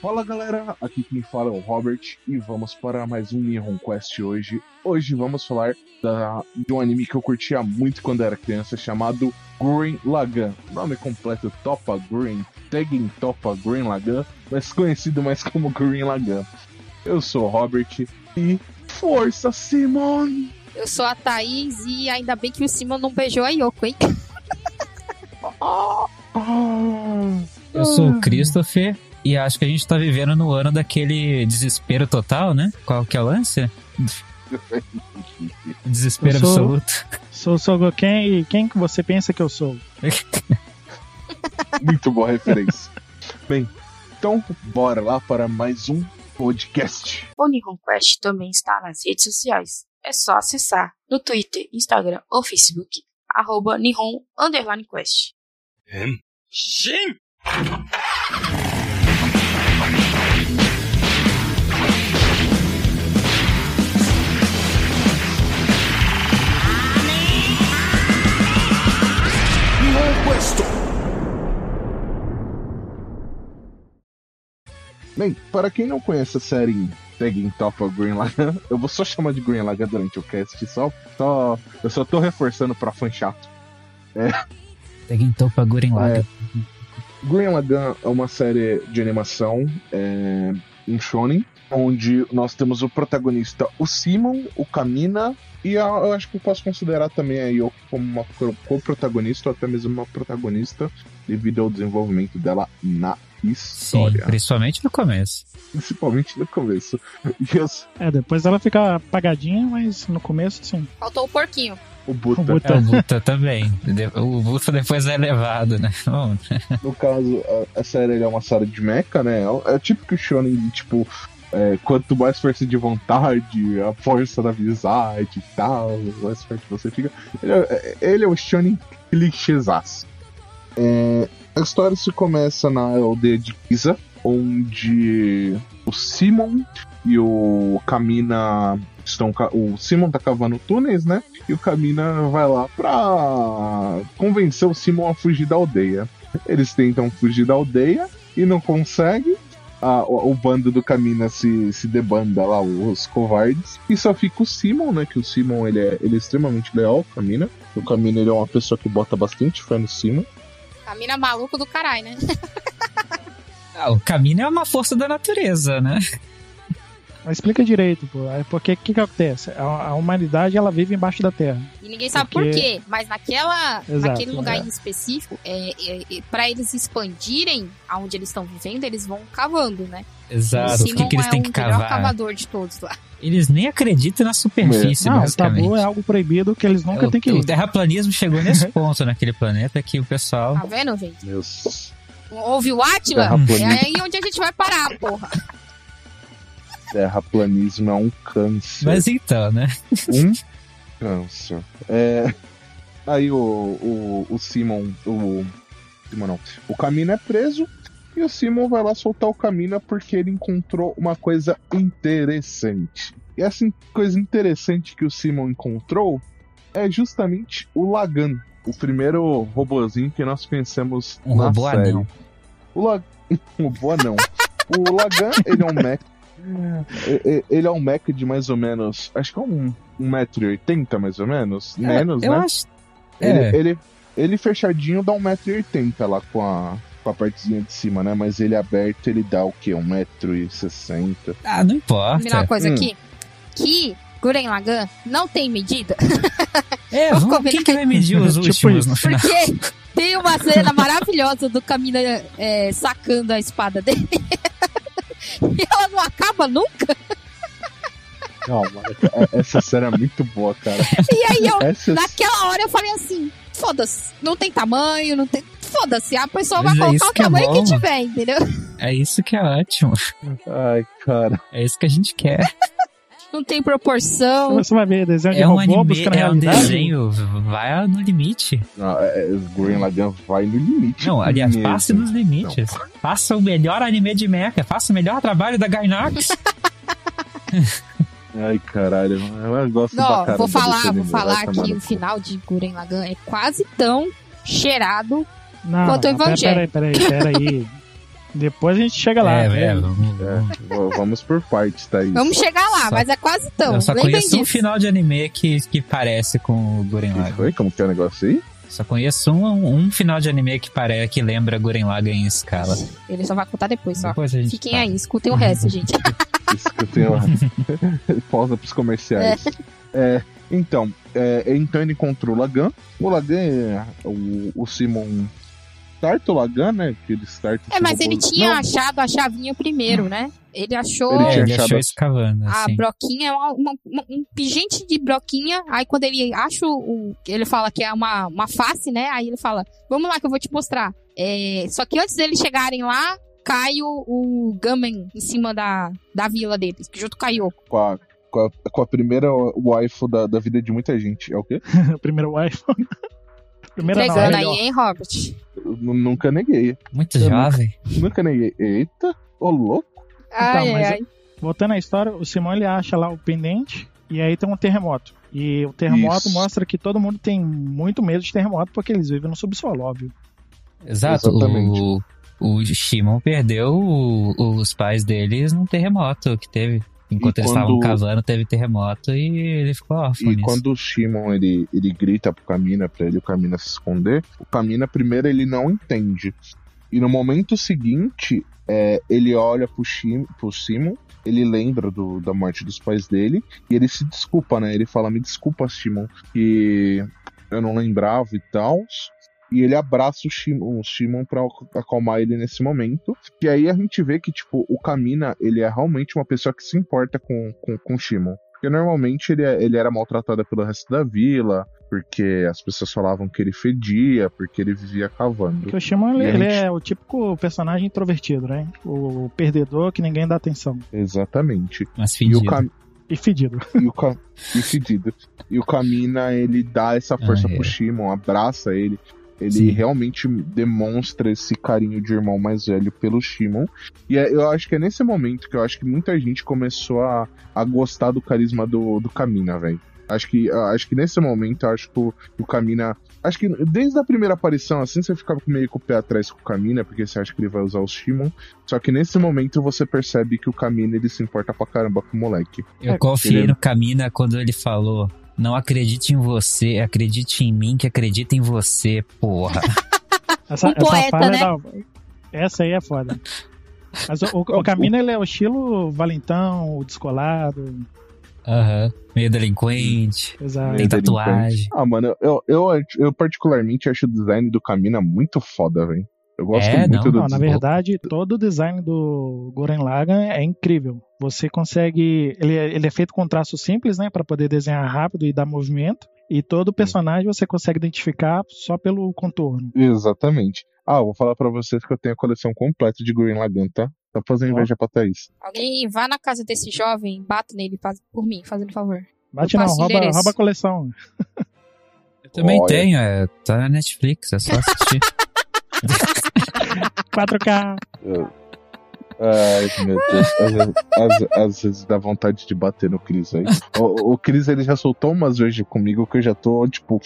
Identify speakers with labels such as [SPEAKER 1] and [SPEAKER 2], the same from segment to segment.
[SPEAKER 1] Fala galera, aqui quem fala é o Robert e vamos para mais um Nihon Quest hoje. Hoje vamos falar da- de um anime que eu curtia muito quando era criança chamado Gurren Lagann. Nome completo Topa Gurren, Tekken Topa Gurren Lagann, mas conhecido mais como Gurren Lagann. Eu sou o Robert e força Simon!
[SPEAKER 2] Eu sou a Thaís e ainda bem que o Simon não beijou a Yoko, hein?
[SPEAKER 1] Ah,
[SPEAKER 3] Eu sou o Christopher e acho que a gente tá vivendo no ano daquele desespero total, né? Qual que é o lance? Desespero
[SPEAKER 4] Eu sou-
[SPEAKER 3] absoluto.
[SPEAKER 4] Sou o Sogoken e quem que você pensa que eu sou?
[SPEAKER 1] Muito boa referência. Bem, então bora lá para mais um podcast.
[SPEAKER 5] O Nihon Quest também está nas redes sociais. É só acessar no Twitter, Instagram ou Facebook, arroba Nihon Underline Quest.
[SPEAKER 1] Bem, para quem não conhece a série Tekken Top of Green Lagan, eu vou só chamar de Green Lagan durante o cast, só, só, eu só tô reforçando pra fã chato.
[SPEAKER 3] Peguei então pra Guren Laga.
[SPEAKER 1] Green Lagan é uma série de animação é, em shonen, onde nós temos o protagonista, o Simon, o Kamina, e a- eu acho que eu posso considerar também a Yoko como uma co- co-protagonista, ou até mesmo uma protagonista, devido ao desenvolvimento dela na
[SPEAKER 3] Sim,
[SPEAKER 1] história.
[SPEAKER 3] principalmente no começo.
[SPEAKER 1] Principalmente no começo. E eu,
[SPEAKER 4] É, depois ela fica apagadinha, mas no começo, sim.
[SPEAKER 2] Faltou o porquinho.
[SPEAKER 1] o Buta.
[SPEAKER 4] O Buta.
[SPEAKER 3] É, o Buta também. De- O Buta depois é levado, né? Bom,
[SPEAKER 1] No caso, a, a série ele é uma série de mecha, né? É o- É o típico shonen de, tipo, é, quanto mais força de vontade, a força da amizade e tal, mais forte você fica. Ele é, ele é o shonen clichêsaço. É, a história se começa na aldeia de Giza, onde o Simon e o Kamina estão... ca- O Simon tá cavando túneis, né? E o Kamina vai lá pra convencer o Simon a fugir da aldeia. Eles tentam fugir da aldeia e não conseguem. Ah, o, o bando do Camina se, se debanda lá, os covardes. E só fica o Simon, né? Que o Simon ele é, ele é extremamente leal ao Camina. O Camina ele é uma pessoa que bota bastante fé no Simon.
[SPEAKER 2] Camina maluco do caralho, né?
[SPEAKER 3] ah, o caminho é uma força da natureza, né?
[SPEAKER 4] Mas explica direito, pô. É Porque o que, que acontece? A, a humanidade ela vive embaixo da terra.
[SPEAKER 2] E ninguém sabe
[SPEAKER 4] Porque-
[SPEAKER 2] por quê. Mas naquela,
[SPEAKER 4] Exato,
[SPEAKER 2] naquele lugar
[SPEAKER 4] é.
[SPEAKER 2] em específico, é, é, é, pra eles expandirem aonde eles estão vivendo, eles vão cavando, né?
[SPEAKER 3] Exato.
[SPEAKER 2] o
[SPEAKER 3] O que,
[SPEAKER 2] Simon
[SPEAKER 3] que eles
[SPEAKER 2] é
[SPEAKER 3] têm
[SPEAKER 2] o
[SPEAKER 3] que
[SPEAKER 2] melhor
[SPEAKER 3] cavar?
[SPEAKER 2] cavador de todos lá.
[SPEAKER 3] Eles nem acreditam na superfície,
[SPEAKER 4] não, o
[SPEAKER 3] basicamente.
[SPEAKER 4] tabu é algo proibido que eles nunca
[SPEAKER 3] o,
[SPEAKER 4] têm que
[SPEAKER 3] o
[SPEAKER 4] ir.
[SPEAKER 3] terraplanismo chegou nesse ponto naquele planeta que o pessoal
[SPEAKER 2] Tá vendo, gente?
[SPEAKER 1] Meus
[SPEAKER 2] Ouve o Átila?
[SPEAKER 3] Tá
[SPEAKER 2] É
[SPEAKER 1] terraplanismo,
[SPEAKER 2] aí onde a gente vai parar, porra.
[SPEAKER 3] Ah,
[SPEAKER 1] terraplanismo é um câncer.
[SPEAKER 3] Mas então, né?
[SPEAKER 1] um câncer. É, aí o, o, o Simon, o Simon não, o Camino é preso e o Simon vai lá soltar o Camino porque ele encontrou uma coisa interessante. E essa in- coisa interessante que o Simon encontrou é justamente o Lagan, o primeiro robozinho que nós pensamos
[SPEAKER 3] Um
[SPEAKER 1] na
[SPEAKER 3] robô
[SPEAKER 4] é
[SPEAKER 1] série.
[SPEAKER 3] anão.
[SPEAKER 1] O Lagan. O robô não. O Lagan, ele é um mecha. e- e- Ele é um mecha de mais ou menos. Acho que é um 1,80m mais ou menos. Menos,
[SPEAKER 3] eu
[SPEAKER 1] né?
[SPEAKER 3] acho. É.
[SPEAKER 1] Ele, ele, ele fechadinho dá 1,80m lá com a, com a partezinha de cima, né? Mas ele aberto, ele dá o quê? 1,60m.
[SPEAKER 3] Ah, não importa.
[SPEAKER 2] Combinar uma coisa
[SPEAKER 1] Hum.
[SPEAKER 2] aqui. Que Guren Lagan não tem medida.
[SPEAKER 3] É,
[SPEAKER 2] Vamos
[SPEAKER 3] vamos,
[SPEAKER 2] combinar
[SPEAKER 3] quem que vai medir os
[SPEAKER 4] Tipo
[SPEAKER 3] últimos
[SPEAKER 4] isso.
[SPEAKER 3] no final?
[SPEAKER 2] Porque tem uma cena maravilhosa do Camila é, sacando a espada dele. E ela não acaba nunca.
[SPEAKER 1] Não, mano, é- essa série é muito boa, cara.
[SPEAKER 2] E aí eu,
[SPEAKER 1] Essa
[SPEAKER 2] naquela hora eu falei assim, foda-se, não tem tamanho, não tem. Foda-se, a pessoa vai
[SPEAKER 3] Mas é
[SPEAKER 2] colocar
[SPEAKER 3] isso
[SPEAKER 2] o
[SPEAKER 3] que é
[SPEAKER 2] tamanho
[SPEAKER 3] bom.
[SPEAKER 2] que tiver, entendeu?
[SPEAKER 3] É isso que é ótimo.
[SPEAKER 1] Ai, cara.
[SPEAKER 3] É isso que a gente quer.
[SPEAKER 2] Não tem proporção.
[SPEAKER 4] Então, Você vai ver desenho de
[SPEAKER 3] É um
[SPEAKER 4] robô
[SPEAKER 3] anime,
[SPEAKER 4] buscando
[SPEAKER 3] é um
[SPEAKER 4] realidade.
[SPEAKER 3] desenho. Vai no limite.
[SPEAKER 1] Não, é, é, Green Lagan vai no limite.
[SPEAKER 3] Não, aliás,
[SPEAKER 1] mesmo.
[SPEAKER 3] passe dos limites. Faça o melhor anime de mecha. Faça o melhor trabalho da Gainax.
[SPEAKER 1] Ai, caralho. Eu
[SPEAKER 3] é
[SPEAKER 1] gosto
[SPEAKER 2] Não,
[SPEAKER 1] pra caramba
[SPEAKER 2] vou
[SPEAKER 1] desse
[SPEAKER 2] falar,
[SPEAKER 1] anime,
[SPEAKER 2] vou falar
[SPEAKER 1] vai tomar
[SPEAKER 2] que
[SPEAKER 1] no
[SPEAKER 2] o
[SPEAKER 1] cu.
[SPEAKER 2] final de Guren Lagan é quase tão cheirado.
[SPEAKER 4] Não,
[SPEAKER 2] Quanto ao
[SPEAKER 4] não, pera-
[SPEAKER 5] é
[SPEAKER 2] evangelho.
[SPEAKER 4] Peraí, peraí, peraí. Depois a gente chega lá.
[SPEAKER 3] é,
[SPEAKER 4] né?
[SPEAKER 3] é, vamos, vamos.
[SPEAKER 1] V- Vamos por partes, Thaís.
[SPEAKER 2] Vamos chegar lá,
[SPEAKER 3] Só-
[SPEAKER 2] mas é quase tão.
[SPEAKER 3] Eu só
[SPEAKER 2] Lembrem
[SPEAKER 3] conheço um
[SPEAKER 2] disso.
[SPEAKER 3] final de anime que, que parece com o Guren
[SPEAKER 1] O que
[SPEAKER 3] Lagann.
[SPEAKER 1] foi? Como que é o negócio aí?
[SPEAKER 3] Só conheço um, um final de anime que parece que lembra Guren Lagann em escala.
[SPEAKER 2] Ele só vai contar depois, só.
[SPEAKER 3] Depois a gente
[SPEAKER 2] Fiquem
[SPEAKER 3] fala.
[SPEAKER 2] aí, escutem o resto, gente.
[SPEAKER 1] Isso que eu tenho lá. Pausa pros comerciais. É, então, é, então ele encontrou o Lagan. O Lagan é o, o Simon Tarto Lagan, né? Que ele starta
[SPEAKER 2] É, mas ele tinha
[SPEAKER 1] Tipo, Não, Uhum.
[SPEAKER 2] achado a chavinha primeiro, né? Ele achou
[SPEAKER 1] Ele
[SPEAKER 3] É,
[SPEAKER 1] tinha
[SPEAKER 3] ele
[SPEAKER 1] achado
[SPEAKER 3] achou
[SPEAKER 1] a-
[SPEAKER 3] escavando,
[SPEAKER 2] a
[SPEAKER 3] assim.
[SPEAKER 2] broquinha, uma- uma- uma- um pingente de broquinha. Aí quando ele acha o. Ele fala que é uma, uma face, né? Aí ele fala: Vamos lá que eu vou te mostrar. É, só que antes deles chegarem lá, cai o, o Gamen em cima da, da vila deles, junto com a Yoko.
[SPEAKER 1] com, a, com, a, com a primeira waifu da, da vida de muita gente. É o quê?
[SPEAKER 4] Primeiro iPhone. Primeira não,
[SPEAKER 2] Entregando
[SPEAKER 4] é
[SPEAKER 2] aí,
[SPEAKER 4] melhor.
[SPEAKER 2] hein, Robert?
[SPEAKER 1] Eu nu- nunca neguei.
[SPEAKER 3] Muito
[SPEAKER 1] Eu nunca-
[SPEAKER 3] jovem.
[SPEAKER 1] Nunca neguei. Eita, ô louco.
[SPEAKER 2] Ai,
[SPEAKER 4] mas
[SPEAKER 2] ai,
[SPEAKER 4] é-
[SPEAKER 2] ai.
[SPEAKER 4] Voltando à história, o Simão ele acha lá o pendente e aí tem um terremoto. E o terremoto
[SPEAKER 1] Isso.
[SPEAKER 4] mostra que todo mundo tem muito medo de terremoto porque eles vivem no subsolo, óbvio.
[SPEAKER 3] Exato.
[SPEAKER 1] Exatamente.
[SPEAKER 3] O, o Shimon perdeu o- os pais deles num terremoto que teve. Enquanto
[SPEAKER 1] E
[SPEAKER 3] eles
[SPEAKER 1] quando-
[SPEAKER 3] estavam cavando, teve terremoto e ele ficou órfão
[SPEAKER 1] E
[SPEAKER 3] nisso.
[SPEAKER 1] quando o Shimon ele, ele grita pro Camina pra ele o Camina se esconder, o Camina primeiro ele não entende. E no momento seguinte, é, ele olha pro, Shim, pro Simon, ele lembra do- da morte dos pais dele e ele se desculpa, né? Ele fala: Me desculpa, Simon, que eu não lembrava e tal. E ele abraça o Shimon, o Shimon pra acalmar ele nesse momento. E aí a gente vê que, tipo, o Kamina, ele é realmente uma pessoa que se importa com, com, com o Shimon. Porque normalmente ele, é- ele era maltratado pelo resto da vila, porque as pessoas falavam que ele fedia, porque ele vivia cavando.
[SPEAKER 4] Porque o Shimon ele,
[SPEAKER 1] E a
[SPEAKER 4] ele
[SPEAKER 1] gente-
[SPEAKER 4] é o típico personagem introvertido, né? O perdedor que ninguém dá atenção.
[SPEAKER 1] Exatamente.
[SPEAKER 3] Mas
[SPEAKER 1] E o,
[SPEAKER 3] fingido.
[SPEAKER 1] Cam...
[SPEAKER 4] E fedido.
[SPEAKER 1] e, o Ca- e fedido. E o Kamina, ele dá essa força
[SPEAKER 3] Ah, é.
[SPEAKER 1] pro Shimon, abraça ele. Ele
[SPEAKER 3] Sim.
[SPEAKER 1] realmente demonstra esse carinho de irmão mais velho pelo Shimon. E é- eu acho que é nesse momento que eu acho que muita gente começou a, a gostar do carisma do, do Kamina, velho. Acho que, acho que nesse momento, eu acho que o, o Kamina. Acho que desde a primeira aparição, assim, você ficava meio com o pé atrás com o Kamina, porque você acha que ele vai usar o Shimon. Só que nesse momento você percebe que o Kamina ele se importa pra caramba com o moleque.
[SPEAKER 3] Eu
[SPEAKER 4] É,
[SPEAKER 3] confiei
[SPEAKER 1] ele-
[SPEAKER 3] no Camina quando ele falou: Não acredite em você, acredite em mim que acredita em você, porra.
[SPEAKER 4] Essa,
[SPEAKER 2] Um poeta,
[SPEAKER 4] fala é
[SPEAKER 2] né?
[SPEAKER 4] da- Essa aí é foda. Mas o, o, o Camino ele é o estilo valentão, o descolado,
[SPEAKER 3] Aham. Meio delinquente.
[SPEAKER 4] exato.
[SPEAKER 1] Meio
[SPEAKER 3] Tem
[SPEAKER 1] delinquente.
[SPEAKER 3] tatuagem.
[SPEAKER 1] Ah, mano, eu, eu, eu particularmente acho o design do Camina muito foda, velho. Eu gosto
[SPEAKER 3] É,
[SPEAKER 1] muito
[SPEAKER 3] não,
[SPEAKER 1] do
[SPEAKER 2] né?
[SPEAKER 4] Não, na
[SPEAKER 1] design.
[SPEAKER 4] verdade, todo o design do Goren Lagan é incrível. Você consegue. Ele, é- ele é feito com traço simples, né? Pra poder desenhar rápido e dar movimento. E todo personagem você consegue identificar só pelo contorno.
[SPEAKER 1] Exatamente. Ah, eu vou falar pra vocês que eu tenho a coleção completa de Green Lagan, tá? Tá fazendo
[SPEAKER 4] Ó.
[SPEAKER 1] inveja pra Thaís.
[SPEAKER 2] Alguém vá na casa desse jovem, bata nele faz, por mim, fazendo favor.
[SPEAKER 4] Bate
[SPEAKER 2] Eu
[SPEAKER 4] não,
[SPEAKER 2] passo o
[SPEAKER 4] rouba,
[SPEAKER 2] endereço.
[SPEAKER 4] rouba a coleção.
[SPEAKER 3] Eu também
[SPEAKER 1] Olha.
[SPEAKER 3] tenho, é, tá na Netflix, é só assistir.
[SPEAKER 4] 4K.
[SPEAKER 1] Ai, meu Deus. Às vezes, às- às vezes dá vontade de bater no Cris aí. O, o Cris, ele já soltou umas vezes comigo que eu já tô, tipo,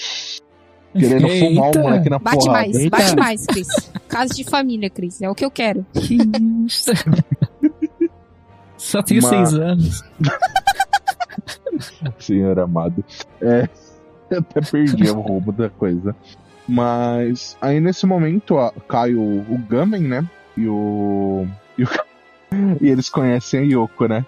[SPEAKER 1] querendo fumar o
[SPEAKER 3] Eita.
[SPEAKER 1] moleque na
[SPEAKER 2] Bate
[SPEAKER 1] porrada.
[SPEAKER 2] mais,
[SPEAKER 4] Eita.
[SPEAKER 2] bate mais, Cris. Casa de família, Cris. É o que eu quero.
[SPEAKER 3] Só tenho
[SPEAKER 1] Mas-
[SPEAKER 3] seis anos.
[SPEAKER 1] Senhor amado. É, eu até perdi o roubo da coisa. Mas aí nesse momento a- cai o, o Gamen, né? E o. E, o- e eles conhecem a Yoko, né?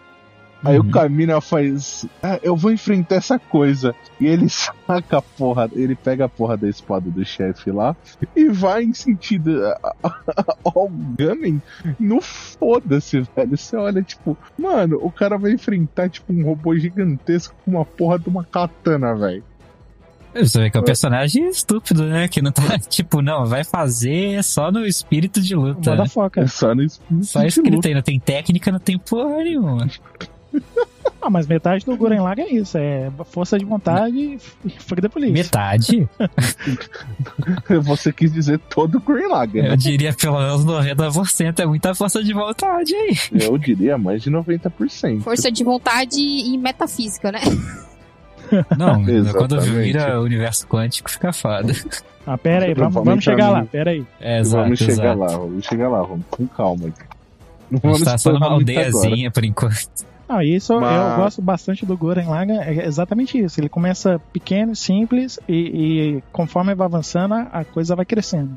[SPEAKER 1] Aí o
[SPEAKER 3] Uhum.
[SPEAKER 1] Kamina faz. "Ah, eu vou enfrentar essa coisa. E ele saca a porra. Ele pega a porra da espada do chefe lá e vai em sentido a- a- ao Gamen. No foda-se, velho. Você olha, tipo, mano, o cara vai enfrentar, tipo, um robô gigantesco com uma porra de uma katana, velho.
[SPEAKER 3] Você vê que é um personagem estúpido, né? Que não tá, tipo, não, vai fazer só no espírito de luta.
[SPEAKER 4] Manda
[SPEAKER 3] né?
[SPEAKER 4] foca.
[SPEAKER 1] É só no espírito
[SPEAKER 3] Só
[SPEAKER 1] de
[SPEAKER 3] escrito
[SPEAKER 1] luta.
[SPEAKER 3] aí, não tem técnica, não tem porra nenhuma.
[SPEAKER 4] Ah, mas metade do Goren Lagan é isso. É força de vontade e fogo polícia.
[SPEAKER 3] Metade?
[SPEAKER 1] Você quis dizer todo o Green Lagan, né?
[SPEAKER 3] Eu diria pelo menos 90% é muita força de vontade aí.
[SPEAKER 1] Eu diria mais de 90%.
[SPEAKER 2] Força de vontade e metafísica, né?
[SPEAKER 3] Não,
[SPEAKER 1] Exatamente.
[SPEAKER 3] quando vira o universo quântico, fica fada.
[SPEAKER 4] Ah, pera aí, vamos, vamos
[SPEAKER 1] Provavelmente
[SPEAKER 4] chegar
[SPEAKER 1] a
[SPEAKER 4] lá,
[SPEAKER 1] mim.
[SPEAKER 4] pera aí.
[SPEAKER 3] É, exato,
[SPEAKER 1] vamos chegar
[SPEAKER 3] exato.
[SPEAKER 1] lá, vamos chegar lá, vamos com calma. Não
[SPEAKER 3] A gente tá só
[SPEAKER 1] explorar
[SPEAKER 3] numa
[SPEAKER 1] muito agora.
[SPEAKER 3] aldeiazinha por enquanto.
[SPEAKER 4] Ah, isso eu- eu
[SPEAKER 1] Mas-
[SPEAKER 4] gosto bastante do Goren Laga, é exatamente isso. Ele começa pequeno, simples, e, e conforme vai avançando, a- a coisa vai crescendo.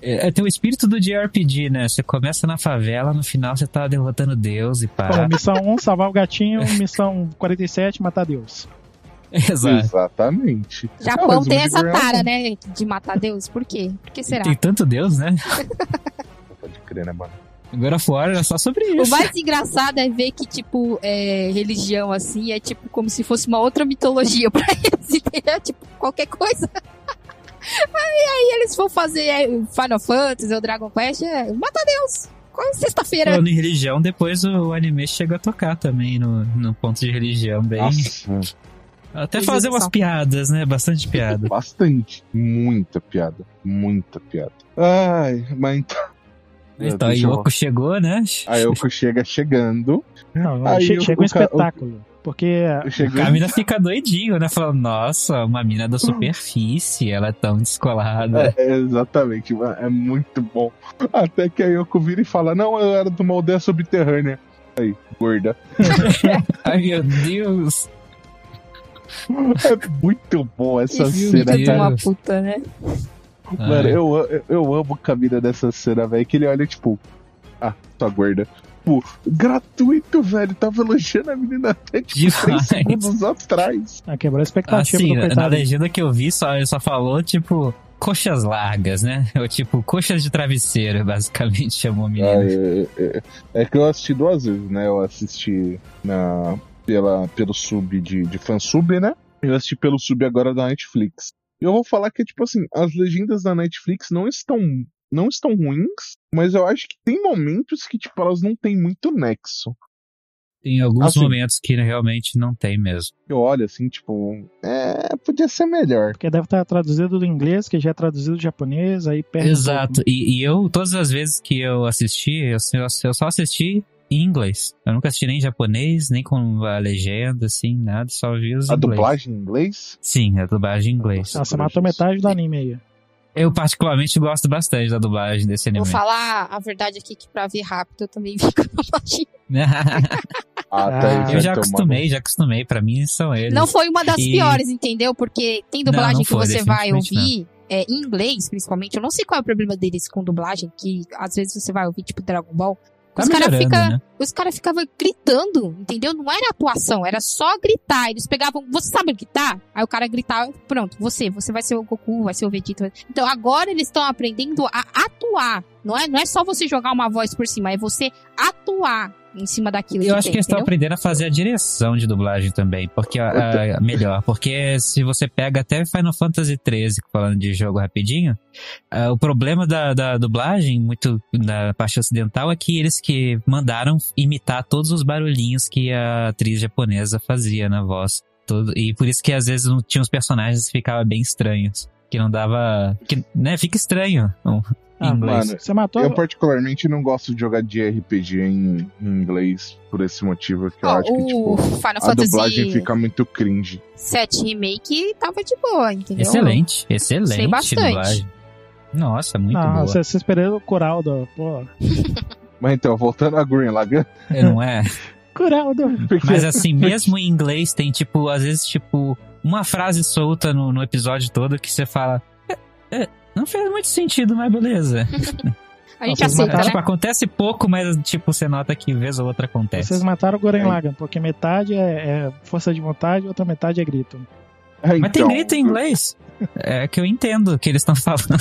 [SPEAKER 3] É, tem o espírito do JRPG, né? Você começa na favela, no final você tá derrotando Deus e
[SPEAKER 4] Então,
[SPEAKER 3] pá.
[SPEAKER 4] missão 1, salvar o gatinho, missão 47, matar Deus.
[SPEAKER 1] É.
[SPEAKER 3] Exato.
[SPEAKER 1] Exatamente. Ah,
[SPEAKER 2] Japão
[SPEAKER 1] mas o
[SPEAKER 2] tem
[SPEAKER 1] Big
[SPEAKER 2] essa
[SPEAKER 1] Brain é
[SPEAKER 2] tara, né? De matar Deus. Por quê? Por que será?
[SPEAKER 3] Tem tanto Deus, né?
[SPEAKER 1] bom, Pode crer, né, mano?
[SPEAKER 3] Agora fora era só sobre
[SPEAKER 2] O
[SPEAKER 3] isso.
[SPEAKER 2] mais engraçado é ver que, tipo, é, religião, assim, é tipo como se fosse uma outra mitologia pra eles, entendeu? Tipo, qualquer coisa. Aí, aí eles vão fazer é, Final Fantasy ou Dragon Quest, é, mata Deus! Qual é sexta-feira?
[SPEAKER 3] Falando em religião, depois o anime chega a tocar também no, no ponto de religião, bem.
[SPEAKER 1] Nossa,
[SPEAKER 3] Até fazer umas
[SPEAKER 2] Exação.
[SPEAKER 3] piadas, né? Bastante piada.
[SPEAKER 1] bastante. Muita piada. Muita piada. Ai, mas então.
[SPEAKER 3] então,
[SPEAKER 1] Deixa eu-
[SPEAKER 3] Yoko chegou, né?
[SPEAKER 1] A Yoko chega chegando.
[SPEAKER 4] Não,
[SPEAKER 1] Aí
[SPEAKER 4] che-
[SPEAKER 1] o-
[SPEAKER 4] chega um
[SPEAKER 1] o ca- o-
[SPEAKER 4] espetáculo. Porque
[SPEAKER 3] A
[SPEAKER 1] Chegando.
[SPEAKER 3] mina fica doidinho, né? Falando, nossa, uma mina da superfície, ela é tão descolada.
[SPEAKER 1] É, é, exatamente, mano, é muito bom. Até que a Yoko vira e fala: Não, eu era de uma aldeia subterrânea. Aí, gorda.
[SPEAKER 3] Ai, meu Deus.
[SPEAKER 1] É muito bom essa
[SPEAKER 2] Esse
[SPEAKER 1] cena,
[SPEAKER 2] filho de
[SPEAKER 1] cara.
[SPEAKER 2] uma puta, né?
[SPEAKER 1] Mano,
[SPEAKER 3] Ai.
[SPEAKER 1] eu, eu- eu amo o Camila dessa cena, velho. Que ele olha, tipo, ah, tá gorda. Tipo, gratuito, velho. Tava elogiando a menina até tipo, três
[SPEAKER 3] Demais.
[SPEAKER 1] segundos atrás.
[SPEAKER 4] ah, quebrou a expectativa
[SPEAKER 3] Assim,
[SPEAKER 4] do
[SPEAKER 3] na, na
[SPEAKER 4] coitado.
[SPEAKER 3] legenda que eu vi, só, só falou, tipo, coxas largas, né? Ou tipo, coxas de travesseiro, basicamente chamou a menina.
[SPEAKER 1] É, é- é- é que eu assisti duas vezes, né? Eu assisti na, pela, pelo sub de, de fansub, né? Eu assisti pelo sub agora da Netflix. E eu vou falar que, tipo assim, as legendas da Netflix não estão. Não estão ruins, mas eu acho que tem momentos que, tipo, elas não têm muito nexo.
[SPEAKER 3] Tem alguns
[SPEAKER 1] Assim.
[SPEAKER 3] momentos que realmente não tem mesmo.
[SPEAKER 1] eu olho assim, tipo, é, podia ser melhor.
[SPEAKER 4] Porque deve estar traduzido do inglês, que já é traduzido do japonês, aí perde. um pouco.
[SPEAKER 3] Exato. E, e eu, todas as vezes que eu assisti, eu, eu- eu só assisti em inglês. Eu nunca assisti nem em japonês, nem com a legenda, assim, nada, só vi os
[SPEAKER 1] A
[SPEAKER 3] inglês.
[SPEAKER 1] dublagem Ah, tá. em inglês?
[SPEAKER 3] Sim, a dublagem em inglês.
[SPEAKER 4] Nossa, Ah, matou metade do anime aí.
[SPEAKER 3] Eu particularmente gosto bastante da dublagem desse anime.
[SPEAKER 2] Vou falar a verdade aqui que pra ver rápido eu também vi com a magia.
[SPEAKER 1] Ah,
[SPEAKER 4] Ah,
[SPEAKER 1] aí
[SPEAKER 3] eu já
[SPEAKER 1] tomando.
[SPEAKER 3] acostumei, já acostumei. Pra mim são eles.
[SPEAKER 2] Não foi uma das
[SPEAKER 3] E-
[SPEAKER 2] piores, entendeu? Porque tem
[SPEAKER 3] Não,
[SPEAKER 2] dublagem
[SPEAKER 3] não
[SPEAKER 2] que
[SPEAKER 3] foi,
[SPEAKER 2] você vai
[SPEAKER 3] definitivamente
[SPEAKER 2] ouvir é, em inglês, principalmente. Eu não sei qual é o problema deles com dublagem, que às vezes você vai ouvir, tipo, Dragon Ball.
[SPEAKER 3] Tá
[SPEAKER 2] os caras
[SPEAKER 3] melhorando,
[SPEAKER 2] ficam
[SPEAKER 3] né?
[SPEAKER 2] os cara ficavam gritando, entendeu? Não era atuação, era só gritar. Eles pegavam, você sabe gritar? Aí o cara gritava, pronto, você, você vai ser o Goku, vai ser o Vegeta. Então agora eles estão aprendendo a atuar. Não é, não é só você jogar uma voz por cima, é você atuar em cima daquilo.
[SPEAKER 3] Eu acho
[SPEAKER 2] tem,
[SPEAKER 3] que eles estão
[SPEAKER 2] entendeu?
[SPEAKER 3] aprendendo a fazer a direção de dublagem também, porque a, a- melhor, porque se você pega até Final Fantasy XIII, falando de jogo rapidinho, ah, o problema da, da dublagem, muito da parte ocidental, é que eles que mandaram imitar todos os barulhinhos que a atriz japonesa fazia na voz. Todo- e por isso que às vezes não tinha os personagens que ficavam bem estranhos. Que não dava. Que, né, fica estranho. Não, em
[SPEAKER 4] Ah,
[SPEAKER 3] inglês.
[SPEAKER 1] mano,
[SPEAKER 4] Você matou.
[SPEAKER 1] Eu particularmente não gosto de jogar de RPG em, em inglês por esse motivo que eu
[SPEAKER 2] Ó,
[SPEAKER 1] acho que,
[SPEAKER 2] Ah, o
[SPEAKER 1] tipo,
[SPEAKER 2] Final
[SPEAKER 1] a dublagem
[SPEAKER 2] Fantasy
[SPEAKER 1] fica muito cringe.
[SPEAKER 2] 7 Remake tava de boa, entendeu?
[SPEAKER 3] Excelente, excelente.
[SPEAKER 2] Sei bastante.
[SPEAKER 3] dublagem. Nossa, muito
[SPEAKER 4] Ah,
[SPEAKER 3] boa.
[SPEAKER 4] você, você esperou o Coraldo, pô.
[SPEAKER 1] Mas então, voltando a Green Lagan,
[SPEAKER 3] É, Não é?
[SPEAKER 4] Coraldo!
[SPEAKER 1] porque
[SPEAKER 3] Mas assim, mesmo em inglês, tem tipo, às vezes, tipo, uma frase solta no, no episódio todo que você fala. "É, é, não fez muito sentido, mas beleza.
[SPEAKER 2] A gente
[SPEAKER 4] Vocês
[SPEAKER 2] aceita,
[SPEAKER 4] mataram-
[SPEAKER 2] né?
[SPEAKER 3] Tipo, acontece pouco, mas tipo, você nota que vez ou outra acontece.
[SPEAKER 4] Vocês mataram o Goren
[SPEAKER 1] É.
[SPEAKER 4] Lagan, porque metade é, é força de vontade, outra metade é grito.
[SPEAKER 1] É,
[SPEAKER 3] Mas
[SPEAKER 1] então,
[SPEAKER 3] tem grito em inglês. É que eu entendo o que eles estão falando.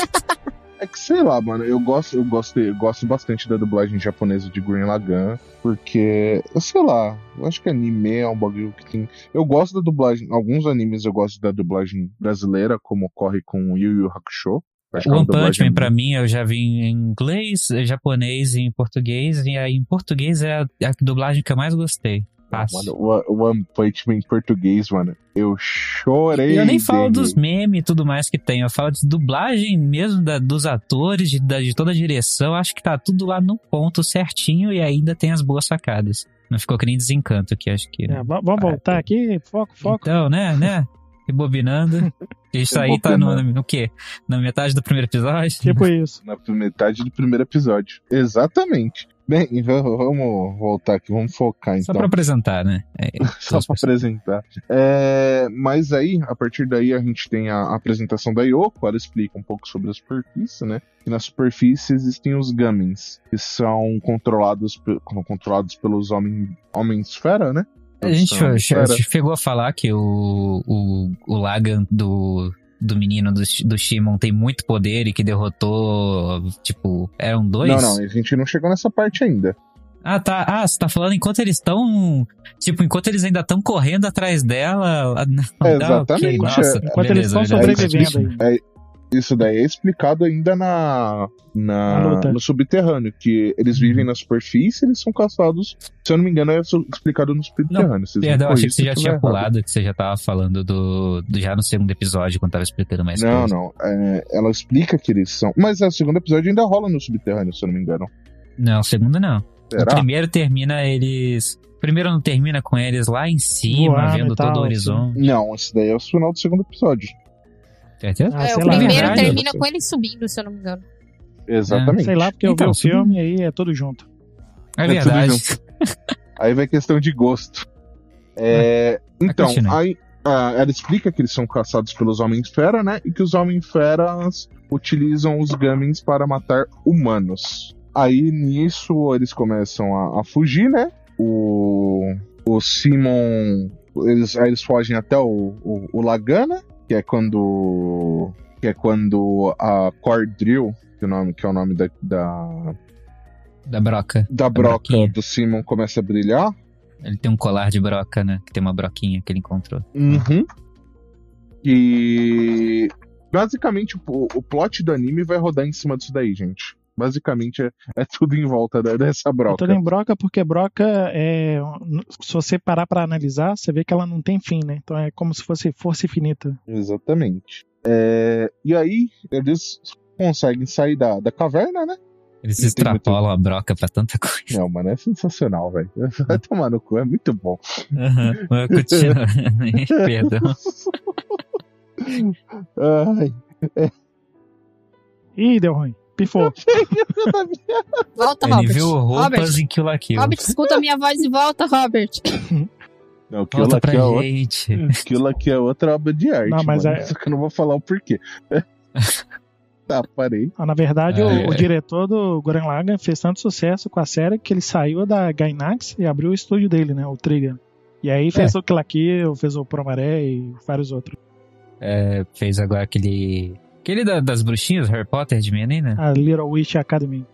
[SPEAKER 1] É que sei lá, mano, eu gosto, eu gosto, eu gosto bastante da dublagem japonesa de Green Lagan, porque, eu sei lá, eu acho que anime é um bagulho que tem. Eu gosto da dublagem, alguns animes eu gosto da dublagem brasileira, como ocorre com Yu Yu Hakusho. Eu acho que é uma
[SPEAKER 3] One Punch
[SPEAKER 1] dublagem
[SPEAKER 3] Man, pra mim, eu já vi em inglês, em japonês e em português. E aí, em português é a, é a dublagem que eu mais gostei. é Fácil.
[SPEAKER 1] Mano, o- o One Punch Man em português, mano, eu chorei.
[SPEAKER 3] eu nem falo
[SPEAKER 1] dele.
[SPEAKER 3] dos memes e tudo mais que tem, eu falo de dublagem mesmo da- dos atores, de, da- de toda a direção. Acho que tá tudo lá no ponto certinho e ainda tem as boas sacadas. Não ficou que nem desencanto aqui, acho que.
[SPEAKER 4] É,
[SPEAKER 3] né?
[SPEAKER 4] va- vamos voltar aqui? Foco, foco.
[SPEAKER 3] Então, né, né? Rebobinando. Isso
[SPEAKER 4] É
[SPEAKER 3] aí tá no, no quê? Na metade do primeiro episódio?
[SPEAKER 4] Tipo isso.
[SPEAKER 1] na metade do primeiro episódio. Exatamente. Bem, v- vamos voltar aqui, vamos focar
[SPEAKER 3] Só
[SPEAKER 1] então.
[SPEAKER 3] pra apresentar, né? É,
[SPEAKER 1] Só pra apresentar. É, mas aí, a partir daí, a gente tem a, a apresentação da Yoko, ela explica um pouco sobre a superfície, né? E na superfície existem os Gamins, que são controlados, pe- controlados pelos homem, Homem-Esfera, né?
[SPEAKER 3] A gente
[SPEAKER 1] São-
[SPEAKER 3] che-
[SPEAKER 1] Era.
[SPEAKER 3] chegou a falar que o, o, o Lagan do, do menino do, do Shimon tem muito poder e que derrotou, tipo, eram dois?
[SPEAKER 1] Não, não, a gente não chegou nessa parte ainda.
[SPEAKER 3] Ah, tá. Ah, você tá falando enquanto eles estão. Tipo, enquanto eles ainda estão correndo atrás dela. ah, não,
[SPEAKER 1] É,
[SPEAKER 3] tá, ok,
[SPEAKER 1] exatamente,
[SPEAKER 3] nossa,
[SPEAKER 1] é.
[SPEAKER 4] Enquanto
[SPEAKER 3] beleza,
[SPEAKER 4] eles
[SPEAKER 3] beleza.
[SPEAKER 4] estão sobrevivendo
[SPEAKER 1] Exatamente.
[SPEAKER 4] aí.
[SPEAKER 1] Isso daí é explicado ainda na, na-
[SPEAKER 4] Na luta.
[SPEAKER 1] no subterrâneo, que eles
[SPEAKER 3] Uhum.
[SPEAKER 1] vivem na superfície, eles são caçados. Se eu não me engano, é su- explicado no subterrâneo. Vocês
[SPEAKER 3] Perdão,
[SPEAKER 1] me
[SPEAKER 3] achei que você já
[SPEAKER 1] corrijam se
[SPEAKER 3] tinha
[SPEAKER 1] eu tiver é errado.
[SPEAKER 3] pulado, que você já tava falando do, do- já no segundo episódio, quando tava explicando mais
[SPEAKER 1] Não,
[SPEAKER 3] coisas.
[SPEAKER 1] não. é, ela explica que eles são. Mas é, o segundo episódio ainda rola no subterrâneo, se eu não me engano.
[SPEAKER 3] Não, o segundo não. O
[SPEAKER 1] Será?
[SPEAKER 3] primeiro termina eles. o Primeiro não termina com eles lá em cima,
[SPEAKER 4] Voando
[SPEAKER 3] vendo
[SPEAKER 4] e tal,
[SPEAKER 3] todo o
[SPEAKER 4] assim.
[SPEAKER 3] horizonte.
[SPEAKER 1] Não, esse daí é o final do segundo episódio.
[SPEAKER 3] Certeza?
[SPEAKER 4] Ah,
[SPEAKER 2] é,
[SPEAKER 4] sei
[SPEAKER 2] o
[SPEAKER 4] lá.
[SPEAKER 2] primeiro
[SPEAKER 3] Verdade.
[SPEAKER 2] termina com ele subindo, se eu não me engano.
[SPEAKER 1] Exatamente.
[SPEAKER 4] É, Sei lá, porque eu
[SPEAKER 3] Então,
[SPEAKER 4] vi o
[SPEAKER 3] sim.
[SPEAKER 4] filme e aí é tudo junto.
[SPEAKER 3] É,
[SPEAKER 1] É tudo
[SPEAKER 3] verdade.
[SPEAKER 1] Aí vai questão de gosto. É, então,
[SPEAKER 3] continua.
[SPEAKER 1] aí, ah, ela explica que eles são caçados pelos Homem-Fera, né? E que os Homem-Feras utilizam os Gamins para matar humanos. Aí nisso eles começam a, a fugir, né? O, o Simon. Eles, aí eles fogem até o, o, o Lagana, que é quando. Que é quando a Cordrill, que, é o nome, que é o nome da- da,
[SPEAKER 3] Da broca.
[SPEAKER 1] da broca
[SPEAKER 3] broquinha.
[SPEAKER 1] do Simon começa a brilhar.
[SPEAKER 3] Ele tem um colar de broca, né? Que tem uma broquinha que ele encontrou.
[SPEAKER 1] Uhum. E basicamente o, o plot do anime vai rodar em cima disso daí, gente. Basicamente é, é tudo em volta da- dessa
[SPEAKER 4] Eu
[SPEAKER 1] broca.
[SPEAKER 4] tô em broca porque broca é. Se você parar pra analisar, você vê que ela não tem fim, né? Então é como se fosse força infinita.
[SPEAKER 1] Exatamente. É, e aí eles conseguem sair da, da caverna, né?
[SPEAKER 3] Eles
[SPEAKER 1] Não tem muito-
[SPEAKER 3] extrapolam a broca pra tanta coisa.
[SPEAKER 1] Não, mano, é sensacional, velho. Vai tomar no cu, é muito bom.
[SPEAKER 3] Aham, mas Continua. Perdão.
[SPEAKER 1] Ai,
[SPEAKER 4] Ih, deu ruim. Pifou.
[SPEAKER 2] Volta,
[SPEAKER 3] Ele
[SPEAKER 2] Robert.
[SPEAKER 3] viu roupas
[SPEAKER 2] Robert,
[SPEAKER 3] em Kill la Kill.
[SPEAKER 2] Robert, escuta a minha voz e volta, Robert.
[SPEAKER 1] não, aquilo
[SPEAKER 3] Volta pra
[SPEAKER 1] aqui, é outra,
[SPEAKER 3] gente.
[SPEAKER 1] aquilo aqui é outra obra de arte.
[SPEAKER 4] Não, mas
[SPEAKER 1] mano,
[SPEAKER 4] é-
[SPEAKER 1] Só que eu não vou falar o porquê. tá, parei.
[SPEAKER 4] Ah, na verdade,
[SPEAKER 3] Ai,
[SPEAKER 4] o, o
[SPEAKER 3] ai.
[SPEAKER 4] diretor do Goran Lagan fez tanto sucesso com a série que ele saiu da Gainax e abriu o estúdio dele, né? O Trigger. E aí fez o Kill la Kill, fez o Promaré e vários outros.
[SPEAKER 3] É, fez agora aquele. Aquele da- das bruxinhas, Harry Potter de menina?
[SPEAKER 4] A Little Witch Academy.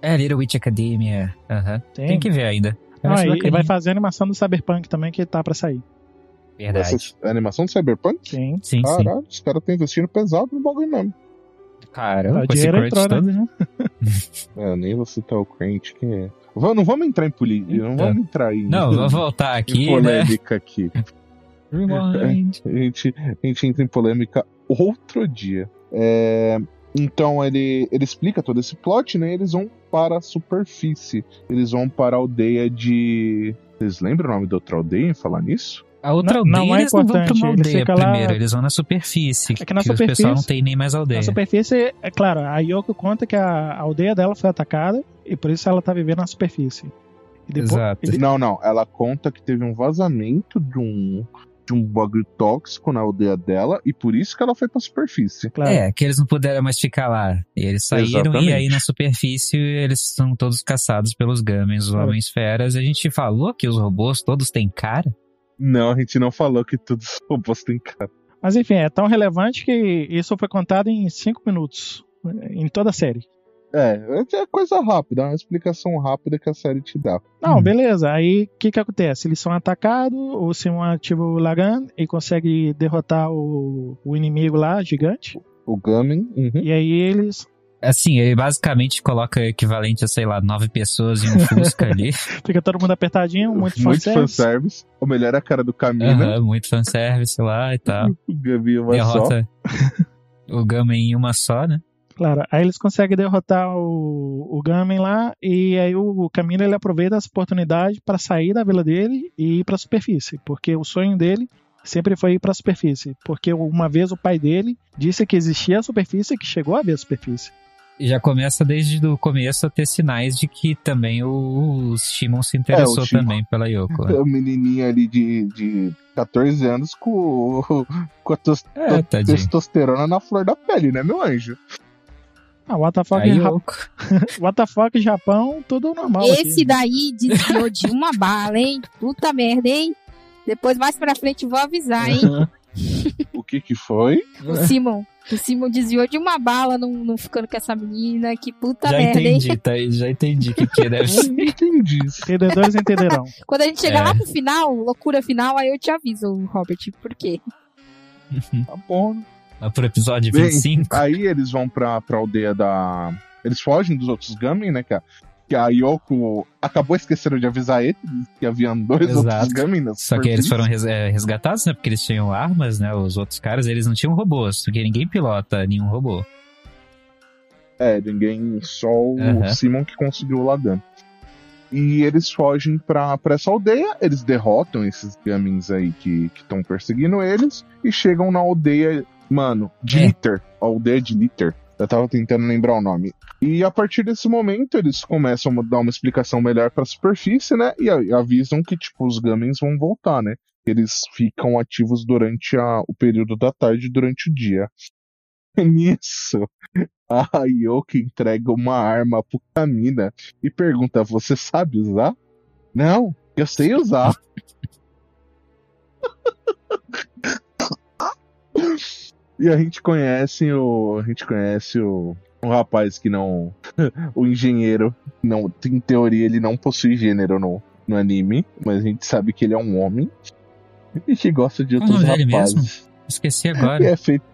[SPEAKER 3] É, Little Witch Academia. Aham.
[SPEAKER 4] Tem?
[SPEAKER 3] Tem que ver ainda. Eu
[SPEAKER 4] Não,
[SPEAKER 3] acho
[SPEAKER 4] e- e
[SPEAKER 3] bacaninha.
[SPEAKER 4] vai fazer a animação do Cyberpunk também, que tá pra sair.
[SPEAKER 3] Verdade.
[SPEAKER 1] Essa a animação do Cyberpunk?
[SPEAKER 4] Sim.
[SPEAKER 3] Sim, sim.
[SPEAKER 1] Caralho, os caras estão investindo pesado no bagulho mesmo.
[SPEAKER 3] Caramba,
[SPEAKER 4] O
[SPEAKER 3] com esse
[SPEAKER 4] dinheiro
[SPEAKER 3] crunch
[SPEAKER 4] entrou, né?
[SPEAKER 3] todo, né?
[SPEAKER 1] É, nem vou citar o crente que é. Va- não vamos entrar em política, não
[SPEAKER 3] Então.
[SPEAKER 1] vamos entrar em,
[SPEAKER 3] Não, vou
[SPEAKER 1] em
[SPEAKER 3] voltar aqui, né?
[SPEAKER 1] polêmica aqui.
[SPEAKER 3] Rewind.
[SPEAKER 1] A gente, a gente entra em polêmica outro dia. É, então ele, ele explica todo esse plot, né? Eles vão para a superfície. Eles vão para a aldeia de. Vocês lembram o nome da outra aldeia em falar nisso?
[SPEAKER 3] A outra
[SPEAKER 4] Não- não
[SPEAKER 3] aldeia,
[SPEAKER 4] é
[SPEAKER 3] eles não vão pra
[SPEAKER 4] importante,
[SPEAKER 3] uma
[SPEAKER 4] ele
[SPEAKER 3] aldeia
[SPEAKER 4] fica lá-
[SPEAKER 3] primeiro, eles vão na superfície.
[SPEAKER 4] É que na
[SPEAKER 3] o pessoal
[SPEAKER 4] superfície-
[SPEAKER 3] não tem nem mais aldeia.
[SPEAKER 4] Na superfície, é claro, a Yoko conta que a aldeia dela foi atacada e por isso ela tá vivendo na superfície. E depois,
[SPEAKER 3] Exato.
[SPEAKER 4] e de-
[SPEAKER 1] Não, não. Ela conta que teve um vazamento de um. De um bagulho tóxico na aldeia dela, e por isso que ela foi pra superfície.
[SPEAKER 4] claro,
[SPEAKER 3] É, que eles não puderam mais ficar lá. E eles saíram e aí
[SPEAKER 1] Exatamente.
[SPEAKER 3] na superfície eles são todos caçados pelos Gamins, os
[SPEAKER 4] Cara.
[SPEAKER 3] homens feras. E a gente falou que os robôs todos têm cara.
[SPEAKER 1] Não, a gente não falou que tudo oposto em casa.
[SPEAKER 4] Mas enfim, é tão relevante que isso foi contado em 5 minutos. Em toda a série.
[SPEAKER 1] É, é coisa rápida, é uma explicação rápida que a série te dá.
[SPEAKER 4] Não,
[SPEAKER 3] Hum.
[SPEAKER 4] beleza. Aí o que, que acontece? Eles são atacados, o Simon ativa o Lagan e consegue derrotar o, o inimigo lá, gigante.
[SPEAKER 1] O Gamin, uhum.
[SPEAKER 4] E aí eles
[SPEAKER 3] Assim, ele basicamente coloca o equivalente a, sei lá, nove pessoas em um Fusca ali.
[SPEAKER 4] fica todo mundo apertadinho, muito
[SPEAKER 1] muito
[SPEAKER 4] fanservice.
[SPEAKER 1] fanservice. Ou melhor, é a cara do Camina.
[SPEAKER 3] Aham, muito fanservice lá e tal.
[SPEAKER 1] O Gamin é uma só.
[SPEAKER 3] Derrota o Gamin em uma só, né?
[SPEAKER 4] Claro, aí eles conseguem derrotar o, o Gamen lá e aí o Camino ele aproveita essa oportunidade para sair da vila dele e ir para a superfície, porque o sonho dele sempre foi ir para a superfície, porque uma vez o pai dele disse que existia a superfície e que chegou a ver a superfície.
[SPEAKER 3] E já começa desde o começo a ter sinais de que também o, o Shimon se interessou
[SPEAKER 1] É, o Shimon.
[SPEAKER 3] também pela Yoko. né?
[SPEAKER 1] O menininho ali de, de 14 anos com, com a tos-
[SPEAKER 3] É, tadinho.
[SPEAKER 1] testosterona na flor da pele, né, meu anjo?
[SPEAKER 4] Ah, WTF,
[SPEAKER 3] A
[SPEAKER 4] Ra-
[SPEAKER 3] Yoko.
[SPEAKER 4] WTF Japão, tudo normal. assim. aqui.
[SPEAKER 2] Esse daí desviou de uma bala, hein? Puta merda, hein? Depois, mais pra frente, vou avisar, hein?
[SPEAKER 1] O que que foi?
[SPEAKER 2] O Simon. O Simon desviou de uma bala não, não ficando com essa menina. Que puta
[SPEAKER 3] já
[SPEAKER 2] merda, hein?
[SPEAKER 3] entendi, Thaís, já entendi o que, que deve
[SPEAKER 1] Eu
[SPEAKER 3] ser.
[SPEAKER 1] não entendi isso.
[SPEAKER 4] Entendedores entenderão.
[SPEAKER 2] Quando a gente chegar
[SPEAKER 3] É.
[SPEAKER 2] lá pro final, loucura final, aí eu te aviso, Robert, por quê?
[SPEAKER 1] Tá bom.
[SPEAKER 3] Lá pro episódio
[SPEAKER 1] Bem,
[SPEAKER 3] 25.
[SPEAKER 1] Aí eles vão pra, pra aldeia da. Eles fogem dos outros Gamen, né, cara? Que a Yoko acabou esquecendo de avisar eles que haviam dois
[SPEAKER 3] Exato.
[SPEAKER 1] outros Gamen né, na
[SPEAKER 3] Só que eles
[SPEAKER 1] superfície.
[SPEAKER 3] foram res- eh, resgatados, né? Porque eles tinham armas, né? Os outros caras, eles não tinham robôs, porque ninguém pilota nenhum robô.
[SPEAKER 1] É, ninguém, só o
[SPEAKER 3] Aham.
[SPEAKER 1] Simon que conseguiu o Lagan. E eles fogem pra, pra essa aldeia, eles derrotam esses gamins aí que estão perseguindo eles e chegam na aldeia, mano, de
[SPEAKER 3] É.
[SPEAKER 1] Litter. Aldeia de Litter. Eu tava tentando lembrar o nome. E a partir desse momento, eles começam a dar uma explicação melhor pra superfície, né? E a- avisam que, tipo, os gamins vão voltar, né? Eles ficam ativos durante a, o período da tarde e durante o dia. Nisso, a Yoko entrega uma arma pro Kamina e pergunta: Você sabe usar? Não, eu sei usar. e a gente conhece o. A gente conhece o. Um rapaz que não. o engenheiro. Não, em teoria, ele não possui gênero no, no anime, mas a gente sabe que ele é um homem. E que gosta de
[SPEAKER 3] Qual o
[SPEAKER 1] outros
[SPEAKER 3] nome dele mesmo?
[SPEAKER 1] rapazes.
[SPEAKER 3] Esqueci
[SPEAKER 1] E
[SPEAKER 3] agora.
[SPEAKER 1] é feito.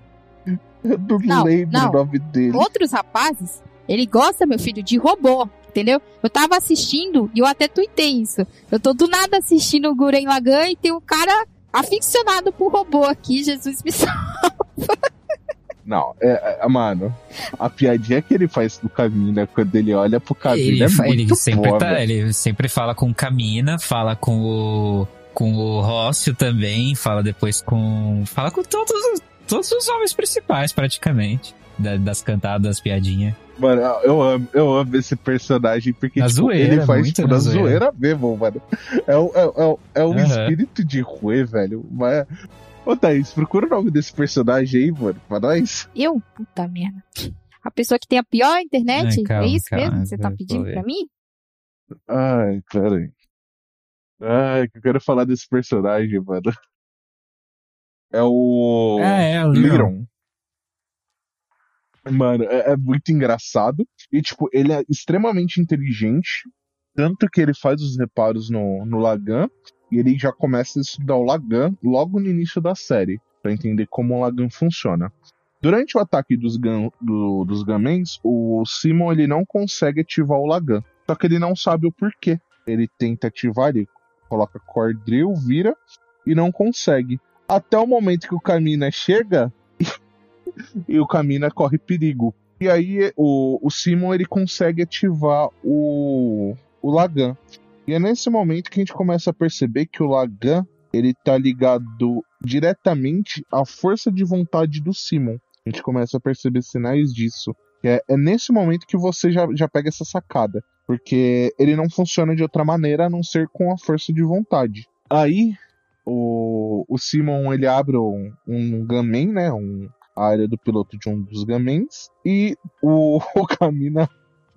[SPEAKER 1] Eu não,
[SPEAKER 2] Não,
[SPEAKER 1] lembro
[SPEAKER 2] não.
[SPEAKER 1] o nome dele.
[SPEAKER 2] Outros rapazes, ele gosta, meu filho, de robô, entendeu? Eu tava assistindo e eu até tuitei isso. Eu tô do nada assistindo o Guren Lagan e tem um cara aficionado por robô aqui, Jesus me salve.
[SPEAKER 1] Não, é, é, mano, a piadinha que ele faz do Camina quando ele olha pro Camina
[SPEAKER 3] Ele,
[SPEAKER 1] é
[SPEAKER 3] fa-
[SPEAKER 1] muito
[SPEAKER 3] ele sempre
[SPEAKER 1] boa,
[SPEAKER 3] tá-
[SPEAKER 1] velho.
[SPEAKER 3] ele sempre fala com o Camina, fala com o com o Rócio também, fala depois com fala com todos os- todos os homens principais praticamente da- das cantadas, piadinha.
[SPEAKER 1] Mano, eu amo, eu amo esse personagem porque
[SPEAKER 3] Na
[SPEAKER 1] tipo,
[SPEAKER 3] zoeira,
[SPEAKER 1] ele faz
[SPEAKER 3] muito
[SPEAKER 1] tipo,
[SPEAKER 3] na
[SPEAKER 1] na
[SPEAKER 3] zoeira.
[SPEAKER 1] zoeira mesmo, mano. É o, é, o- é, o- é o
[SPEAKER 3] Aham.
[SPEAKER 1] espírito de Rui, velho. Mas... Ô Thaís, procura o nome desse personagem aí, mano, pra nós.
[SPEAKER 2] Eu? Puta merda. A pessoa que tem a pior internet?
[SPEAKER 3] Ai, calma,
[SPEAKER 2] é isso
[SPEAKER 3] calma,
[SPEAKER 2] mesmo que você tá
[SPEAKER 3] eu vou
[SPEAKER 2] pedindo
[SPEAKER 3] ver.
[SPEAKER 2] pra mim?
[SPEAKER 1] Ai, peraí. Ai, que eu quero falar desse personagem, mano. É o.
[SPEAKER 3] Ah, é, o Liron.
[SPEAKER 1] Liron. Mano, é, é muito engraçado. E, tipo, ele é extremamente inteligente. Tanto que ele faz os reparos no, no Lagan. E ele já começa a estudar o Lagan logo no início da série. Pra entender como o Lagan funciona. Durante o ataque dos, gan, do- dos Gamens, o Simon ele não consegue ativar o Lagan. Só que ele não sabe o porquê. Ele tenta ativar, ele coloca cordril, vira e não consegue. Até o momento que o Kamina chega e o Kamina corre perigo. E aí o, o Simon ele consegue ativar o, o Lagan. E é nesse momento que a gente começa a perceber que o Lagan ele tá ligado diretamente à força de vontade do Simon. A gente começa a perceber sinais disso. É, é nesse momento que você já, já pega essa sacada. Porque ele não funciona de outra maneira a não ser com a força de vontade. Aí, o, o Simon ele abre um, um Gamen, né? Um, a área do piloto de um dos gamins. E o, o Camina.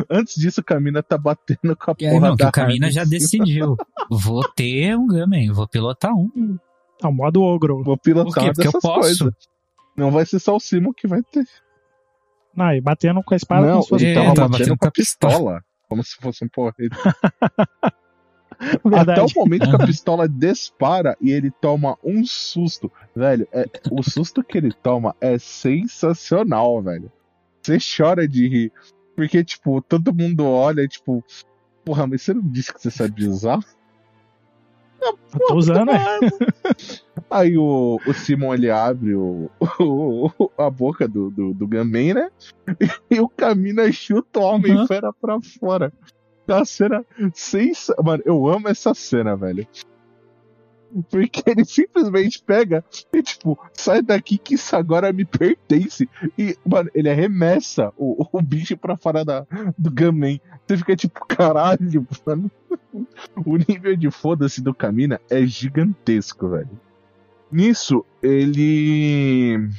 [SPEAKER 1] Antes disso, o Camina tá batendo com a
[SPEAKER 3] É,
[SPEAKER 1] porra
[SPEAKER 3] não, que
[SPEAKER 1] da
[SPEAKER 3] o Camina
[SPEAKER 1] Harley
[SPEAKER 3] já
[SPEAKER 1] em cima.
[SPEAKER 3] decidiu. Vou ter um Gamen, vou pilotar um.
[SPEAKER 4] É o modo ogro.
[SPEAKER 1] Vou
[SPEAKER 3] Por quê?
[SPEAKER 1] pilotar
[SPEAKER 3] Porque eu
[SPEAKER 1] dessas
[SPEAKER 3] posso.
[SPEAKER 1] coisas. Não vai ser só o Simon que vai ter.
[SPEAKER 4] Não, e batendo com a espada
[SPEAKER 1] não,
[SPEAKER 4] como se fosse
[SPEAKER 1] ele
[SPEAKER 3] É,
[SPEAKER 4] um
[SPEAKER 1] tava
[SPEAKER 3] tava
[SPEAKER 1] batendo com
[SPEAKER 3] batendo com
[SPEAKER 1] a
[SPEAKER 3] a pistola.
[SPEAKER 1] pistola. Como se fosse um porra.
[SPEAKER 4] tapa,
[SPEAKER 1] Até o
[SPEAKER 4] verdade.
[SPEAKER 1] momento que a pistola dispara e ele toma um susto. Velho, é- o susto que ele toma é sensacional, velho. Você chora de rir. Porque, tipo, todo mundo olha, tipo, porra,
[SPEAKER 4] Tá
[SPEAKER 1] mas você não disse que você sabe usar?
[SPEAKER 4] é? Eu Tô usando, né?
[SPEAKER 1] Aí o, o Simon ele abre o, o- a boca do, do, do Gamin, né? E o Camina chuta o
[SPEAKER 4] Uhum.
[SPEAKER 1] Homem-Fera pra fora. É uma cena sensa... Mano, eu amo essa cena, velho. Porque ele simplesmente pega e, tipo, sai daqui que isso agora me pertence. E, mano, ele arremessa o, o bicho pra fora da, do Gamin. Você fica tipo, caralho, mano. O nível de foda-se do Camina é gigantesco, velho. Nisso, ele.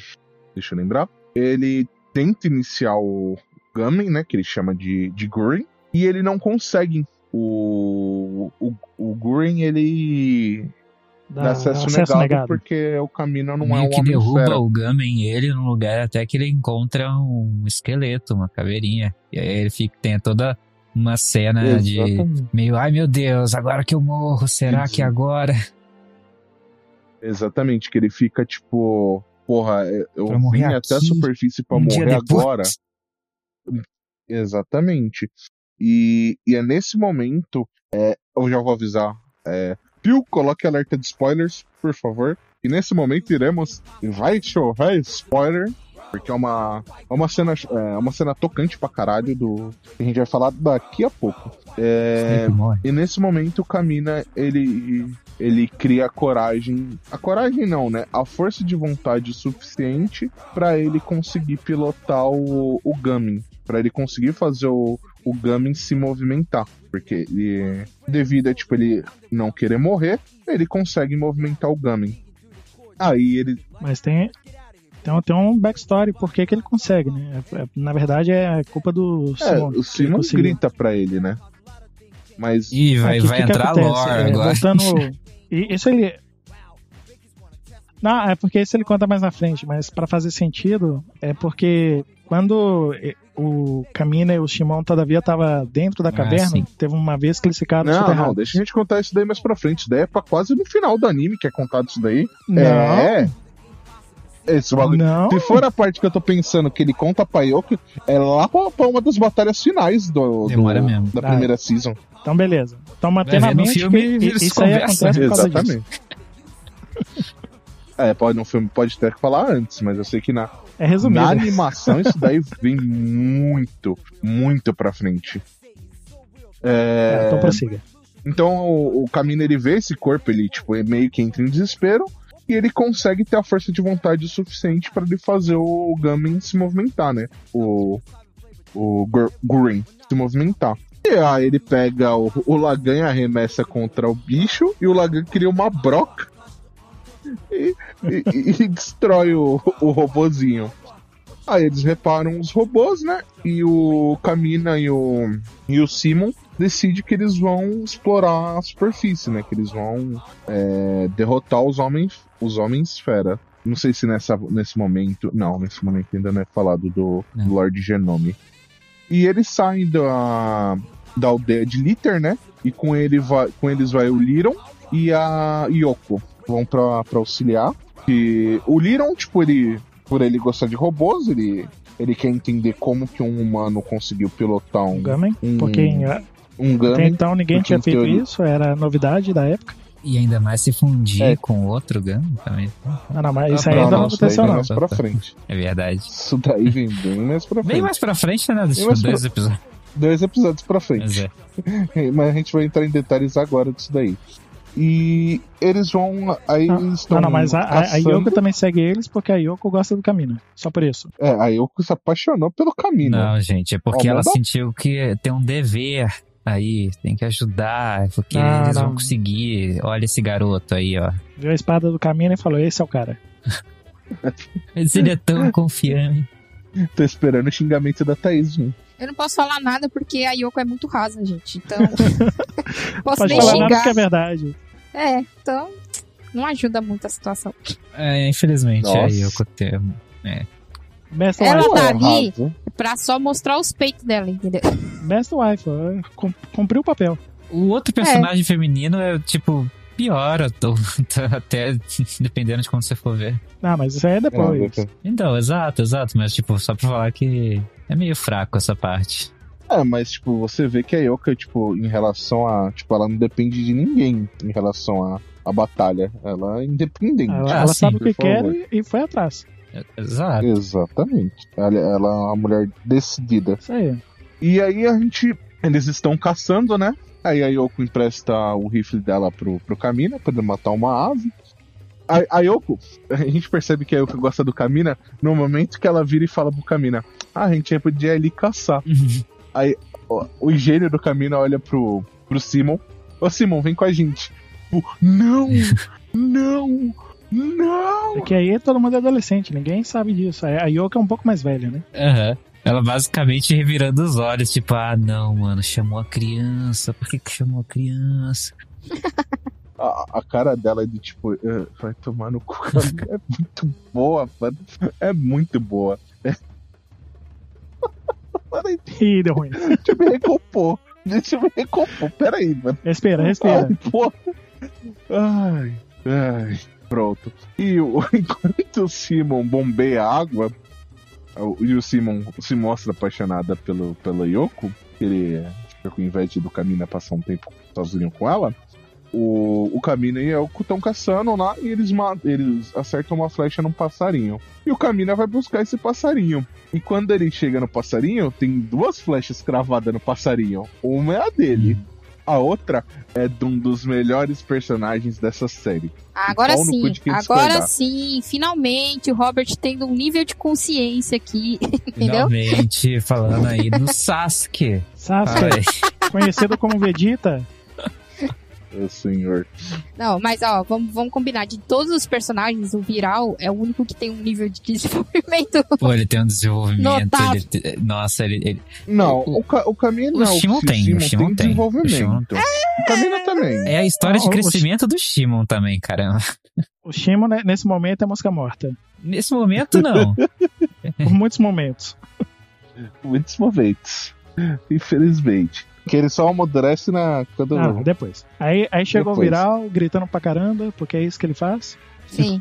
[SPEAKER 1] Deixa eu lembrar. Ele tenta iniciar o Gamen, né? Que ele chama de, de Gurin. E ele não consegue. O, o, o Gurin, ele dá, Ah, acesso, negado, porque o Camina não é
[SPEAKER 3] Meio
[SPEAKER 1] um
[SPEAKER 3] que
[SPEAKER 1] homem
[SPEAKER 3] derruba
[SPEAKER 1] fera.
[SPEAKER 3] o Gamen ele num lugar até que ele encontra um esqueleto, uma caveirinha. E aí ele fica, tem toda uma cena né, de
[SPEAKER 1] Exatamente.
[SPEAKER 3] meio, ai meu Deus, agora que eu morro, será que
[SPEAKER 1] Isso.
[SPEAKER 3] agora?
[SPEAKER 1] Exatamente, que ele fica tipo, porra, eu- eu
[SPEAKER 3] Pra
[SPEAKER 1] vim
[SPEAKER 3] morrer
[SPEAKER 1] até a
[SPEAKER 3] aqui,
[SPEAKER 1] superfície pra
[SPEAKER 3] um dia
[SPEAKER 1] morrer
[SPEAKER 3] depois.
[SPEAKER 1] agora. Exatamente. E, e é nesse momento, é, eu já vou avisar. É, Pio, coloque alerta de spoilers, por favor. E nesse momento iremos. Vai chover spoiler. Porque é uma, é uma cena é uma cena tocante pra caralho do. que a gente vai falar daqui a pouco. É,
[SPEAKER 3] Sempre morre.
[SPEAKER 1] e nesse momento o Camina, ele ele cria a coragem, a coragem não, né? A força de vontade suficiente pra ele conseguir pilotar o, o Gamin, Pra ele conseguir fazer o, o Gamin se movimentar, porque ele devido a tipo ele não querer morrer, ele consegue movimentar o Gamin. Aí ele
[SPEAKER 4] Mas tem, tem, tem um backstory por que que ele consegue, né? É- é- na verdade é culpa do
[SPEAKER 1] é,
[SPEAKER 4] Simon.
[SPEAKER 1] o Simon
[SPEAKER 4] conseguiu.
[SPEAKER 1] grita pra ele, né? Mas
[SPEAKER 3] Ih, vai,
[SPEAKER 4] Aí, que-
[SPEAKER 3] vai
[SPEAKER 4] que que
[SPEAKER 3] entrar
[SPEAKER 4] acontece?
[SPEAKER 3] lore
[SPEAKER 4] É,
[SPEAKER 3] agora.
[SPEAKER 4] voltando- e- isso ele. Não, é porque isso ele conta mais na frente, mas pra fazer sentido, é porque quando e- o Camina e o Shimon todavia tava dentro da
[SPEAKER 3] Ah,
[SPEAKER 4] caverna,
[SPEAKER 3] sim.
[SPEAKER 4] teve uma vez que eles ficaram
[SPEAKER 1] não, não,
[SPEAKER 4] soterrados.
[SPEAKER 1] deixa a gente contar isso daí mais pra frente. Isso daí é pra quase no final do anime que é contado isso daí.
[SPEAKER 4] Não,
[SPEAKER 1] É. Esse bagulho.
[SPEAKER 4] não.
[SPEAKER 1] Se for a parte que eu tô pensando que ele conta pra Yoki, é lá pra, pra uma das batalhas finais do, do-
[SPEAKER 3] Demora mesmo.
[SPEAKER 1] da
[SPEAKER 4] Ah,
[SPEAKER 1] primeira season.
[SPEAKER 4] Então beleza. Então
[SPEAKER 3] ver
[SPEAKER 4] mantém
[SPEAKER 3] no
[SPEAKER 4] na mente
[SPEAKER 3] filme e
[SPEAKER 4] que i-
[SPEAKER 3] eles
[SPEAKER 4] isso aí
[SPEAKER 3] conversam.
[SPEAKER 4] acontece por causa disso.
[SPEAKER 1] Exatamente. É, pode, no filme pode ter que falar antes, mas eu sei que na,
[SPEAKER 4] É resumido.
[SPEAKER 1] na animação isso daí vem muito, muito pra frente.
[SPEAKER 4] É,
[SPEAKER 1] É,
[SPEAKER 4] Então prossiga.
[SPEAKER 1] Então o, o Camino ele vê esse corpo, ele tipo, é meio que entra em desespero e ele consegue ter a força de vontade o suficiente pra ele fazer o Gamin se movimentar, né? O, o Gur- Gurin se movimentar. E aí ele pega o, o Lagan e arremessa contra o bicho e o Lagan cria uma broca e, e- e- e destrói o, o robozinho. Aí eles reparam os robôs, né? E o Camina e o, e o Simon decide que eles vão explorar a superfície, né? Que eles vão é, derrotar os homens, os homens fera. Não sei se nessa, nesse momento. Não, nesse momento ainda não é falado do,
[SPEAKER 3] Não.
[SPEAKER 1] do Lord Genome. E eles saem da, da aldeia de Litter, né? E com, ele vai, com eles vai o Liron e a Yoko. Vão pra, pra auxiliar. E o Liron, tipo, ele. Por ele gostar de robôs, ele, ele quer entender como que um humano conseguiu pilotar um,
[SPEAKER 4] Gamen,
[SPEAKER 1] um,
[SPEAKER 4] porque em-
[SPEAKER 1] um
[SPEAKER 4] até
[SPEAKER 1] Gundam.
[SPEAKER 4] então ninguém
[SPEAKER 1] porque
[SPEAKER 4] tinha
[SPEAKER 1] em
[SPEAKER 4] feito
[SPEAKER 1] teoria-
[SPEAKER 4] isso, era novidade da época.
[SPEAKER 3] E ainda mais se fundir
[SPEAKER 1] É.
[SPEAKER 3] com outro Gamen também.
[SPEAKER 4] Ah, não, mas
[SPEAKER 3] Ah,
[SPEAKER 4] isso
[SPEAKER 3] pra
[SPEAKER 4] aí ainda
[SPEAKER 3] nós,
[SPEAKER 4] não
[SPEAKER 1] Tá né? isso daí
[SPEAKER 4] aconteceu,
[SPEAKER 1] vem
[SPEAKER 4] não.
[SPEAKER 1] mais pra frente.
[SPEAKER 3] É verdade.
[SPEAKER 1] Isso daí vem bem mais pra frente.
[SPEAKER 3] Vem mais pra frente, né?
[SPEAKER 1] Vem
[SPEAKER 3] Tipo,
[SPEAKER 1] mais pra-
[SPEAKER 3] dois episódios.
[SPEAKER 1] Dois episódios pra frente.
[SPEAKER 3] Mas é.
[SPEAKER 1] Mas a gente vai entrar em detalhes agora disso daí. E eles vão. Aí
[SPEAKER 4] Ah,
[SPEAKER 1] eles estão.
[SPEAKER 4] Não, não, mas a, a, a
[SPEAKER 1] caçando-
[SPEAKER 4] Yoko tá- também segue eles porque a Yoko gosta do Camino. Só por isso.
[SPEAKER 1] É, a Yoko se apaixonou pelo caminho. né?
[SPEAKER 3] Não, gente, é porque
[SPEAKER 1] Ó,
[SPEAKER 3] ela
[SPEAKER 1] manda-
[SPEAKER 3] sentiu que tem um dever aí, tem que ajudar, é porque
[SPEAKER 4] Não,
[SPEAKER 3] eles vão
[SPEAKER 4] não.
[SPEAKER 3] conseguir. Olha esse garoto aí, ó.
[SPEAKER 4] Viu a espada do Camino e falou: Esse é o cara.
[SPEAKER 3] Mas ele é tão confiante.
[SPEAKER 1] Tô Tá esperando o xingamento da Thaís, né? gente.
[SPEAKER 2] Eu não posso falar nada porque a Yoko é muito rasa, gente. Então. posso
[SPEAKER 4] Pode
[SPEAKER 2] nem
[SPEAKER 4] falar nada
[SPEAKER 2] xingar.
[SPEAKER 4] que é verdade.
[SPEAKER 2] É, então. Não ajuda muito a situação.
[SPEAKER 3] É, infelizmente,
[SPEAKER 1] Nossa.
[SPEAKER 3] aí eu cotei.
[SPEAKER 4] Best
[SPEAKER 2] Ela
[SPEAKER 4] Wife.
[SPEAKER 2] tá
[SPEAKER 1] Pô,
[SPEAKER 2] ali.
[SPEAKER 1] errado.
[SPEAKER 2] Pra só mostrar os peitos dela, entendeu?
[SPEAKER 4] Best Wife. ó, cum- Cumpriu o papel.
[SPEAKER 3] O outro personagem feminino é, tipo, pior, eu tô- tá até dependendo de como você for ver.
[SPEAKER 4] Ah, mas isso aí é
[SPEAKER 1] Não,
[SPEAKER 4] depois.
[SPEAKER 1] Beto.
[SPEAKER 3] Então, exato, exato, mas, tipo, só pra falar que é meio fraco essa parte.
[SPEAKER 1] É, mas, tipo, você vê que a Yoko, tipo, em relação a. Tipo, ela não depende de ninguém em relação a, a batalha. Ela é independente.
[SPEAKER 4] Ela,
[SPEAKER 3] Ah,
[SPEAKER 4] ela
[SPEAKER 3] sim,
[SPEAKER 4] sabe o
[SPEAKER 1] por
[SPEAKER 4] que
[SPEAKER 1] favor.
[SPEAKER 4] quer e, e foi atrás.
[SPEAKER 3] Exato.
[SPEAKER 1] Exatamente. Ela, ela é uma mulher decidida.
[SPEAKER 4] Isso aí.
[SPEAKER 1] E aí a gente. Eles estão caçando, né? Aí a Yoko empresta o rifle dela pro, pro Kamina, pra ele matar uma ave. A, a Yoko, a gente percebe que a Yoko gosta do Kamina no momento que ela vira e fala pro Kamina: Ah, a gente podia ir ali caçar. Ó, O gênio do Kamina olha pro, pro Simon: Ô Simon, vem com a gente. Tipo, não! Não! Não!
[SPEAKER 4] É que aí todo mundo é adolescente, ninguém sabe disso. A a Yoko é um pouco mais velha, né?
[SPEAKER 3] Aham. Ela basicamente revirando os olhos, tipo, ah, não, mano, chamou a criança, por que que chamou a criança?
[SPEAKER 1] A, a cara dela é de tipo, "Ah, vai tomar no cu. cara." É muito boa, mano. É muito boa. Peraí,
[SPEAKER 4] Ih, deu ruim.
[SPEAKER 1] deixa eu me recompor. Deixa eu me recompor. Peraí, mano.
[SPEAKER 4] Respira, respira.
[SPEAKER 1] Ai, pô. Ai, ai. Pronto. E o- enquanto o Simon bombeia a água, o- e o Simon se mostra apaixonada pelo, pela Yoko, que ele é, fica com inveja do Kamina passar um tempo sozinho com ela. O, o Kamina e a Yoko estão caçando lá e eles, ma- eles acertam uma flecha num passarinho. E o Kamina vai buscar esse passarinho. E quando ele chega no passarinho, tem duas flechas cravadas no passarinho. Uma é a dele. A outra é de um dos melhores personagens dessa série.
[SPEAKER 2] Agora
[SPEAKER 1] Pau no
[SPEAKER 2] sim,
[SPEAKER 1] cu de quem
[SPEAKER 2] agora
[SPEAKER 1] discordar.
[SPEAKER 2] sim, finalmente o Robert tendo um nível de consciência aqui. Entendeu?
[SPEAKER 3] Finalmente, falando aí do Sasuke.
[SPEAKER 4] Sasuke,
[SPEAKER 3] Ai,
[SPEAKER 4] conhecido como Vegeta,
[SPEAKER 1] Ô, é senhor.
[SPEAKER 2] Não, mas ó, vamos, vamos combinar. De todos os personagens, o Viral é o único que tem um nível de desenvolvimento.
[SPEAKER 3] pô, ele tem um desenvolvimento,
[SPEAKER 2] Notável.
[SPEAKER 3] ele te- nossa, ele, ele-
[SPEAKER 1] Não,
[SPEAKER 3] O-
[SPEAKER 1] o, ca- o Caminho
[SPEAKER 3] o
[SPEAKER 1] não.
[SPEAKER 3] Shimon
[SPEAKER 1] Sim-
[SPEAKER 3] tem, o Shimon tem,
[SPEAKER 1] desenvolvimento.
[SPEAKER 3] o Shimon
[SPEAKER 1] O Caminho também.
[SPEAKER 3] é a história de
[SPEAKER 4] Ah, o-
[SPEAKER 3] crescimento do Shimon também, caramba.
[SPEAKER 4] o Shimon, né, nesse momento, é mosca morta.
[SPEAKER 3] Nesse momento, não.
[SPEAKER 4] Por muitos momentos.
[SPEAKER 1] Muitos momentos. Infelizmente. Que ele só amadurece na. Quando...
[SPEAKER 4] Ah, depois. Aí, aí chegou
[SPEAKER 1] Depois.
[SPEAKER 4] o viral, gritando pra caramba, porque é isso que ele faz.
[SPEAKER 2] Sim.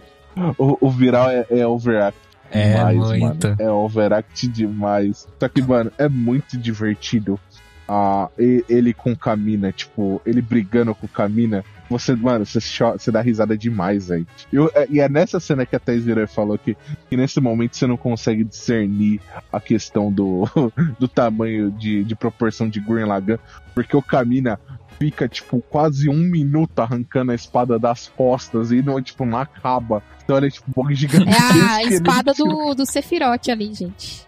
[SPEAKER 1] o, o viral é, é overact
[SPEAKER 3] É
[SPEAKER 1] demais,
[SPEAKER 3] muito.
[SPEAKER 1] mano. É overact demais. Só que, mano, é muito divertido. Ah, e- ele com o Camina, tipo, ele brigando com o Camina. Você, mano, você, cho- você dá risada demais, velho. Eu- é- E é nessa cena que a Thais virou e falou que, que nesse momento você não consegue discernir a questão do, do tamanho de, de proporção de Gurren Lagann, porque o Camina fica, tipo, quase um minuto arrancando a espada das costas e não, tipo, não acaba. Então ele é, tipo, gigantesco.
[SPEAKER 2] É a
[SPEAKER 1] ele
[SPEAKER 2] espada do, do Sephiroth ali, gente.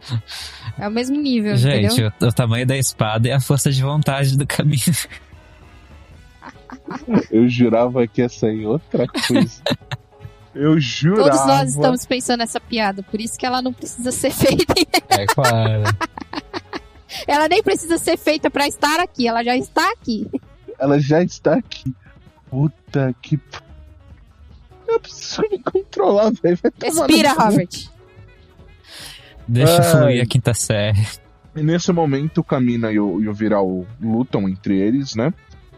[SPEAKER 2] É o mesmo nível, entendeu?
[SPEAKER 3] Gente, o, o tamanho da espada é a força de vontade do caminho.
[SPEAKER 1] Eu jurava que ia sair outra coisa. Eu jurava.
[SPEAKER 2] Todos nós estamos pensando nessa piada, por isso que ela não precisa ser feita.
[SPEAKER 3] É claro.
[SPEAKER 2] Ela nem precisa ser feita pra estar aqui, ela já está aqui.
[SPEAKER 1] Ela já está aqui. Puta que. p- Eu preciso me controlar, velho. Vai tomar no
[SPEAKER 2] Respira,
[SPEAKER 1] cu.
[SPEAKER 2] Robert.
[SPEAKER 3] Deixa
[SPEAKER 1] Ai.
[SPEAKER 3] fluir a quinta série.
[SPEAKER 1] E nesse momento, o Kamina e o, e o Viral lutam entre eles, né?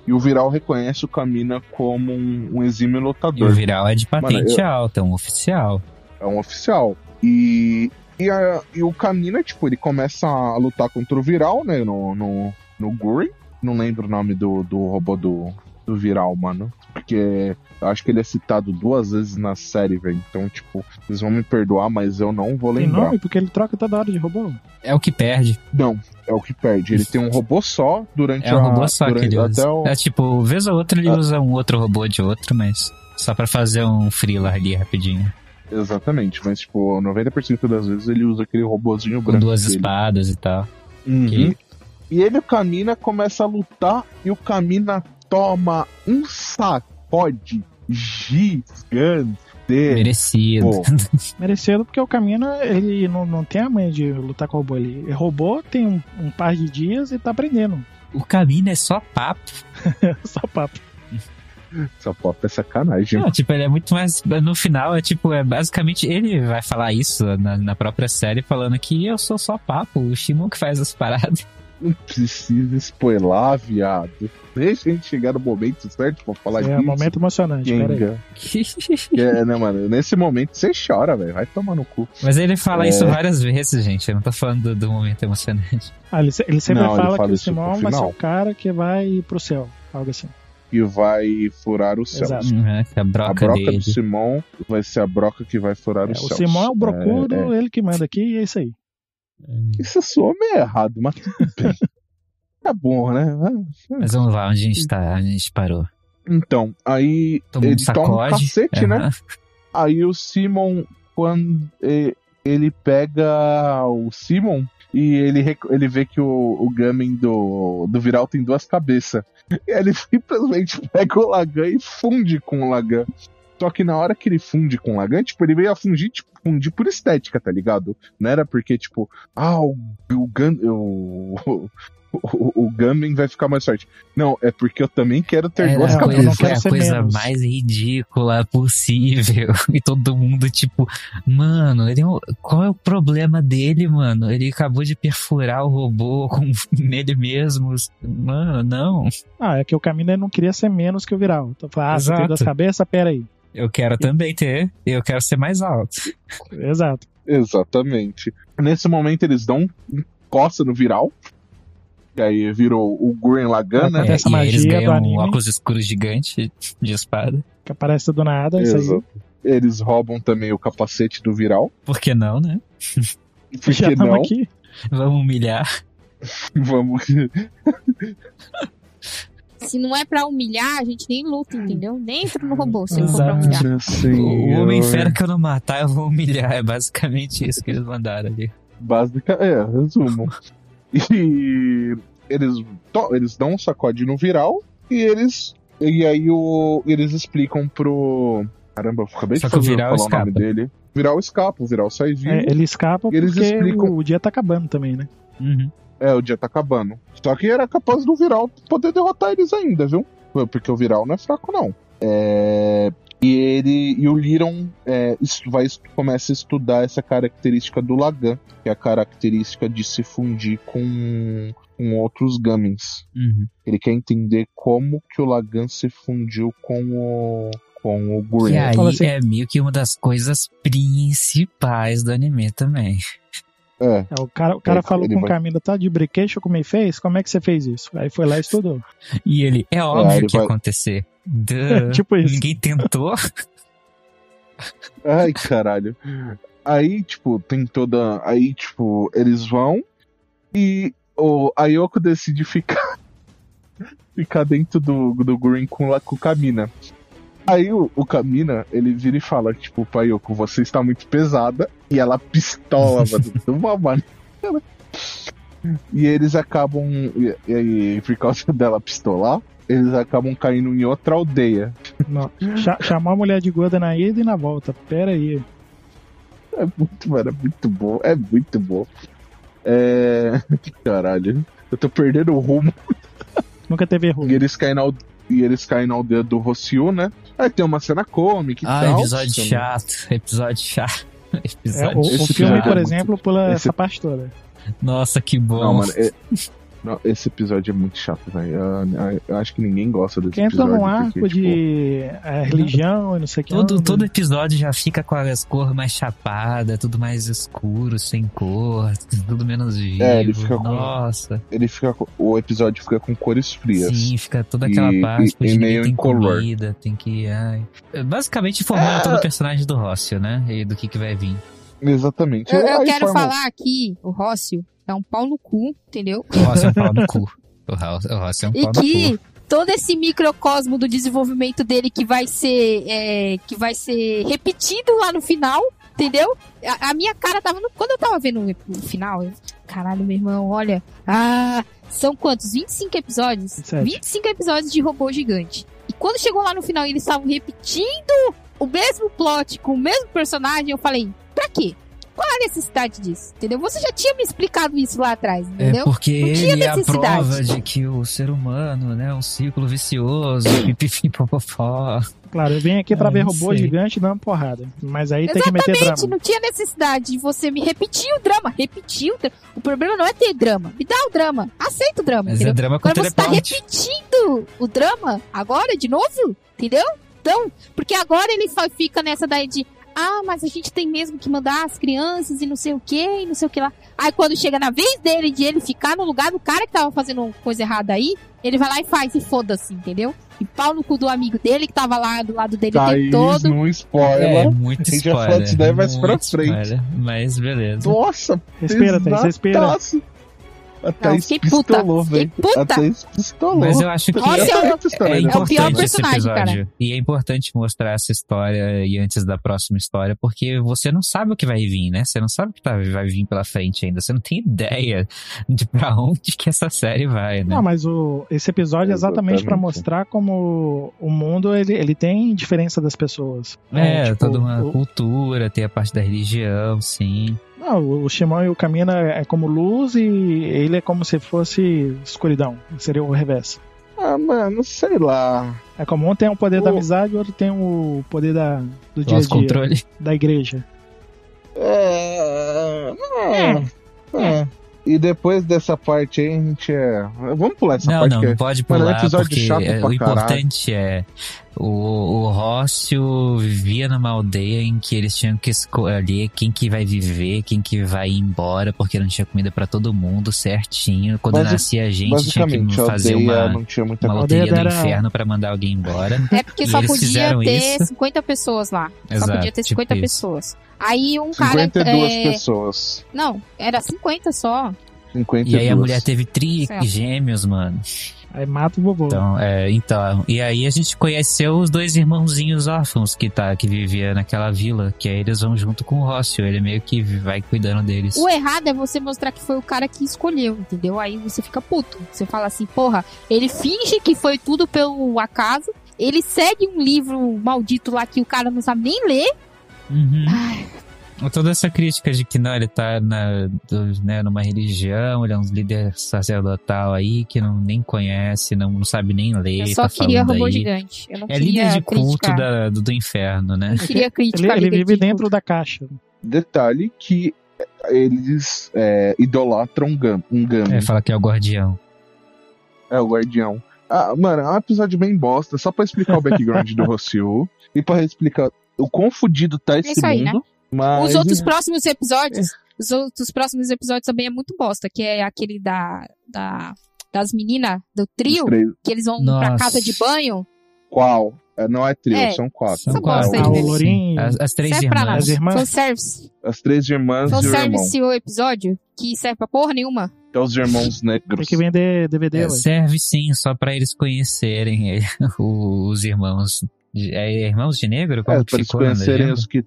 [SPEAKER 1] E o Viral reconhece o Kamina como um, um exímio
[SPEAKER 3] E o
[SPEAKER 1] lutador.
[SPEAKER 3] viral é de patente
[SPEAKER 1] Mano,
[SPEAKER 3] alta, é um oficial.
[SPEAKER 1] É um oficial. E, e, a- e o Kamina, tipo, ele começa a lutar contra o Viral, né? No, no, no Guri. Não lembro o nome do, do robô do, do Viral, mano. Porque eu acho que ele é citado duas vezes na série, velho. Então, tipo, vocês vão me perdoar, mas eu não vou
[SPEAKER 4] Tem
[SPEAKER 1] lembrar.
[SPEAKER 4] nome? Porque ele troca toda hora de robô.
[SPEAKER 3] É o que perde.
[SPEAKER 1] Não, é o que perde. Ele tem um robô só durante
[SPEAKER 3] É o
[SPEAKER 1] a.
[SPEAKER 3] robô só que
[SPEAKER 1] durante,
[SPEAKER 3] ele
[SPEAKER 1] até
[SPEAKER 3] usa.
[SPEAKER 1] o-
[SPEAKER 3] É tipo, vez ou outra ele
[SPEAKER 1] Ah.
[SPEAKER 3] usa um outro robô de outro, mas só pra fazer um freela ali rapidinho.
[SPEAKER 1] Exatamente, mas, tipo, 90% das vezes ele usa aquele robôzinho
[SPEAKER 3] Com
[SPEAKER 1] branco.
[SPEAKER 3] duas
[SPEAKER 1] dele.
[SPEAKER 3] espadas e tal.
[SPEAKER 1] Uhum.
[SPEAKER 3] Que-
[SPEAKER 1] E ele, o Camina, começa a lutar e o Camina toma um sacode gigante.
[SPEAKER 3] Merecido.
[SPEAKER 1] Pô,
[SPEAKER 4] Merecido porque o Camino, ele não, não tem a manha de lutar com robô ali. É Robô tem um, um par de dias e tá aprendendo. É
[SPEAKER 3] O caminho é só papo.
[SPEAKER 4] Só papo.
[SPEAKER 1] essa pop é sacanagem.
[SPEAKER 3] Não, tipo, ele é muito mais. No final, é tipo, é basicamente ele vai falar isso na, na própria série, falando que eu sou só papo, o Shimon que faz as paradas.
[SPEAKER 1] Não precisa spoiler, viado. Deixa a gente chegar no momento certo pra falar
[SPEAKER 4] É
[SPEAKER 1] disso.
[SPEAKER 4] um momento emocionante, peraí.
[SPEAKER 1] Kenga. É, né, mano? Nesse momento você chora, velho. Vai tomar no cu.
[SPEAKER 3] Mas ele fala
[SPEAKER 1] É.
[SPEAKER 3] isso várias vezes, gente. Eu não tô falando do, do momento emocionante.
[SPEAKER 4] Ah, ele, se- ele sempre
[SPEAKER 1] Não, ele
[SPEAKER 4] fala,
[SPEAKER 1] fala
[SPEAKER 4] que o
[SPEAKER 1] isso no
[SPEAKER 4] Simão vai ser
[SPEAKER 1] final.
[SPEAKER 4] o cara que vai pro céu. Algo assim.
[SPEAKER 1] que vai furar o céu.
[SPEAKER 4] Exato.
[SPEAKER 3] Uhum, essa broca,
[SPEAKER 1] A broca
[SPEAKER 3] dele.
[SPEAKER 1] do Simão vai ser a broca que vai furar
[SPEAKER 4] É,
[SPEAKER 1] o céu.
[SPEAKER 4] o Simão é o Brocuro, ele que manda aqui e é isso aí.
[SPEAKER 1] Isso soou meio errado, mas tudo bem. Tá bom, né?
[SPEAKER 3] Mas vamos lá, onde a gente tá? Onde a gente parou?
[SPEAKER 1] Então, aí
[SPEAKER 3] Todo mundo
[SPEAKER 1] ele toma um
[SPEAKER 3] sacode.
[SPEAKER 1] cacete, né?
[SPEAKER 3] Aham.
[SPEAKER 1] Aí o Simon, quando e- ele pega o Simon e ele, rec- ele vê que o, o Gamin do, do Viral tem duas cabeças. E ele simplesmente pega o Lagan e funde com o Lagan. Só que na hora que ele funde com o Lagan, tipo, ele veio a fungir, tipo, fundir por estética, tá ligado? Não era porque, tipo, ah, o, o, Gan- o, o, o Gamin vai ficar mais forte. Não, é porque eu também quero ter
[SPEAKER 3] Era
[SPEAKER 1] duas
[SPEAKER 3] a
[SPEAKER 4] cabeças,
[SPEAKER 1] cabeças.
[SPEAKER 3] coisa,
[SPEAKER 4] eu É, não quero
[SPEAKER 3] a
[SPEAKER 4] ser
[SPEAKER 3] coisa
[SPEAKER 4] menos.
[SPEAKER 3] mais ridícula possível. E todo mundo, tipo, mano, ele é um- qual é o problema dele, mano? Ele acabou de perfurar o robô com nele mesmo. Mano, não.
[SPEAKER 4] Ah, é que o Camino não queria ser menos que o Viral. Então, fala, ah, você tem
[SPEAKER 3] Exato.
[SPEAKER 4] duas cabeças? Pera aí.
[SPEAKER 3] Eu quero também ter. Eu quero ser mais alto.
[SPEAKER 4] Exato.
[SPEAKER 1] Exatamente. Nesse momento eles dão um coça no viral. E aí virou o Gurren Lagann, né?
[SPEAKER 4] Acontece
[SPEAKER 3] É,
[SPEAKER 4] essa
[SPEAKER 3] e aí eles
[SPEAKER 4] magia do
[SPEAKER 3] ganham um
[SPEAKER 4] anime.
[SPEAKER 3] óculos escuros gigante de espada.
[SPEAKER 4] Que aparece do nada, é isso aí.
[SPEAKER 1] Exato. Eles roubam também o capacete do viral.
[SPEAKER 3] Por que não, né?
[SPEAKER 1] Por
[SPEAKER 4] Já
[SPEAKER 1] que
[SPEAKER 4] estamos
[SPEAKER 1] não?
[SPEAKER 4] aqui.
[SPEAKER 3] Vamos humilhar.
[SPEAKER 1] Vamos.
[SPEAKER 2] Se não é pra humilhar, a gente nem luta, entendeu? Nem entra no robô se não for pra
[SPEAKER 3] Exato.
[SPEAKER 2] humilhar.
[SPEAKER 3] O homem fera
[SPEAKER 1] fera
[SPEAKER 3] que eu não matar, eu vou humilhar. É basicamente isso que eles mandaram ali.
[SPEAKER 1] Básica, é, resumo. E eles, to- eles dão um sacode no viral e eles. E aí o, eles explicam pro. Caramba, eu acabei
[SPEAKER 3] Só
[SPEAKER 1] de
[SPEAKER 3] que o
[SPEAKER 1] fazer,
[SPEAKER 3] Viral
[SPEAKER 1] falar o nome
[SPEAKER 3] escapa.
[SPEAKER 1] dele. Viral escapa, o viral sai vivo.
[SPEAKER 4] É, ele escapa
[SPEAKER 1] E eles
[SPEAKER 4] porque
[SPEAKER 1] explicam-
[SPEAKER 4] o dia tá acabando também, né?
[SPEAKER 3] Uhum.
[SPEAKER 1] É, o dia tá acabando. Só que era capaz do Viral poder derrotar eles ainda, viu? Porque o Viral não é fraco, não. É, E ele. E o Liron é, es- vai, es- começa a estudar essa característica do Lagan, que é a característica de se fundir com, com outros Gamins.
[SPEAKER 3] Uhum.
[SPEAKER 1] Ele quer entender como que o Lagan se fundiu com o. com o
[SPEAKER 3] E
[SPEAKER 1] Gurren.
[SPEAKER 3] aí
[SPEAKER 4] Fala assim-
[SPEAKER 3] é meio que uma das coisas principais do anime também.
[SPEAKER 1] É.
[SPEAKER 4] É, o cara, o cara
[SPEAKER 1] É,
[SPEAKER 4] falou
[SPEAKER 1] ele
[SPEAKER 4] com o
[SPEAKER 1] vai-
[SPEAKER 4] Camino, tá de brequeixo como ele fez? Como é que você fez isso? Aí foi lá e estudou.
[SPEAKER 3] E ele, é
[SPEAKER 1] É,
[SPEAKER 3] óbvio
[SPEAKER 1] ele
[SPEAKER 3] que ia
[SPEAKER 1] vai-
[SPEAKER 3] acontecer. Duh.
[SPEAKER 4] tipo isso.
[SPEAKER 3] Ninguém tentou.
[SPEAKER 1] Ai, caralho. Aí, tipo, tem toda. Aí, tipo, eles vão e o Ayoko decide ficar ficar dentro do, do Green com, la- com o Kamina. Aí o, o Kamina, ele vira e fala, tipo, pro Ayoko, você está muito pesada. E ela pistola, mano, de uma maneira. E eles acabam. E, e, e por causa dela pistolar, eles acabam caindo em outra aldeia.
[SPEAKER 4] Não. Cha- Chamou a mulher de gorda na ida e na volta. Pera aí.
[SPEAKER 1] É muito, mano, é muito bom, é muito bom. É. Caralho, eu tô perdendo o rumo.
[SPEAKER 4] Nunca teve erro. É,
[SPEAKER 1] E eles caem na, al- e eles caem na aldeia do Rossiu, né? Aí tem uma cena cômica e
[SPEAKER 3] Ah,
[SPEAKER 1] tal.
[SPEAKER 3] episódio chato. Episódio chato.
[SPEAKER 4] né? É,
[SPEAKER 3] Episódio
[SPEAKER 4] o, o
[SPEAKER 1] Esse
[SPEAKER 4] filme,
[SPEAKER 1] episódio é
[SPEAKER 4] por
[SPEAKER 1] muito-
[SPEAKER 4] exemplo, pula
[SPEAKER 1] esse-
[SPEAKER 4] essa parte toda.
[SPEAKER 3] Nossa, que bom.
[SPEAKER 1] Não, mano, é- não, esse episódio é muito chato, velho. Eu, eu acho que ninguém gosta desse
[SPEAKER 4] Que entra
[SPEAKER 1] episódio.
[SPEAKER 4] num arco
[SPEAKER 1] porque, tipo,
[SPEAKER 4] de é, religião e não sei o que.
[SPEAKER 3] Todo,
[SPEAKER 4] onde.
[SPEAKER 3] todo episódio já fica com as cores mais chapadas, tudo mais escuro, sem cor, tudo menos vivo.
[SPEAKER 1] É, ele fica com-
[SPEAKER 3] Nossa,
[SPEAKER 1] ele fica, com- o episódio fica com cores frias.
[SPEAKER 3] sim, fica toda aquela
[SPEAKER 1] E-
[SPEAKER 3] parte,
[SPEAKER 1] e-
[SPEAKER 3] tipo, de
[SPEAKER 1] e
[SPEAKER 3] ninguém
[SPEAKER 1] meio
[SPEAKER 3] tem
[SPEAKER 1] incolor.
[SPEAKER 3] comida, tem que... Ai. Basicamente formando
[SPEAKER 2] É.
[SPEAKER 3] todo o personagem do Rossio, né? E do que que vai vir.
[SPEAKER 1] Exatamente. É,
[SPEAKER 2] Eu, eu
[SPEAKER 1] Aí
[SPEAKER 2] quero
[SPEAKER 1] forma- um
[SPEAKER 2] falar aqui, o Rócio é um pau no cu, entendeu?
[SPEAKER 3] O Rossio é um pau no cu. O Ro- o Rossio é um
[SPEAKER 2] E
[SPEAKER 3] pau no cu.
[SPEAKER 2] que todo esse microcosmo do desenvolvimento dele que vai ser é, que vai ser repetido lá no final, entendeu? A, a minha cara tava no, quando eu tava vendo o ep- o final, eu, caralho, meu irmão, olha, ah, são quantos? 25 episódios?
[SPEAKER 4] 27.
[SPEAKER 2] 25 episódios de robô gigante. E quando chegou lá no final e eles estavam repetindo o mesmo plot com o mesmo personagem, eu falei, pra quê? Qual a necessidade disso? Entendeu? Você já tinha me explicado isso lá atrás,
[SPEAKER 3] É
[SPEAKER 2] entendeu?
[SPEAKER 3] porque
[SPEAKER 2] Não tinha
[SPEAKER 3] ele é a
[SPEAKER 2] necessidade.
[SPEAKER 3] prova de que o ser humano, né, é um ciclo vicioso, pipipi, popopó.
[SPEAKER 4] Claro, eu vim aqui pra
[SPEAKER 3] Ah,
[SPEAKER 4] ver
[SPEAKER 3] não
[SPEAKER 4] robô
[SPEAKER 3] sei.
[SPEAKER 4] gigante dando porrada. Mas aí tem que meter
[SPEAKER 2] Gente,
[SPEAKER 4] drama.
[SPEAKER 2] não tinha necessidade de você me repetir o drama. Repetir o drama. O problema não é ter drama. Me dá o drama. Aceita o drama.
[SPEAKER 3] Mas é
[SPEAKER 2] entendeu?
[SPEAKER 3] drama com
[SPEAKER 2] Agora você tá
[SPEAKER 3] teleporte.
[SPEAKER 2] repetindo o drama agora, de novo, entendeu? Então, porque agora ele só fica nessa daí de. Ah, mas a gente tem mesmo que mandar as crianças e não sei o que, e não sei o que lá. Aí quando chega na vez dele de ele ficar no lugar do cara que tava fazendo coisa errada aí, Ele vai lá e faz, e foda-se, entendeu? E pau no cu do amigo dele que tava lá do lado dele o
[SPEAKER 1] Thaís,
[SPEAKER 2] tempo todo.
[SPEAKER 1] num spoiler.
[SPEAKER 3] É, muito
[SPEAKER 1] A gente já
[SPEAKER 3] spoiler.
[SPEAKER 1] falou disso daí mais pra
[SPEAKER 3] muito
[SPEAKER 1] frente.
[SPEAKER 3] spoiler, mas beleza.
[SPEAKER 1] Nossa,
[SPEAKER 4] Respira, Thaís, respira.
[SPEAKER 1] pesadaço. A
[SPEAKER 2] Não,
[SPEAKER 1] Thaís
[SPEAKER 2] fiquei puta.
[SPEAKER 1] pistolou,
[SPEAKER 2] Fiquei
[SPEAKER 1] velho. A
[SPEAKER 2] puta.
[SPEAKER 1] Thaís pistolou.
[SPEAKER 3] Mas eu acho que
[SPEAKER 1] Eu
[SPEAKER 2] Nossa, é o-
[SPEAKER 1] também pistolei,
[SPEAKER 3] é
[SPEAKER 1] né?
[SPEAKER 2] o pior
[SPEAKER 3] importante esse
[SPEAKER 2] personagem, cara.
[SPEAKER 3] episódio. E é importante mostrar essa história e antes da próxima história, porque você não sabe o que vai vir, né? Você não sabe o que tá- vai vir pela frente ainda. Você não tem ideia de pra onde que essa série vai, né?
[SPEAKER 4] Não, mas o, esse episódio é exatamente pra
[SPEAKER 1] Exatamente.
[SPEAKER 4] mostrar como o mundo ele, ele tem diferença das pessoas.
[SPEAKER 3] é,
[SPEAKER 4] tipo,
[SPEAKER 3] toda uma
[SPEAKER 4] o-
[SPEAKER 3] cultura, tem a parte da religião, sim.
[SPEAKER 4] Não, o Shimon e o Camina é como luz e ele é como se fosse escuridão. Seria o reverso.
[SPEAKER 1] Ah, mano, sei lá.
[SPEAKER 4] É como um tem o poder da
[SPEAKER 1] O-
[SPEAKER 4] amizade e o outro tem o poder da, do dia a
[SPEAKER 3] Nosso
[SPEAKER 4] dia,
[SPEAKER 3] controle.
[SPEAKER 4] da igreja.
[SPEAKER 1] É... é, é. E depois dessa parte aí, a gente é... Vamos pular essa
[SPEAKER 3] Não,
[SPEAKER 1] parte
[SPEAKER 3] não,
[SPEAKER 1] que é...
[SPEAKER 3] não pode
[SPEAKER 1] Mano, é
[SPEAKER 3] pular,
[SPEAKER 1] episódio
[SPEAKER 3] porque
[SPEAKER 1] chato
[SPEAKER 3] é,
[SPEAKER 1] pra
[SPEAKER 3] o
[SPEAKER 1] caralho.
[SPEAKER 3] importante é o, o Rócio vivia numa aldeia em que eles tinham que escolher quem que vai viver, quem que vai ir embora, porque não tinha comida pra todo mundo certinho. Quando
[SPEAKER 1] Basi-
[SPEAKER 3] nascia a gente, tinha que
[SPEAKER 1] Basicamente, a
[SPEAKER 3] fazer
[SPEAKER 1] aldeia
[SPEAKER 3] uma,
[SPEAKER 1] não tinha muita
[SPEAKER 3] uma
[SPEAKER 1] coisa.
[SPEAKER 3] loteria do
[SPEAKER 4] Aldeia era-
[SPEAKER 3] inferno pra mandar alguém embora.
[SPEAKER 2] É porque
[SPEAKER 3] E
[SPEAKER 2] só
[SPEAKER 3] eles
[SPEAKER 2] podia
[SPEAKER 3] fizeram
[SPEAKER 2] ter
[SPEAKER 3] isso.
[SPEAKER 2] 50 pessoas lá.
[SPEAKER 3] Exato,
[SPEAKER 2] só podia ter 50
[SPEAKER 3] tipo isso.
[SPEAKER 2] pessoas. Aí um cara.
[SPEAKER 1] 52
[SPEAKER 2] é,
[SPEAKER 1] pessoas.
[SPEAKER 2] Não, era 50 só.
[SPEAKER 1] 52.
[SPEAKER 3] E aí a mulher teve tri
[SPEAKER 2] Certo.
[SPEAKER 3] gêmeos, mano.
[SPEAKER 4] Aí mata o vovô.
[SPEAKER 3] Então, é, então, e aí a gente conheceu os dois irmãozinhos órfãos que tá que vivia naquela vila, que aí eles vão junto com o Rócio, ele meio que vai cuidando deles.
[SPEAKER 2] O errado é você mostrar que foi o cara que escolheu, entendeu? Aí você fica puto. Você fala assim, porra, ele finge que foi tudo pelo acaso. Ele segue um livro maldito lá que o cara não sabe nem ler.
[SPEAKER 3] Uhum.
[SPEAKER 2] Ai,
[SPEAKER 3] Toda essa crítica de que não, ele tá na, do- né, numa religião, ele é um líder sacerdotal aí que não, nem conhece, não, não sabe nem ler.
[SPEAKER 2] eu só
[SPEAKER 3] tá
[SPEAKER 2] queria
[SPEAKER 3] falando
[SPEAKER 2] robô
[SPEAKER 3] aí.
[SPEAKER 2] gigante. Eu não
[SPEAKER 3] É
[SPEAKER 2] queria
[SPEAKER 3] líder de culto
[SPEAKER 2] criticar.
[SPEAKER 3] da- do, do inferno, né?
[SPEAKER 2] Não queria
[SPEAKER 4] Ele,
[SPEAKER 2] criticar
[SPEAKER 4] ele
[SPEAKER 2] líder
[SPEAKER 4] vive
[SPEAKER 2] de
[SPEAKER 4] dentro
[SPEAKER 2] culto.
[SPEAKER 4] da caixa.
[SPEAKER 1] Detalhe que eles é, idolatram um Gam- um Gami.
[SPEAKER 3] É, fala que é o guardião.
[SPEAKER 1] É, o Guardião. Ah, mano, é um episódio bem bosta, só pra explicar o background do Rossio e pra explicar o quão fudido tá esse
[SPEAKER 2] isso aí, né?
[SPEAKER 1] mundo. Mas
[SPEAKER 2] Os outros próximos episódios. Os outros próximos episódios também é muito bosta, que é aquele da. da das meninas do trio,
[SPEAKER 1] os três-
[SPEAKER 2] que eles vão pra
[SPEAKER 3] Nossa.
[SPEAKER 2] casa de banho.
[SPEAKER 1] Qual? É, não é trio,
[SPEAKER 2] É,
[SPEAKER 1] são quatro.
[SPEAKER 2] Essa
[SPEAKER 3] São
[SPEAKER 2] bosta
[SPEAKER 3] quatro.
[SPEAKER 2] aí,
[SPEAKER 1] Ah,
[SPEAKER 4] velho.
[SPEAKER 3] sim.
[SPEAKER 4] Lourinho.
[SPEAKER 3] As, as três
[SPEAKER 2] serve pra nada.
[SPEAKER 3] irmãs.
[SPEAKER 4] As irmãs?
[SPEAKER 2] São service.
[SPEAKER 1] As três irmãs
[SPEAKER 2] São
[SPEAKER 1] e o irmão.
[SPEAKER 2] service o episódio que serve pra porra nenhuma.
[SPEAKER 1] Que é os irmãos
[SPEAKER 4] Tem
[SPEAKER 1] negros.
[SPEAKER 4] que vender DVD,
[SPEAKER 3] É,
[SPEAKER 4] ué.
[SPEAKER 3] serve sim, só pra eles conhecerem ele, o- os irmãos. de- É irmãos de negro? Como
[SPEAKER 1] É,
[SPEAKER 3] que
[SPEAKER 1] pra eles
[SPEAKER 3] ficou né, na
[SPEAKER 1] conhecerem
[SPEAKER 3] legenda?
[SPEAKER 1] os que.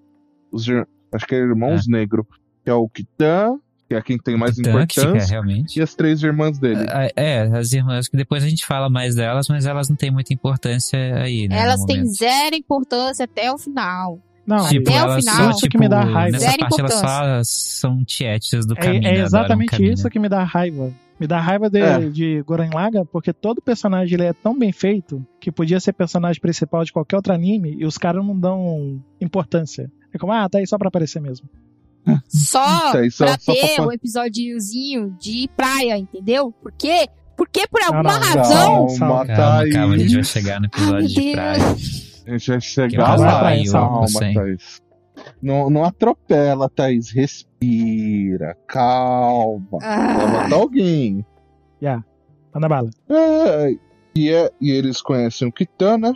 [SPEAKER 1] Os, ir- acho que é irmãos negros. Que é o Kitan, que é quem tem mais
[SPEAKER 3] Então, que fica,
[SPEAKER 1] importância.
[SPEAKER 3] realmente.
[SPEAKER 1] E as três irmãs dele.
[SPEAKER 3] Ah, É, as irmãs, que depois a gente fala mais delas, mas elas não têm muita importância aí, né? no
[SPEAKER 2] Elas têm
[SPEAKER 3] momento.
[SPEAKER 2] zero importância até o final.
[SPEAKER 4] Não,
[SPEAKER 3] Tipo,
[SPEAKER 2] Até o
[SPEAKER 3] elas
[SPEAKER 2] final.
[SPEAKER 3] são,
[SPEAKER 4] Isso que
[SPEAKER 3] tipo,
[SPEAKER 4] me dá raiva.
[SPEAKER 3] Nessa
[SPEAKER 2] Zero
[SPEAKER 3] parte, elas só são tietes do
[SPEAKER 4] é,
[SPEAKER 3] caminho.
[SPEAKER 4] é exatamente isso que me dá raiva. Me dá raiva de,
[SPEAKER 1] É.
[SPEAKER 4] de Goran Laga, porque todo personagem ele é tão bem feito que podia ser personagem principal de qualquer outro anime e os caras não dão importância. É como, ah, tá aí só pra aparecer mesmo.
[SPEAKER 2] Só
[SPEAKER 1] Isso aí, só-
[SPEAKER 2] pra
[SPEAKER 1] só pra
[SPEAKER 2] ter
[SPEAKER 1] fa-
[SPEAKER 2] o episódiozinho de praia, entendeu? Por quê? Porque por
[SPEAKER 4] Não,
[SPEAKER 2] alguma
[SPEAKER 4] não, não.
[SPEAKER 2] razão.
[SPEAKER 1] Calma,
[SPEAKER 4] Calma,
[SPEAKER 3] Calma,
[SPEAKER 1] Thaís.
[SPEAKER 3] calma, a gente vai chegar no
[SPEAKER 2] Ai,
[SPEAKER 3] episódio
[SPEAKER 2] meu
[SPEAKER 3] de
[SPEAKER 2] Deus.
[SPEAKER 3] praia.
[SPEAKER 1] A gente vai
[SPEAKER 3] Que
[SPEAKER 1] chegar
[SPEAKER 4] mais
[SPEAKER 1] lá.
[SPEAKER 4] vai,
[SPEAKER 1] Thaís.
[SPEAKER 4] eu não
[SPEAKER 1] Calma,
[SPEAKER 3] sei.
[SPEAKER 1] Thaís. Não, não atropela, Thaís. Respira, calma. Vai
[SPEAKER 2] Ah,
[SPEAKER 1] matar alguém.
[SPEAKER 4] Manda bala.
[SPEAKER 1] É, e, é- e eles conhecem o Kitan, né?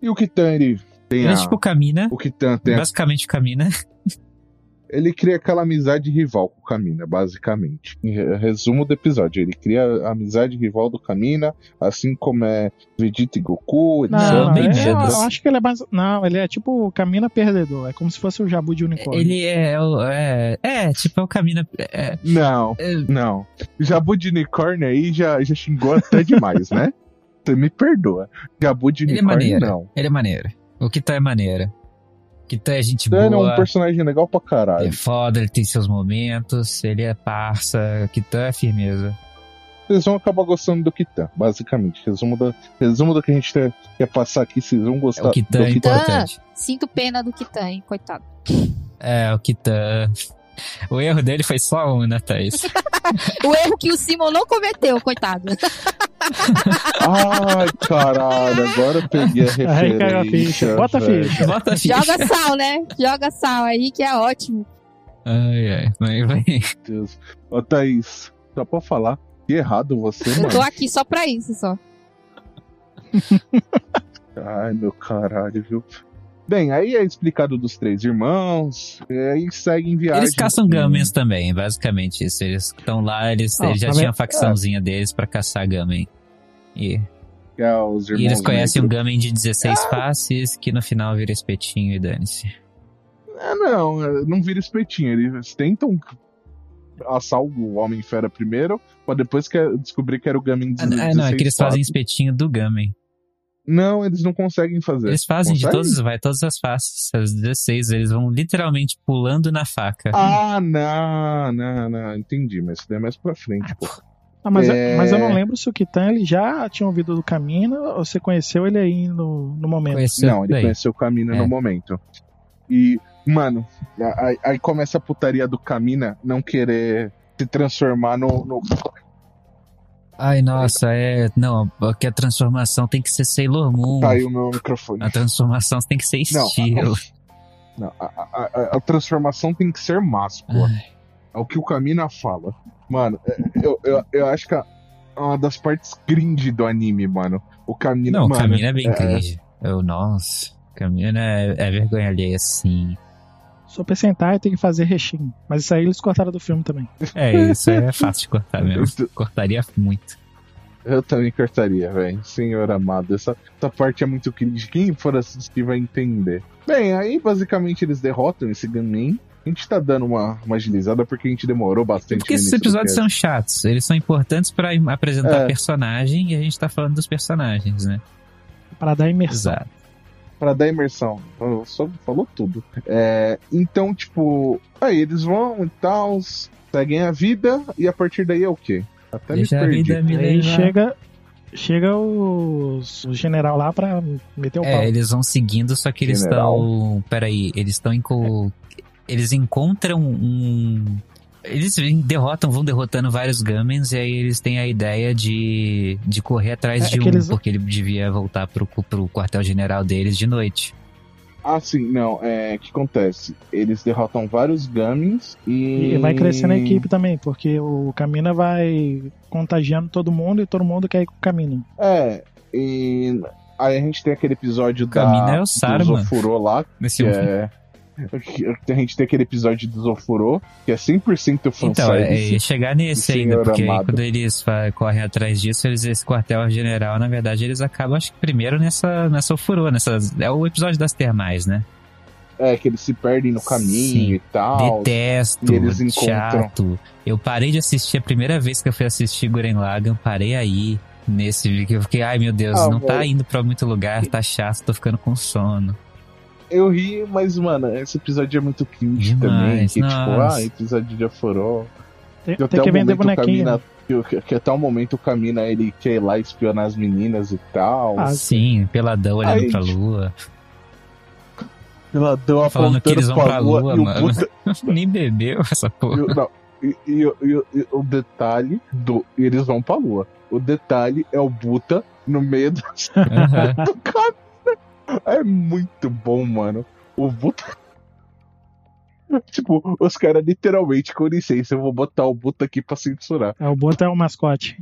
[SPEAKER 1] E o Kitan, ele tem
[SPEAKER 3] Ele,
[SPEAKER 1] a,
[SPEAKER 3] tipo, camina.
[SPEAKER 1] O Kitan tem a-
[SPEAKER 3] Basicamente camina.
[SPEAKER 1] Ele cria aquela amizade rival com o Camina, basicamente. Em re- resumo do episódio, ele cria a amizade rival do Camina, assim como é Vegeta e Goku, etc.
[SPEAKER 4] Não,
[SPEAKER 3] São
[SPEAKER 4] não,
[SPEAKER 3] bem
[SPEAKER 4] eu- eu,
[SPEAKER 3] menos.
[SPEAKER 4] acho que ele é mais. Não, ele é tipo o Camina Perdedor. É como se fosse o Jabu de Unicórnio.
[SPEAKER 3] Ele é, o- é, é, tipo, é o camina. É,
[SPEAKER 1] Não, não. Jabu de unicórnio aí já, já xingou até demais, né? Você me perdoa. Jabu de
[SPEAKER 3] Ele é
[SPEAKER 1] unicórnio,
[SPEAKER 3] maneiro.
[SPEAKER 1] não.
[SPEAKER 3] ele é maneiro. O Kita é maneiro. O Kita é gente
[SPEAKER 1] Ele é um
[SPEAKER 3] boa.
[SPEAKER 1] personagem legal pra
[SPEAKER 3] Ele
[SPEAKER 1] caralho.
[SPEAKER 3] é foda, ele tem seus momentos, ele é parça, o Kita é firmeza.
[SPEAKER 1] Vocês vão acabar gostando do Kitan, basicamente. Resumo do, resumo do que a gente quer- quer passar aqui, vocês vão
[SPEAKER 3] É,
[SPEAKER 1] gostar
[SPEAKER 3] o Kita é
[SPEAKER 1] do Kitan.
[SPEAKER 3] importante.
[SPEAKER 2] sinto pena do Kitan, hein, coitado.
[SPEAKER 3] É, o Kita. O erro dele foi só um, né, Thaís?
[SPEAKER 2] O erro que o Simon não cometeu, coitado.
[SPEAKER 1] Ai, caralho, agora eu peguei a referência.
[SPEAKER 4] Aí caiu a ficha. Bota a
[SPEAKER 1] velho.
[SPEAKER 4] ficha.
[SPEAKER 3] Bota
[SPEAKER 1] Assim.
[SPEAKER 3] a ficha.
[SPEAKER 2] Joga sal, né? Joga sal aí que é ótimo.
[SPEAKER 3] Ai, ai. Mas vai.
[SPEAKER 1] Deus. Ô, Thaís, só pra falar, Que errado você,
[SPEAKER 2] Eu
[SPEAKER 1] mano.
[SPEAKER 2] tô aqui só pra isso, só.
[SPEAKER 1] Ai, meu caralho, viu? Bem, aí é explicado dos três irmãos, e aí segue em viagem.
[SPEAKER 3] Eles caçam gamins também, basicamente isso. Eles estão lá, eles,
[SPEAKER 4] Ah,
[SPEAKER 3] eles já
[SPEAKER 4] tá
[SPEAKER 3] tinham
[SPEAKER 1] é
[SPEAKER 4] vendo?
[SPEAKER 3] a facçãozinha deles pra caçar gamin. E,
[SPEAKER 1] Que é os irmãos
[SPEAKER 3] e eles conhecem um
[SPEAKER 1] negros.
[SPEAKER 3] gamin de 16
[SPEAKER 1] Ah!
[SPEAKER 3] faces que no final vira espetinho e dane-se.
[SPEAKER 1] É, não, é, não vira espetinho. Eles tentam assar o Homem-Fera primeiro, pra depois que é, descobrir que era o Gamin de
[SPEAKER 3] Ah, n- ah, não, é
[SPEAKER 1] 16
[SPEAKER 3] que eles fazem
[SPEAKER 1] faces.
[SPEAKER 3] espetinho do gamin.
[SPEAKER 1] Não, eles não conseguem fazer.
[SPEAKER 3] Eles fazem de
[SPEAKER 1] Consegue?
[SPEAKER 3] todas, vai todas as faces, as 16, eles vão literalmente pulando na faca.
[SPEAKER 1] Ah, não, não, não, entendi, mas isso daí é mais pra frente, pô.
[SPEAKER 4] Ah, mas,
[SPEAKER 1] É.
[SPEAKER 4] eu, mas eu não lembro se o Kitan ele já tinha ouvido do caminho ou você conheceu ele aí no, no momento.
[SPEAKER 3] Conheceu
[SPEAKER 1] Não, ele
[SPEAKER 3] daí.
[SPEAKER 1] conheceu o Camina
[SPEAKER 3] É.
[SPEAKER 1] no momento. E, mano, aí, aí começa a putaria do Camina não querer se transformar no. no-
[SPEAKER 3] Hum. Ai, nossa, é. Não, porque a transformação tem que ser Sailor Moon.
[SPEAKER 1] Caiu meu microfone.
[SPEAKER 3] A transformação tem que ser
[SPEAKER 1] Não,
[SPEAKER 3] estilo.
[SPEAKER 1] Não, a, a- a- a transformação tem que ser máscula. É o que o Camina fala. Mano, é- eu, eu, eu acho que é uma das partes cringe do anime, mano. O Camina.
[SPEAKER 3] Não, o
[SPEAKER 1] mano,
[SPEAKER 3] Camino é bem cringe. Eu, nossa, Camino é, é vergonha alheia, assim.
[SPEAKER 4] Só pra sentar e tem que fazer recheio. Mas isso aí eles cortaram do filme também.
[SPEAKER 3] É isso, é fácil de cortar mesmo. Cortaria muito.
[SPEAKER 1] Eu também cortaria, velho. Senhor amado, essa, essa parte é muito cringe. Quem for assistir vai entender. Bem, aí basicamente eles derrotam esse Gamin. A gente tá dando uma, uma agilizada porque a gente demorou bastante.
[SPEAKER 3] Porque
[SPEAKER 1] no
[SPEAKER 3] esses
[SPEAKER 1] início do
[SPEAKER 3] episódios
[SPEAKER 1] cast.
[SPEAKER 3] são chatos. Eles são importantes pra im- apresentar
[SPEAKER 1] É.
[SPEAKER 3] personagem e a gente tá falando dos personagens, né?
[SPEAKER 4] Pra dar imersão.
[SPEAKER 3] Exato.
[SPEAKER 1] Pra dar imersão. Falou- Só falou tudo. É, então, tipo, aí eles vão e tal, seguem a vida, e a partir daí é o quê? Até
[SPEAKER 3] Deixa
[SPEAKER 1] me
[SPEAKER 3] a
[SPEAKER 1] perdi.
[SPEAKER 3] vida me
[SPEAKER 4] Aí
[SPEAKER 3] levar.
[SPEAKER 4] chega, chega os, o general lá pra meter o pau.
[SPEAKER 3] É, eles vão seguindo, só que eles
[SPEAKER 1] General.
[SPEAKER 3] estão. Peraí, eles estão em. co- Eles encontram um. Eles derrotam, vão derrotando vários Gamins e aí eles têm a ideia de, de correr atrás
[SPEAKER 4] É,
[SPEAKER 3] de
[SPEAKER 4] é
[SPEAKER 3] um,
[SPEAKER 4] que eles-
[SPEAKER 3] porque ele devia voltar pro, cu- pro quartel-general deles de noite.
[SPEAKER 1] Ah, sim, não. É, o que acontece? Eles derrotam vários Gamins e.
[SPEAKER 4] E vai crescendo a equipe também, porque o Camina vai contagiando todo mundo e todo mundo quer ir com o Camina.
[SPEAKER 1] É, e aí a gente tem aquele episódio da,
[SPEAKER 3] Camina é o um
[SPEAKER 1] do
[SPEAKER 3] Saruman.
[SPEAKER 1] Zofurô lá,
[SPEAKER 3] Nesse
[SPEAKER 1] que é... que A gente tem aquele episódio do Zofurô, que é 100%
[SPEAKER 3] Então, é,
[SPEAKER 1] fanservice.
[SPEAKER 3] é chegar nesse
[SPEAKER 1] Senhor
[SPEAKER 3] ainda, porque aí
[SPEAKER 1] amado.
[SPEAKER 3] quando eles fa- correm atrás disso, eles, esse quartel-general, na verdade, eles acabam, acho que primeiro nessa, nessa ofurô, nessa, é o episódio das termais, né?
[SPEAKER 1] É, que eles se perdem no caminho
[SPEAKER 3] Sim.
[SPEAKER 1] e tal.
[SPEAKER 3] Detesto,
[SPEAKER 1] e eles encontram.
[SPEAKER 3] chato. Eu parei de assistir a primeira vez que eu fui assistir Guren Lagan, parei aí nesse vídeo que eu fiquei, ai meu Deus,
[SPEAKER 1] Ah,
[SPEAKER 3] não tá
[SPEAKER 1] velho.
[SPEAKER 3] indo pra muito lugar, tá chato, tô ficando com sono.
[SPEAKER 1] Eu ri, mas, mano, esse episódio é muito cringe
[SPEAKER 3] Demais,
[SPEAKER 1] também. Que, tipo,
[SPEAKER 3] nossa.
[SPEAKER 1] ah, episódio de Zofurô.
[SPEAKER 4] Tem,
[SPEAKER 1] Que
[SPEAKER 4] tem
[SPEAKER 1] até
[SPEAKER 4] que
[SPEAKER 1] o
[SPEAKER 4] vender
[SPEAKER 1] um momento o
[SPEAKER 4] bonequinho.
[SPEAKER 1] Camina... Que, que até o momento o Camina, ele quer ir lá espionar as meninas e tal.
[SPEAKER 4] Ah,
[SPEAKER 3] Sim, peladão olhando
[SPEAKER 1] Aí,
[SPEAKER 3] pra
[SPEAKER 1] tipo,
[SPEAKER 3] lua.
[SPEAKER 1] Ela deu
[SPEAKER 3] Falando que eles
[SPEAKER 1] apontando
[SPEAKER 3] vão pra
[SPEAKER 1] pra lua,
[SPEAKER 3] lua,
[SPEAKER 1] e o
[SPEAKER 3] mano.
[SPEAKER 1] puta-
[SPEAKER 3] Nem bebeu essa
[SPEAKER 1] E
[SPEAKER 3] porra.
[SPEAKER 1] o- não, e, e o- e o- e o detalhe do. Eles vão pra lua. O detalhe é o Buta no meio do,
[SPEAKER 3] Aham.
[SPEAKER 1] do caminho. É muito bom, mano. O Buta. Tipo, os caras literalmente, com licença, eu vou botar o Buta aqui pra censurar.
[SPEAKER 4] É, o Boto é o mascote.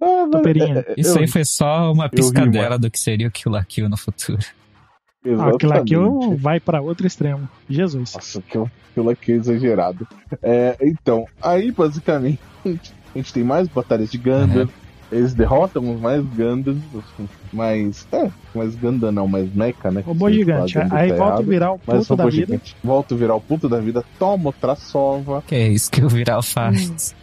[SPEAKER 1] Ah, mano,
[SPEAKER 4] Topeirinha.
[SPEAKER 1] é- é-
[SPEAKER 3] Isso
[SPEAKER 1] eu-
[SPEAKER 3] aí foi só uma piscadela do que seria o Kill la Kill no futuro.
[SPEAKER 4] Ah, Aquilo aqui
[SPEAKER 1] exatamente.
[SPEAKER 4] vai pra outro extremo. Jesus.
[SPEAKER 1] Nossa, que aquilo aqui é exagerado. É, então, aí basicamente a gente tem mais batalhas de Gundam.
[SPEAKER 4] Uhum.
[SPEAKER 1] Eles derrotam os mais Gundam. Mais. É, mais Gundam não, mais Mecha, né? que
[SPEAKER 4] Robô
[SPEAKER 1] eles
[SPEAKER 4] gigante. é.
[SPEAKER 1] fazem do
[SPEAKER 4] Aí
[SPEAKER 1] tá
[SPEAKER 4] volta
[SPEAKER 1] errado.
[SPEAKER 4] a virar o
[SPEAKER 1] Mas
[SPEAKER 4] puto da
[SPEAKER 1] robô
[SPEAKER 4] vida.
[SPEAKER 1] gigante. Volta a virar o puto da vida, toma outra sova.
[SPEAKER 3] Que é isso que o Viral faz.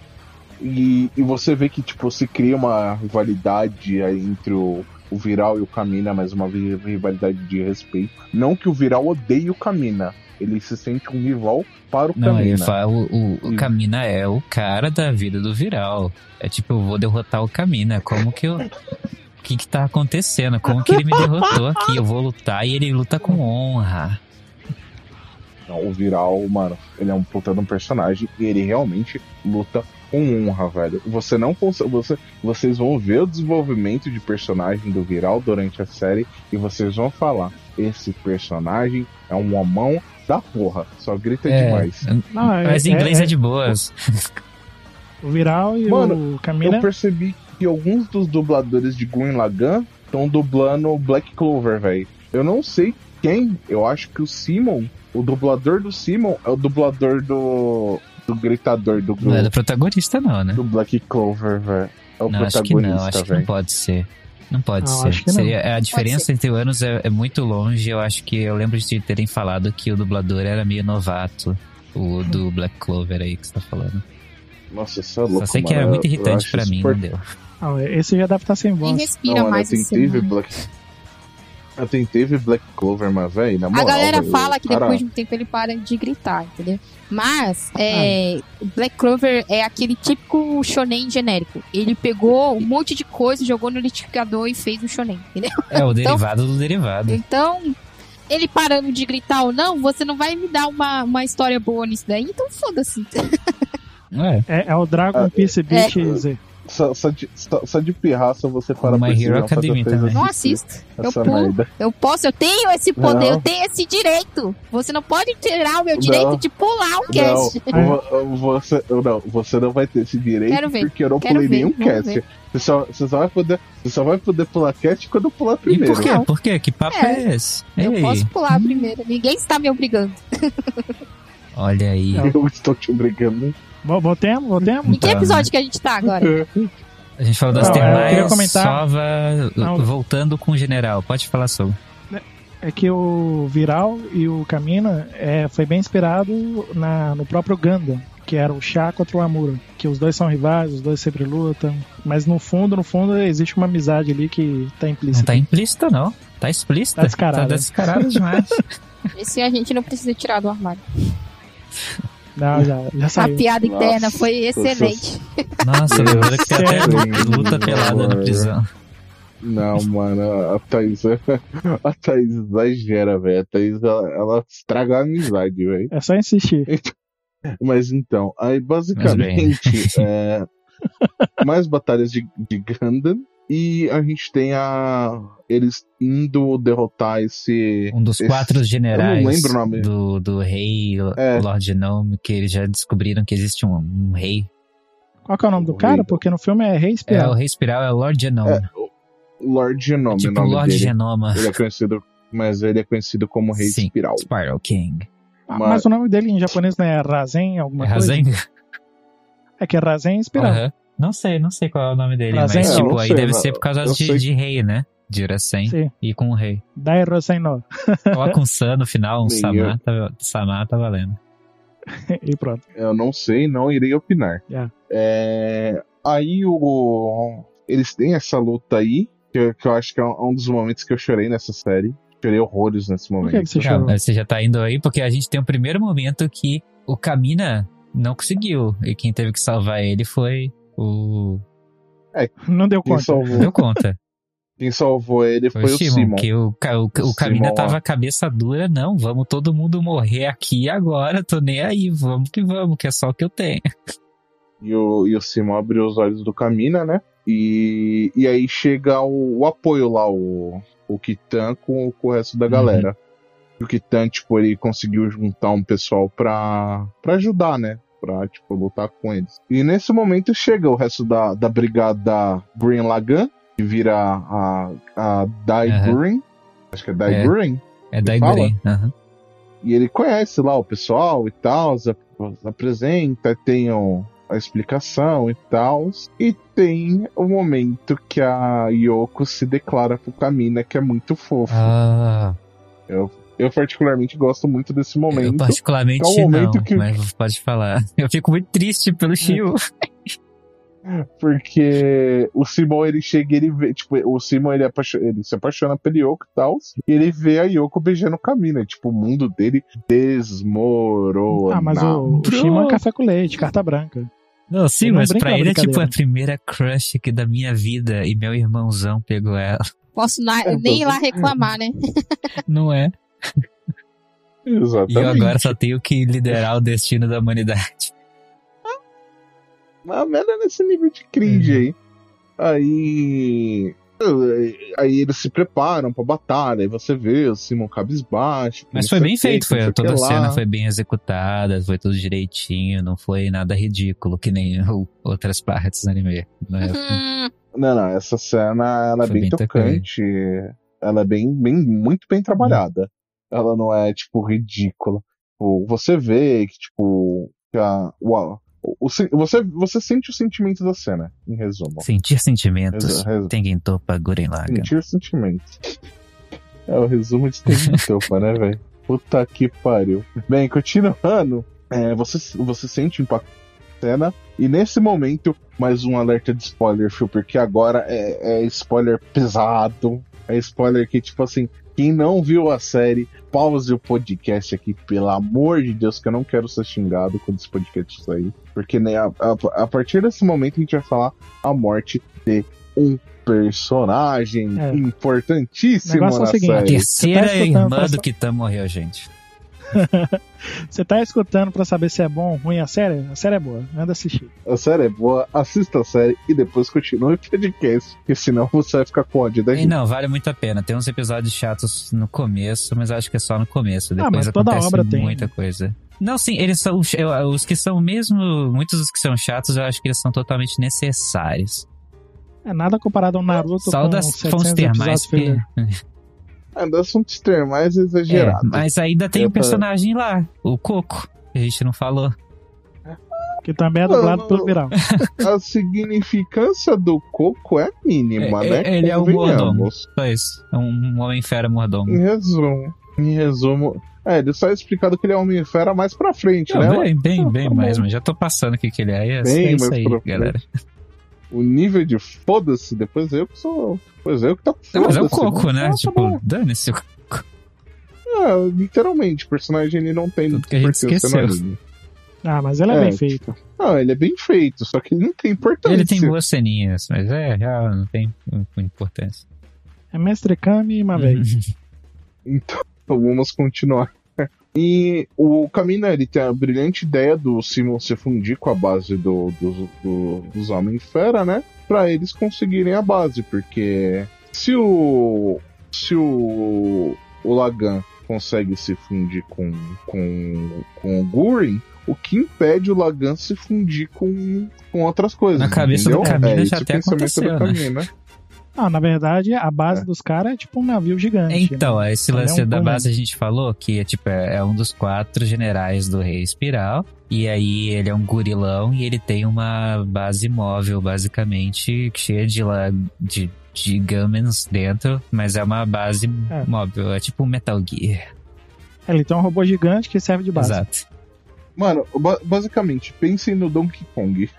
[SPEAKER 1] E, e você vê que, tipo, se cria uma rivalidade aí entre o, o Viral e o Kamina, mas uma vi- rivalidade de respeito. Não que o Viral odeie o Kamina. Ele se sente um rival para o
[SPEAKER 3] Não, ele
[SPEAKER 1] Kamina.
[SPEAKER 3] fala, o, o,
[SPEAKER 1] Hum.
[SPEAKER 3] o Camina é o cara da vida do Viral. É tipo, eu vou derrotar o Camina. Como que eu. O que que tá acontecendo? Como que ele me derrotou aqui? Eu vou lutar e ele luta com honra.
[SPEAKER 1] Não, o Viral, mano, ele é um puta de um personagem e ele realmente luta com honra, velho. Você não consegue. Você, vocês vão ver o desenvolvimento de personagem do Viral durante a série e vocês vão falar: esse personagem é um homão da porra. Só grita
[SPEAKER 3] É.
[SPEAKER 1] demais.
[SPEAKER 4] Não, é
[SPEAKER 3] Mas em inglês é, de boas.
[SPEAKER 4] O Viral e
[SPEAKER 1] Mano,
[SPEAKER 4] o Camila.
[SPEAKER 3] né?
[SPEAKER 1] Eu percebi que alguns dos dubladores de Gurren Lagann estão dublando Black Clover, velho. Eu não sei quem, eu acho que o Simon, o dublador do Simon é o dublador do do gritador do
[SPEAKER 3] Não é do protagonista, não, né?
[SPEAKER 1] do Black Clover, velho. É o
[SPEAKER 3] não, acho que não,
[SPEAKER 1] protagonista,
[SPEAKER 3] acho que não
[SPEAKER 1] velho.
[SPEAKER 3] pode ser. Não pode
[SPEAKER 4] Não,
[SPEAKER 3] ser.
[SPEAKER 4] acho que não.
[SPEAKER 3] Seria- a diferença entre anos é, é muito longe. Eu acho que eu lembro de terem falado que o dublador era meio novato. O do Black Clover aí que você tá falando.
[SPEAKER 1] Nossa, isso é louco,
[SPEAKER 3] Só sei que
[SPEAKER 1] mano.
[SPEAKER 3] era muito
[SPEAKER 1] Eu
[SPEAKER 3] irritante
[SPEAKER 1] acho
[SPEAKER 3] pra mim, né?
[SPEAKER 1] super-
[SPEAKER 3] não deu.
[SPEAKER 4] Ah, esse já deve estar sem
[SPEAKER 2] Nem
[SPEAKER 4] voz.
[SPEAKER 2] respira
[SPEAKER 1] mano,
[SPEAKER 2] mais.
[SPEAKER 1] eu
[SPEAKER 2] esse
[SPEAKER 1] tentei ver
[SPEAKER 2] mano.
[SPEAKER 1] Black... Eu tentei ver Black Clover, mas, velho, na
[SPEAKER 2] A
[SPEAKER 1] moral...
[SPEAKER 2] galera
[SPEAKER 1] véi,
[SPEAKER 2] fala que
[SPEAKER 1] cara,
[SPEAKER 2] depois de um tempo ele para de gritar, entendeu? Mas,
[SPEAKER 1] Ah.
[SPEAKER 2] é, o Black Clover é aquele típico shonen genérico. Ele pegou um monte de coisa, jogou no liquidificador e fez um shonen, entendeu?
[SPEAKER 3] É o derivado do
[SPEAKER 1] Hum.
[SPEAKER 3] derivado.
[SPEAKER 2] Então, ele parando de gritar ou não, você não vai me dar uma, uma história boa nisso daí, então foda-se.
[SPEAKER 3] É.
[SPEAKER 4] É, é o Dragon
[SPEAKER 1] Ah,
[SPEAKER 4] Piece Beat
[SPEAKER 1] é.
[SPEAKER 4] Z.
[SPEAKER 1] Só, só, de, só, só de pirraça você para pra
[SPEAKER 3] My Hero
[SPEAKER 1] essa
[SPEAKER 3] Academia
[SPEAKER 1] coisa
[SPEAKER 3] também.
[SPEAKER 2] Não
[SPEAKER 1] de-
[SPEAKER 2] assisto. Eu
[SPEAKER 1] essa
[SPEAKER 2] pulo.
[SPEAKER 1] merda.
[SPEAKER 2] Eu posso, eu tenho esse poder,
[SPEAKER 1] Não.
[SPEAKER 2] eu tenho esse direito. Você não pode tirar o meu direito
[SPEAKER 1] Não.
[SPEAKER 2] de pular um
[SPEAKER 1] Não,
[SPEAKER 2] cast.
[SPEAKER 1] vo- você, não, você não vai ter esse direito
[SPEAKER 2] Quero ver,
[SPEAKER 1] porque eu não
[SPEAKER 2] quero
[SPEAKER 1] pulei
[SPEAKER 2] ver,
[SPEAKER 1] nenhum
[SPEAKER 2] vamos
[SPEAKER 1] cast.
[SPEAKER 2] ver.
[SPEAKER 1] Você só, você, só vai poder, você só vai poder pular cast quando eu pular
[SPEAKER 3] E
[SPEAKER 1] primeiro.
[SPEAKER 3] por quê?
[SPEAKER 2] Não.
[SPEAKER 3] Por quê? Que papo é,
[SPEAKER 2] É.
[SPEAKER 3] esse?
[SPEAKER 2] Eu
[SPEAKER 3] Ei,
[SPEAKER 2] posso pular primeiro, ninguém está me obrigando.
[SPEAKER 3] Olha aí.
[SPEAKER 1] Eu estou te obrigando.
[SPEAKER 4] Vo- Voltemos, voltemos?
[SPEAKER 2] Em que
[SPEAKER 3] Tá.
[SPEAKER 2] episódio que a gente tá agora?
[SPEAKER 3] A gente falou das
[SPEAKER 4] Não, eu queria
[SPEAKER 3] termais,
[SPEAKER 4] comentar-
[SPEAKER 3] sova,
[SPEAKER 4] Não.
[SPEAKER 3] voltando com o general. Pode falar sobre.
[SPEAKER 4] É que o Viral e o Kamina é, foi bem inspirado na, no próprio Ganda, que era o Chá contra o Amuro. Que os dois são rivais, os dois sempre lutam. Mas no fundo, no fundo, existe uma amizade ali que tá
[SPEAKER 3] Não
[SPEAKER 4] implícita.
[SPEAKER 3] tá implícito, não. Tá explícito.
[SPEAKER 4] Tá descarado.
[SPEAKER 3] Tá descarado demais.
[SPEAKER 2] Esse a gente não precisa tirar do armário.
[SPEAKER 3] tá
[SPEAKER 4] Não, já, já
[SPEAKER 2] A
[SPEAKER 4] saiu.
[SPEAKER 2] piada interna
[SPEAKER 1] Nossa,
[SPEAKER 2] foi excelente.
[SPEAKER 3] Nossa,
[SPEAKER 1] Meu
[SPEAKER 3] lembra que tem até
[SPEAKER 1] Deus.
[SPEAKER 3] luta pelada na prisão.
[SPEAKER 1] Não, mano, a Thaís, é- a Thaís exagera, velho. A Thaís, ela, ela estraga a amizade, velho.
[SPEAKER 4] É só insistir.
[SPEAKER 1] Mas então, aí basicamente, é, mais batalhas de, de Gundam. E a gente tem a. Eles indo derrotar esse.
[SPEAKER 3] Um dos
[SPEAKER 1] Esse-
[SPEAKER 3] quatro generais
[SPEAKER 1] lembro o nome.
[SPEAKER 3] Do, do rei
[SPEAKER 1] É.
[SPEAKER 3] Lord Gnome, que eles já descobriram que existe um, um rei.
[SPEAKER 4] Qual que é o nome do cara? Porque no filme é Rei
[SPEAKER 3] É,
[SPEAKER 4] Espiral.
[SPEAKER 3] o rei espiral é o Lord Genome.
[SPEAKER 1] É, Lord Genome,
[SPEAKER 3] tipo
[SPEAKER 1] o nome
[SPEAKER 3] Lord
[SPEAKER 1] dele.
[SPEAKER 3] Genoma.
[SPEAKER 1] Ele é conhecido, mas ele é conhecido como Rei
[SPEAKER 3] Sim.
[SPEAKER 1] Espiral.
[SPEAKER 3] Spiral King.
[SPEAKER 4] Ah,
[SPEAKER 1] mas-
[SPEAKER 4] mas... o nome dele em japonês não é Razen, alguma
[SPEAKER 3] É
[SPEAKER 4] coisa?
[SPEAKER 3] Razen?
[SPEAKER 4] É que é Razen Espiral.
[SPEAKER 3] Aham. Não sei, não sei qual é o nome dele,
[SPEAKER 4] Razen
[SPEAKER 3] mas
[SPEAKER 4] não,
[SPEAKER 3] tipo,
[SPEAKER 1] não
[SPEAKER 3] aí
[SPEAKER 1] sei,
[SPEAKER 3] deve
[SPEAKER 1] mas
[SPEAKER 3] ser por causa
[SPEAKER 1] eu
[SPEAKER 3] de,
[SPEAKER 1] sei.
[SPEAKER 3] de rei, né? De Irasen
[SPEAKER 4] Sim.
[SPEAKER 3] e com o rei.
[SPEAKER 4] Dai Razen no.
[SPEAKER 3] Coloca um San no final, um
[SPEAKER 1] Nem
[SPEAKER 3] Samar, tá, Samar tá valendo.
[SPEAKER 4] E pronto.
[SPEAKER 1] Eu não sei, não irei opinar.
[SPEAKER 4] É.
[SPEAKER 1] É, aí o. Eles têm essa luta aí, que eu, que eu acho que é um um dos momentos que eu chorei nessa série. Chorei horrores nesse
[SPEAKER 4] Por que,
[SPEAKER 1] momento.
[SPEAKER 4] que você
[SPEAKER 3] Cara,
[SPEAKER 4] chorou?
[SPEAKER 3] mas você já tá indo aí, porque a gente tem o primeiro momento que o Kamina não conseguiu. E quem teve que salvar ele foi o.
[SPEAKER 4] Não deu
[SPEAKER 1] Quem
[SPEAKER 4] conta.
[SPEAKER 1] salvou,
[SPEAKER 3] Deu conta.
[SPEAKER 1] quem salvou ele
[SPEAKER 3] Foi,
[SPEAKER 1] foi, o Simon.
[SPEAKER 3] Que o, Ca- o, o Kamina
[SPEAKER 1] Simon,
[SPEAKER 3] tava
[SPEAKER 1] ó.
[SPEAKER 3] cabeça dura, não, vamos todo mundo morrer aqui agora, tô nem aí, vamos que vamos, que é só o que eu tenho.
[SPEAKER 1] E o, e o Simon abriu os olhos do Camina, né? E, e aí chega o, o apoio lá, o, o Kitan com, com o resto
[SPEAKER 3] Uhum.
[SPEAKER 1] da galera. E o Kitan, tipo, ele conseguiu juntar um pessoal pra, pra ajudar, né? Pra, tipo, lutar com eles. E nesse momento chega o resto da, da brigada Green Lagan, que vira a, a Dai
[SPEAKER 3] Aham.
[SPEAKER 1] Green. Acho que é Dai
[SPEAKER 3] É.
[SPEAKER 1] Green.
[SPEAKER 3] É da
[SPEAKER 1] Fala.
[SPEAKER 3] Iguren. aham.
[SPEAKER 1] E ele conhece lá o pessoal e tal, os ap- os apresenta, tem o- a explicação e tal. E tem o momento que a Yoko se declara pro Kamina, que é muito fofo.
[SPEAKER 3] Ah.
[SPEAKER 1] Eu particularmente gosto muito desse
[SPEAKER 3] Eu
[SPEAKER 1] momento.
[SPEAKER 3] particularmente
[SPEAKER 1] É um momento
[SPEAKER 3] não,
[SPEAKER 1] que-
[SPEAKER 3] mas pode falar. Eu fico muito triste pelo Shio.
[SPEAKER 1] Porque o Simon ele chega e ele vê, tipo, o Simon ele, apaixo- ele se apaixona pela Yoko e tal, e ele vê a Yoko beijando o Kamina, tipo, o mundo dele desmorou.
[SPEAKER 4] Ah, mas o, o Shima é café com leite, carta branca.
[SPEAKER 3] Não, sim,
[SPEAKER 4] Eu não
[SPEAKER 3] mas
[SPEAKER 4] brinco
[SPEAKER 3] pra
[SPEAKER 4] na
[SPEAKER 3] ele é tipo a
[SPEAKER 4] brincadeira.
[SPEAKER 3] primeira crush que da minha vida e meu irmãozão pegou ela.
[SPEAKER 2] Posso na-
[SPEAKER 1] É,
[SPEAKER 2] nem ir lá
[SPEAKER 1] tô-
[SPEAKER 2] reclamar, né?
[SPEAKER 3] Não é? E eu
[SPEAKER 1] Exatamente.
[SPEAKER 3] agora só tenho que liderar o destino da humanidade. Uhum.
[SPEAKER 1] Uma merda nesse nível de cringe aí. Aí. Aí eles se preparam pra batalha, aí você vê o Simon cabisbaixo.
[SPEAKER 3] Mas
[SPEAKER 1] não
[SPEAKER 3] foi
[SPEAKER 1] sei
[SPEAKER 3] bem
[SPEAKER 1] o quê,
[SPEAKER 3] feito,
[SPEAKER 1] não sei
[SPEAKER 3] foi,
[SPEAKER 1] o que
[SPEAKER 3] toda a
[SPEAKER 1] lá.
[SPEAKER 3] cena foi bem executada, foi tudo direitinho, não foi nada ridículo que nem o- outras partes do anime. né?
[SPEAKER 4] Uhum.
[SPEAKER 2] Hum,
[SPEAKER 1] Não, não, essa cena ela é
[SPEAKER 3] Foi
[SPEAKER 1] bem,
[SPEAKER 3] bem
[SPEAKER 1] tocante. Ela é bem, bem, muito bem trabalhada. Ela não é, tipo, ridícula. Tipo, você vê que, tipo, que a- o- o- o sen- você, você sente o sentimento da cena, em resumo.
[SPEAKER 3] Sentir sentimentos.
[SPEAKER 1] Resu- resu-
[SPEAKER 3] Tem quem topa Guren Lagann.
[SPEAKER 1] sentir o sentimento. É o resumo de Tenguitopa, né, velho? Puta que pariu. Bem, continuando, é, você, você sente o impacto da cena. E nesse momento, mais um alerta de spoiler, Phil, porque agora é, é spoiler pesado. É spoiler que, tipo assim, quem não viu a série, pause o podcast aqui, pelo amor de Deus, que eu não quero ser xingado quando esse podcast sair. Porque né, a, a- a partir desse momento a gente vai falar a morte de um personagem
[SPEAKER 4] É.
[SPEAKER 1] importantíssimo
[SPEAKER 4] Negócio é o
[SPEAKER 1] na
[SPEAKER 4] seguinte,
[SPEAKER 1] série.
[SPEAKER 3] Terceira
[SPEAKER 4] Você tá escutando,
[SPEAKER 3] irmã
[SPEAKER 4] tá
[SPEAKER 3] do
[SPEAKER 4] só-
[SPEAKER 3] Kitã morreu, gente.
[SPEAKER 4] Você tá escutando pra saber se é bom ou ruim a série? A série é boa, anda assistir.
[SPEAKER 1] A série é boa, assista a série e depois continue o podcast, porque senão você vai ficar com ódio da
[SPEAKER 3] E
[SPEAKER 1] gente.
[SPEAKER 3] não, vale muito a pena. Tem uns episódios chatos no começo, mas acho que é só no começo.
[SPEAKER 4] Ah,
[SPEAKER 3] Depois
[SPEAKER 4] mas toda
[SPEAKER 3] acontece
[SPEAKER 4] obra tem. né?
[SPEAKER 3] muita coisa. Não, sim, eles são. os- eu- Os que são mesmo. Muitos dos que são chatos, eu acho que eles são totalmente necessários.
[SPEAKER 4] É nada comparado ao Naruto
[SPEAKER 3] Só
[SPEAKER 4] com
[SPEAKER 3] das fontes
[SPEAKER 4] 700
[SPEAKER 3] termais
[SPEAKER 4] episódios
[SPEAKER 3] que.
[SPEAKER 4] filler.
[SPEAKER 1] Ainda são ter mais
[SPEAKER 3] É,
[SPEAKER 4] tá?
[SPEAKER 1] exagerado.
[SPEAKER 3] mas ainda tem
[SPEAKER 1] Eu
[SPEAKER 3] um personagem lá, o Coco. que A gente não falou.
[SPEAKER 4] Que também é
[SPEAKER 1] Não,
[SPEAKER 4] dublado
[SPEAKER 1] não,
[SPEAKER 4] pelo
[SPEAKER 1] não.
[SPEAKER 4] Viral.
[SPEAKER 1] A significância do coco é mínima,
[SPEAKER 3] É,
[SPEAKER 1] né?
[SPEAKER 3] é, ele é o mordomo.
[SPEAKER 1] Convenhamos.
[SPEAKER 3] Só isso. É um homem fera mordomo.
[SPEAKER 1] Em resumo, em resumo, é, ele só é explicado que ele é homem fera mais pra frente,
[SPEAKER 3] Não,
[SPEAKER 1] né? Mas
[SPEAKER 3] bem, bem, bem
[SPEAKER 1] tá bom.
[SPEAKER 3] mais, mas já tô passando o que que ele é. É,
[SPEAKER 1] Bem
[SPEAKER 3] é isso
[SPEAKER 1] mais
[SPEAKER 3] aí,
[SPEAKER 1] profundo.
[SPEAKER 3] galera.
[SPEAKER 1] O nível de foda-se, depois eu que sou. Depois eu que tô.
[SPEAKER 3] Não, mas é o
[SPEAKER 1] foda-se,
[SPEAKER 3] Coco,
[SPEAKER 1] não
[SPEAKER 3] né?
[SPEAKER 4] tá
[SPEAKER 1] faço
[SPEAKER 3] Tipo,
[SPEAKER 1] nada.
[SPEAKER 3] dane-se.
[SPEAKER 1] É, literalmente, o personagem ele não tem
[SPEAKER 3] Tudo que a gente
[SPEAKER 1] importância no
[SPEAKER 3] esqueceu.
[SPEAKER 1] anime.
[SPEAKER 4] Ah, mas ele é,
[SPEAKER 1] É,
[SPEAKER 4] bem feito.
[SPEAKER 1] Não, ele é bem feito, só que ele não tem
[SPEAKER 4] Então,
[SPEAKER 1] importância.
[SPEAKER 3] Ele tem boas ceninhas, mas é, já não tem muita importância.
[SPEAKER 4] É Mestre Kami e
[SPEAKER 3] Uhum.
[SPEAKER 4] Mavei.
[SPEAKER 1] Então, vamos continuar. E o Kamina, ele tem a brilhante ideia do Simon se fundir com a base do, do- do- dos Homem-Fera, né? Pra eles conseguirem a base, porque se o. Se o. O Lagan consegue se fundir com, com, com o Gurin, o que impede o Lagan se fundir com, com outras coisas?
[SPEAKER 3] Na cabeça do
[SPEAKER 1] entendeu? É
[SPEAKER 3] Kamina já
[SPEAKER 1] esse o
[SPEAKER 3] até
[SPEAKER 1] pensamento do
[SPEAKER 3] aconteceu, né?
[SPEAKER 1] Kamina.
[SPEAKER 4] Ah, na verdade, a base
[SPEAKER 1] É.
[SPEAKER 4] dos caras é tipo um navio gigante.
[SPEAKER 3] Então, esse
[SPEAKER 4] Ele é
[SPEAKER 3] lance
[SPEAKER 4] um
[SPEAKER 3] da
[SPEAKER 4] bom
[SPEAKER 3] base a gente falou que é, tipo, é é um dos quatro generais do Rei Espiral. E aí ele é um gorilão e ele tem uma base móvel, basicamente, cheia de, la- de, de gamins dentro, mas é uma base
[SPEAKER 4] É.
[SPEAKER 3] móvel, é tipo um Metal Gear.
[SPEAKER 4] né? Ele tem um robô gigante que serve de base.
[SPEAKER 3] Exato.
[SPEAKER 1] Mano, ba- basicamente, pensem no Donkey Kong.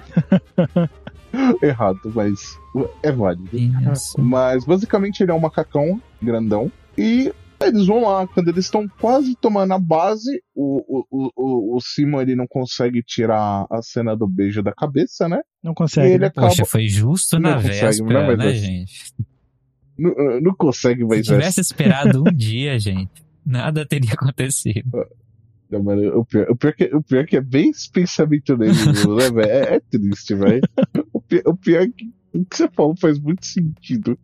[SPEAKER 1] Errado, mas é válido.
[SPEAKER 3] Isso.
[SPEAKER 1] Mas basicamente ele é um macacão grandão. E eles vão lá, quando eles estão quase tomando a base, o, o, o- o, o Simon ele não consegue tirar a cena do beijo da cabeça, né?
[SPEAKER 4] Não
[SPEAKER 1] e
[SPEAKER 4] consegue.
[SPEAKER 1] ele
[SPEAKER 4] né?
[SPEAKER 1] acaba.
[SPEAKER 3] Poxa, foi justo
[SPEAKER 1] Não
[SPEAKER 3] na
[SPEAKER 1] consegue,
[SPEAKER 3] véspera,
[SPEAKER 4] é
[SPEAKER 1] não vai
[SPEAKER 3] né,
[SPEAKER 1] dar.
[SPEAKER 3] gente?
[SPEAKER 1] Não, não consegue,
[SPEAKER 3] Se
[SPEAKER 1] mas
[SPEAKER 3] tivesse esperado um dia, gente, nada teria acontecido.
[SPEAKER 1] Não, mano, o, pior, o, pior que, o pior que é bem esse pensamento dele, mesmo, né, velho? É, é triste, velho. O, pi- o pior é que o que você falou faz muito sentido.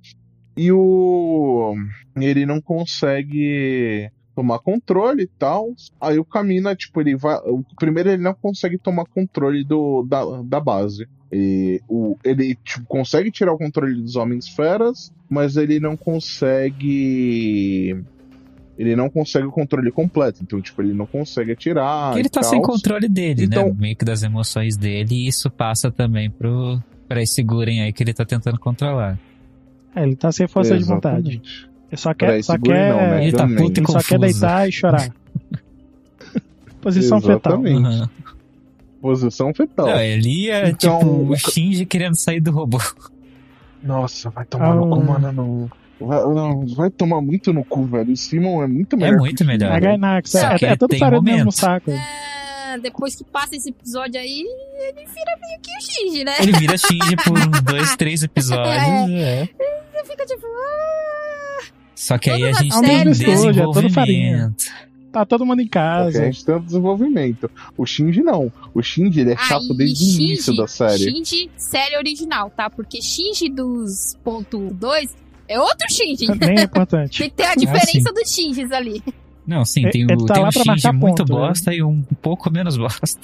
[SPEAKER 1] E o. Ele não consegue tomar controle e tal. Aí o Camina, tipo, ele vai. o- Primeiro ele não consegue tomar controle do, da, da base. E o, ele tipo, consegue tirar o controle dos homens feras, mas ele não consegue ele não consegue o controle completo. Então, tipo, ele não consegue atirar.
[SPEAKER 4] Ah,
[SPEAKER 3] Porque ele
[SPEAKER 1] e
[SPEAKER 3] tá
[SPEAKER 1] tal.
[SPEAKER 3] sem controle dele, né?
[SPEAKER 1] Então-
[SPEAKER 3] Meio que das emoções dele, e isso passa também pro. Pra esse Guren aí que ele tá tentando controlar.
[SPEAKER 4] É, ele tá sem força de vontade.
[SPEAKER 1] Exatamente.
[SPEAKER 4] Ele
[SPEAKER 1] Pra
[SPEAKER 4] só quer,
[SPEAKER 1] esse
[SPEAKER 4] só
[SPEAKER 1] guri
[SPEAKER 4] quer,
[SPEAKER 1] não, né?
[SPEAKER 3] Ele tá
[SPEAKER 1] Também.
[SPEAKER 3] puto e
[SPEAKER 4] ele só quer
[SPEAKER 3] confuso.
[SPEAKER 4] deitar e chorar. Posição fetal.
[SPEAKER 1] Exatamente.
[SPEAKER 3] Aham.
[SPEAKER 1] Posição fetal.
[SPEAKER 3] Não, ele é
[SPEAKER 1] Então,
[SPEAKER 3] tipo
[SPEAKER 1] o
[SPEAKER 3] o Shinji querendo sair do robô.
[SPEAKER 1] Nossa, vai tomar no
[SPEAKER 4] Ah.
[SPEAKER 1] cu, mano. Não. Vai, não, vai tomar muito no cu, velho. O Simon é muito melhor.
[SPEAKER 3] muito
[SPEAKER 1] que o Simon,
[SPEAKER 3] melhor.
[SPEAKER 4] A
[SPEAKER 1] velho.
[SPEAKER 4] Gainax,
[SPEAKER 3] Só
[SPEAKER 4] é,
[SPEAKER 3] que
[SPEAKER 4] é tudo
[SPEAKER 3] tem
[SPEAKER 4] farinha do mesmo
[SPEAKER 3] momentos.
[SPEAKER 4] saco.
[SPEAKER 2] ah, depois que passa esse episódio aí, ele vira meio que o Shinji, né?
[SPEAKER 3] Ele vira Shinji por uns dois, três episódios. é.
[SPEAKER 2] Ele fica tipo, ah,
[SPEAKER 3] Só que aí a
[SPEAKER 2] Todas
[SPEAKER 3] gente
[SPEAKER 2] as
[SPEAKER 3] tem um
[SPEAKER 2] séries
[SPEAKER 4] hoje, é todo
[SPEAKER 3] desenvolvimento.
[SPEAKER 4] farinha. Tá todo mundo em
[SPEAKER 1] Porque
[SPEAKER 4] casa.
[SPEAKER 1] a gente tem um desenvolvimento. O Shinji não. O Shinji ele é chato
[SPEAKER 2] Aí,
[SPEAKER 1] desde
[SPEAKER 2] Shinji-
[SPEAKER 1] o início da série.
[SPEAKER 2] Shinji, série original, tá? Porque Shinji dos ponto 2 é outro Shinji.
[SPEAKER 4] Nem é importante.
[SPEAKER 2] Tem que ter a diferença
[SPEAKER 1] assim.
[SPEAKER 2] dos Shinjis ali.
[SPEAKER 3] Não, sim,
[SPEAKER 4] É-
[SPEAKER 3] tem, o,
[SPEAKER 4] ele tá
[SPEAKER 3] tem
[SPEAKER 4] lá
[SPEAKER 3] um
[SPEAKER 4] pra
[SPEAKER 3] Shinji
[SPEAKER 4] marcar
[SPEAKER 3] muito
[SPEAKER 4] ponto, né?
[SPEAKER 3] bosta e um pouco menos bosta.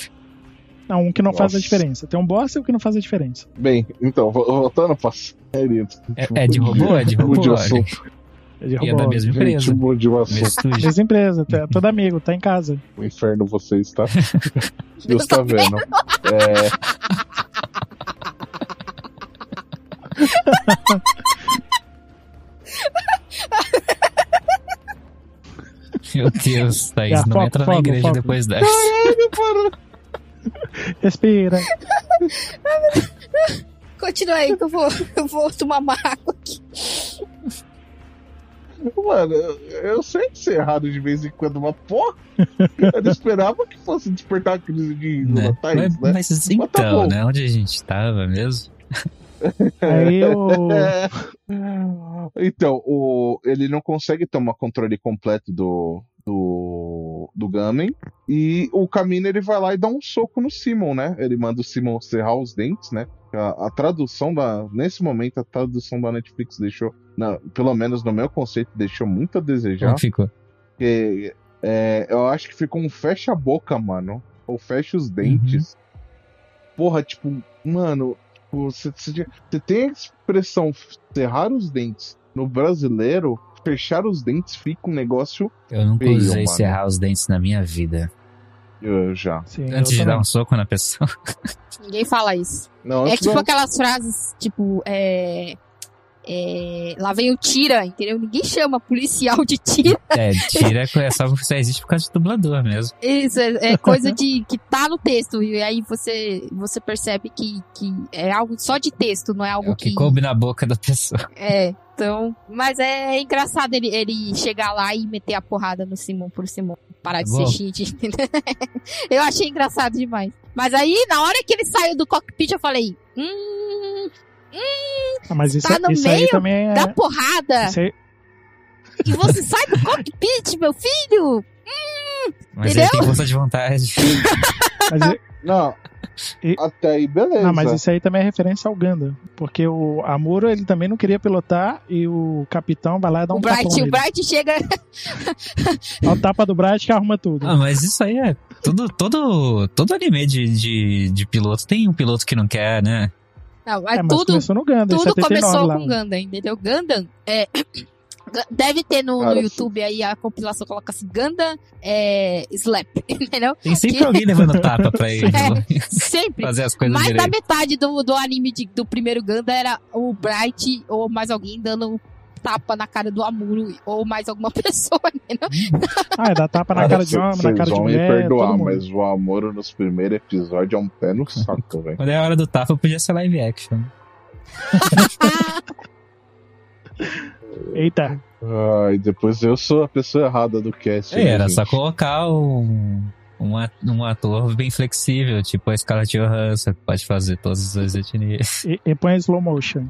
[SPEAKER 4] Não, um que não faz
[SPEAKER 1] Nossa.
[SPEAKER 4] a diferença. Tem um boss e o que não faz a diferença.
[SPEAKER 1] Bem, então, vo- voltando pra série.
[SPEAKER 3] É, é de robô? É de robô?
[SPEAKER 1] Mude o
[SPEAKER 3] olha.
[SPEAKER 1] assunto,
[SPEAKER 4] Ele
[SPEAKER 3] E é
[SPEAKER 4] roubou
[SPEAKER 3] da mesma Uhum.
[SPEAKER 1] gente.
[SPEAKER 3] empresa.
[SPEAKER 1] Mude o
[SPEAKER 3] Mesmo
[SPEAKER 1] um assunto.
[SPEAKER 3] estúdio.
[SPEAKER 4] Mesma empresa, tá- todo amigo, tá em casa.
[SPEAKER 1] O inferno você está. Deus tá vendo.
[SPEAKER 3] Meu Deus, Thaís,
[SPEAKER 4] Ah,
[SPEAKER 3] não
[SPEAKER 4] foco,
[SPEAKER 3] entra na
[SPEAKER 4] foco,
[SPEAKER 3] igreja
[SPEAKER 4] foco.
[SPEAKER 3] depois dessa.
[SPEAKER 4] Respira.
[SPEAKER 2] Continua aí que eu vou, eu vou tomar uma água aqui.
[SPEAKER 1] Mano, eu, eu sei que isso é errado de vez em quando, mas porra. Eu não esperava que fosse despertar a crise de riso
[SPEAKER 3] Né?
[SPEAKER 1] na Thaís,
[SPEAKER 3] Mas-
[SPEAKER 1] né?
[SPEAKER 3] Mas,
[SPEAKER 1] tá
[SPEAKER 3] então,
[SPEAKER 1] bom.
[SPEAKER 3] né? Onde a gente tava mesmo?
[SPEAKER 4] Aí o.
[SPEAKER 1] É. Então, o, ele não consegue tomar controle completo do, do, do Gamen. E o Camino ele vai lá e dá um soco no Simon, né? Ele manda o Simon serrar os dentes, né? A, a tradução da. Nesse momento, a tradução da Netflix deixou. na- pelo menos no meu conceito, deixou muito a desejar.
[SPEAKER 3] Como ficou?
[SPEAKER 1] Porque é, eu acho que ficou um fecha a boca, mano. Ou fecha
[SPEAKER 4] Uhum.
[SPEAKER 1] os dentes. Porra, tipo, mano, tipo, você tem a expressão cerrar os dentes. No brasileiro, fechar os dentes fica um negócio.
[SPEAKER 3] Eu nunca
[SPEAKER 1] Feio,
[SPEAKER 3] usei
[SPEAKER 1] mano.
[SPEAKER 3] serrar os dentes na minha vida.
[SPEAKER 1] Eu já.
[SPEAKER 4] Sim,
[SPEAKER 3] Antes de
[SPEAKER 4] eu também.
[SPEAKER 3] dar um soco na pessoa.
[SPEAKER 2] Ninguém fala isso.
[SPEAKER 1] Não,
[SPEAKER 2] É
[SPEAKER 1] antes
[SPEAKER 2] tipo
[SPEAKER 1] da-
[SPEAKER 2] aquelas frases, tipo, é. é, lá vem o tira, entendeu? Ninguém chama policial de tira.
[SPEAKER 3] É, tira é só, só existe por causa de dublador mesmo.
[SPEAKER 2] Isso é, é coisa de que tá no texto. E aí você, você percebe que, que é algo só de texto, não é
[SPEAKER 3] É
[SPEAKER 2] algo
[SPEAKER 3] o que coube na boca da pessoa.
[SPEAKER 2] É, então. Mas é engraçado ele, ele chegar lá e meter a porrada no Simon por Simon. Parar de
[SPEAKER 3] Bom.
[SPEAKER 2] ser shit. eu achei engraçado demais. Mas aí, na hora que ele saiu do cockpit, eu falei: hum,
[SPEAKER 3] um
[SPEAKER 4] Ah, mas isso,
[SPEAKER 2] Tá no
[SPEAKER 4] isso aí
[SPEAKER 2] meio
[SPEAKER 4] também é.
[SPEAKER 2] dá porrada!
[SPEAKER 4] Isso aí,
[SPEAKER 2] E você sai do cockpit, meu filho!
[SPEAKER 3] Mas
[SPEAKER 2] Entendeu?
[SPEAKER 3] ele tem força de vontade.
[SPEAKER 4] mas, i-
[SPEAKER 1] Não.
[SPEAKER 4] E-
[SPEAKER 1] Até aí, beleza.
[SPEAKER 4] ah, mas isso aí também é referência ao Ganda. Porque o Amuro ele também não queria pilotar e o capitão vai lá e dá um
[SPEAKER 2] o
[SPEAKER 4] tapão
[SPEAKER 2] Bright, o
[SPEAKER 4] nele.
[SPEAKER 2] Bright chega.
[SPEAKER 4] Dá o tapa do Bright que arruma tudo.
[SPEAKER 3] Ah, mas isso aí é. Todo, todo, todo anime de, de, de piloto tem um piloto que não quer, né?
[SPEAKER 2] Não,
[SPEAKER 4] É,
[SPEAKER 2] mas
[SPEAKER 4] mas
[SPEAKER 2] tudo,
[SPEAKER 4] começou no Ganda, em
[SPEAKER 2] tudo
[SPEAKER 4] 79
[SPEAKER 2] começou
[SPEAKER 4] lá.
[SPEAKER 2] com Gundam, entendeu? Gundam é. Deve ter no, no
[SPEAKER 1] Cara,
[SPEAKER 2] YouTube aí a compilação coloca assim: Gundam é, Slap, entendeu?
[SPEAKER 3] Tem sempre alguém levando tapa pra ele
[SPEAKER 2] Sempre.
[SPEAKER 3] fazer as coisas
[SPEAKER 2] Mais da
[SPEAKER 3] direito.
[SPEAKER 2] metade do, do anime de- do primeiro Ganda era o Bright ou mais alguém dando um tapa na cara do Amuro ou mais alguma pessoa, entendeu?
[SPEAKER 4] Ah, é dar tapa na
[SPEAKER 1] Cara,
[SPEAKER 4] cara de
[SPEAKER 1] cê-
[SPEAKER 4] homem, na
[SPEAKER 1] vocês
[SPEAKER 4] cara de
[SPEAKER 1] vão me
[SPEAKER 4] mulher. todo
[SPEAKER 1] perdoar,
[SPEAKER 4] mundo.
[SPEAKER 1] mas o amor nos primeiros episódios é um pé no saco, velho.
[SPEAKER 3] Quando é a hora do tapa, podia ser live action.
[SPEAKER 4] Eita,
[SPEAKER 1] Ai, depois eu sou a pessoa errada do cast.
[SPEAKER 3] É,
[SPEAKER 1] né,
[SPEAKER 3] era
[SPEAKER 1] gente?
[SPEAKER 3] só colocar um, um, a- um ator bem flexível, tipo a Scarlett Johansson, que pode fazer todas as etnias.
[SPEAKER 4] e, e põe slow motion.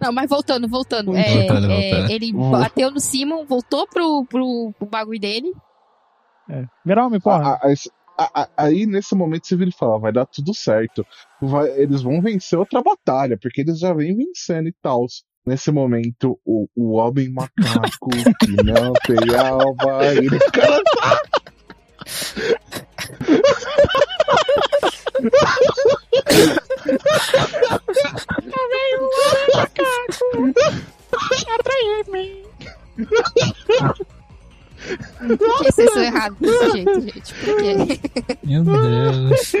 [SPEAKER 2] Não, mas voltando, voltando.
[SPEAKER 1] Voltando,
[SPEAKER 2] É,
[SPEAKER 3] voltando.
[SPEAKER 2] é, ele
[SPEAKER 1] Hum.
[SPEAKER 2] bateu no Simon, voltou pro, pro, pro bagulho dele.
[SPEAKER 4] É. Virar homem, porra.
[SPEAKER 1] A- a- esse- a- a- aí, nesse momento, você vira e fala: vai dar tudo certo. Vai- eles vão vencer outra batalha, porque eles já vêm vencendo e tal. Nesse momento, o, o homem macaco que não tem alma. Ele, cara,
[SPEAKER 2] Por que vocês são errados desse jeito, gente? Por quê?
[SPEAKER 3] Meu Deus.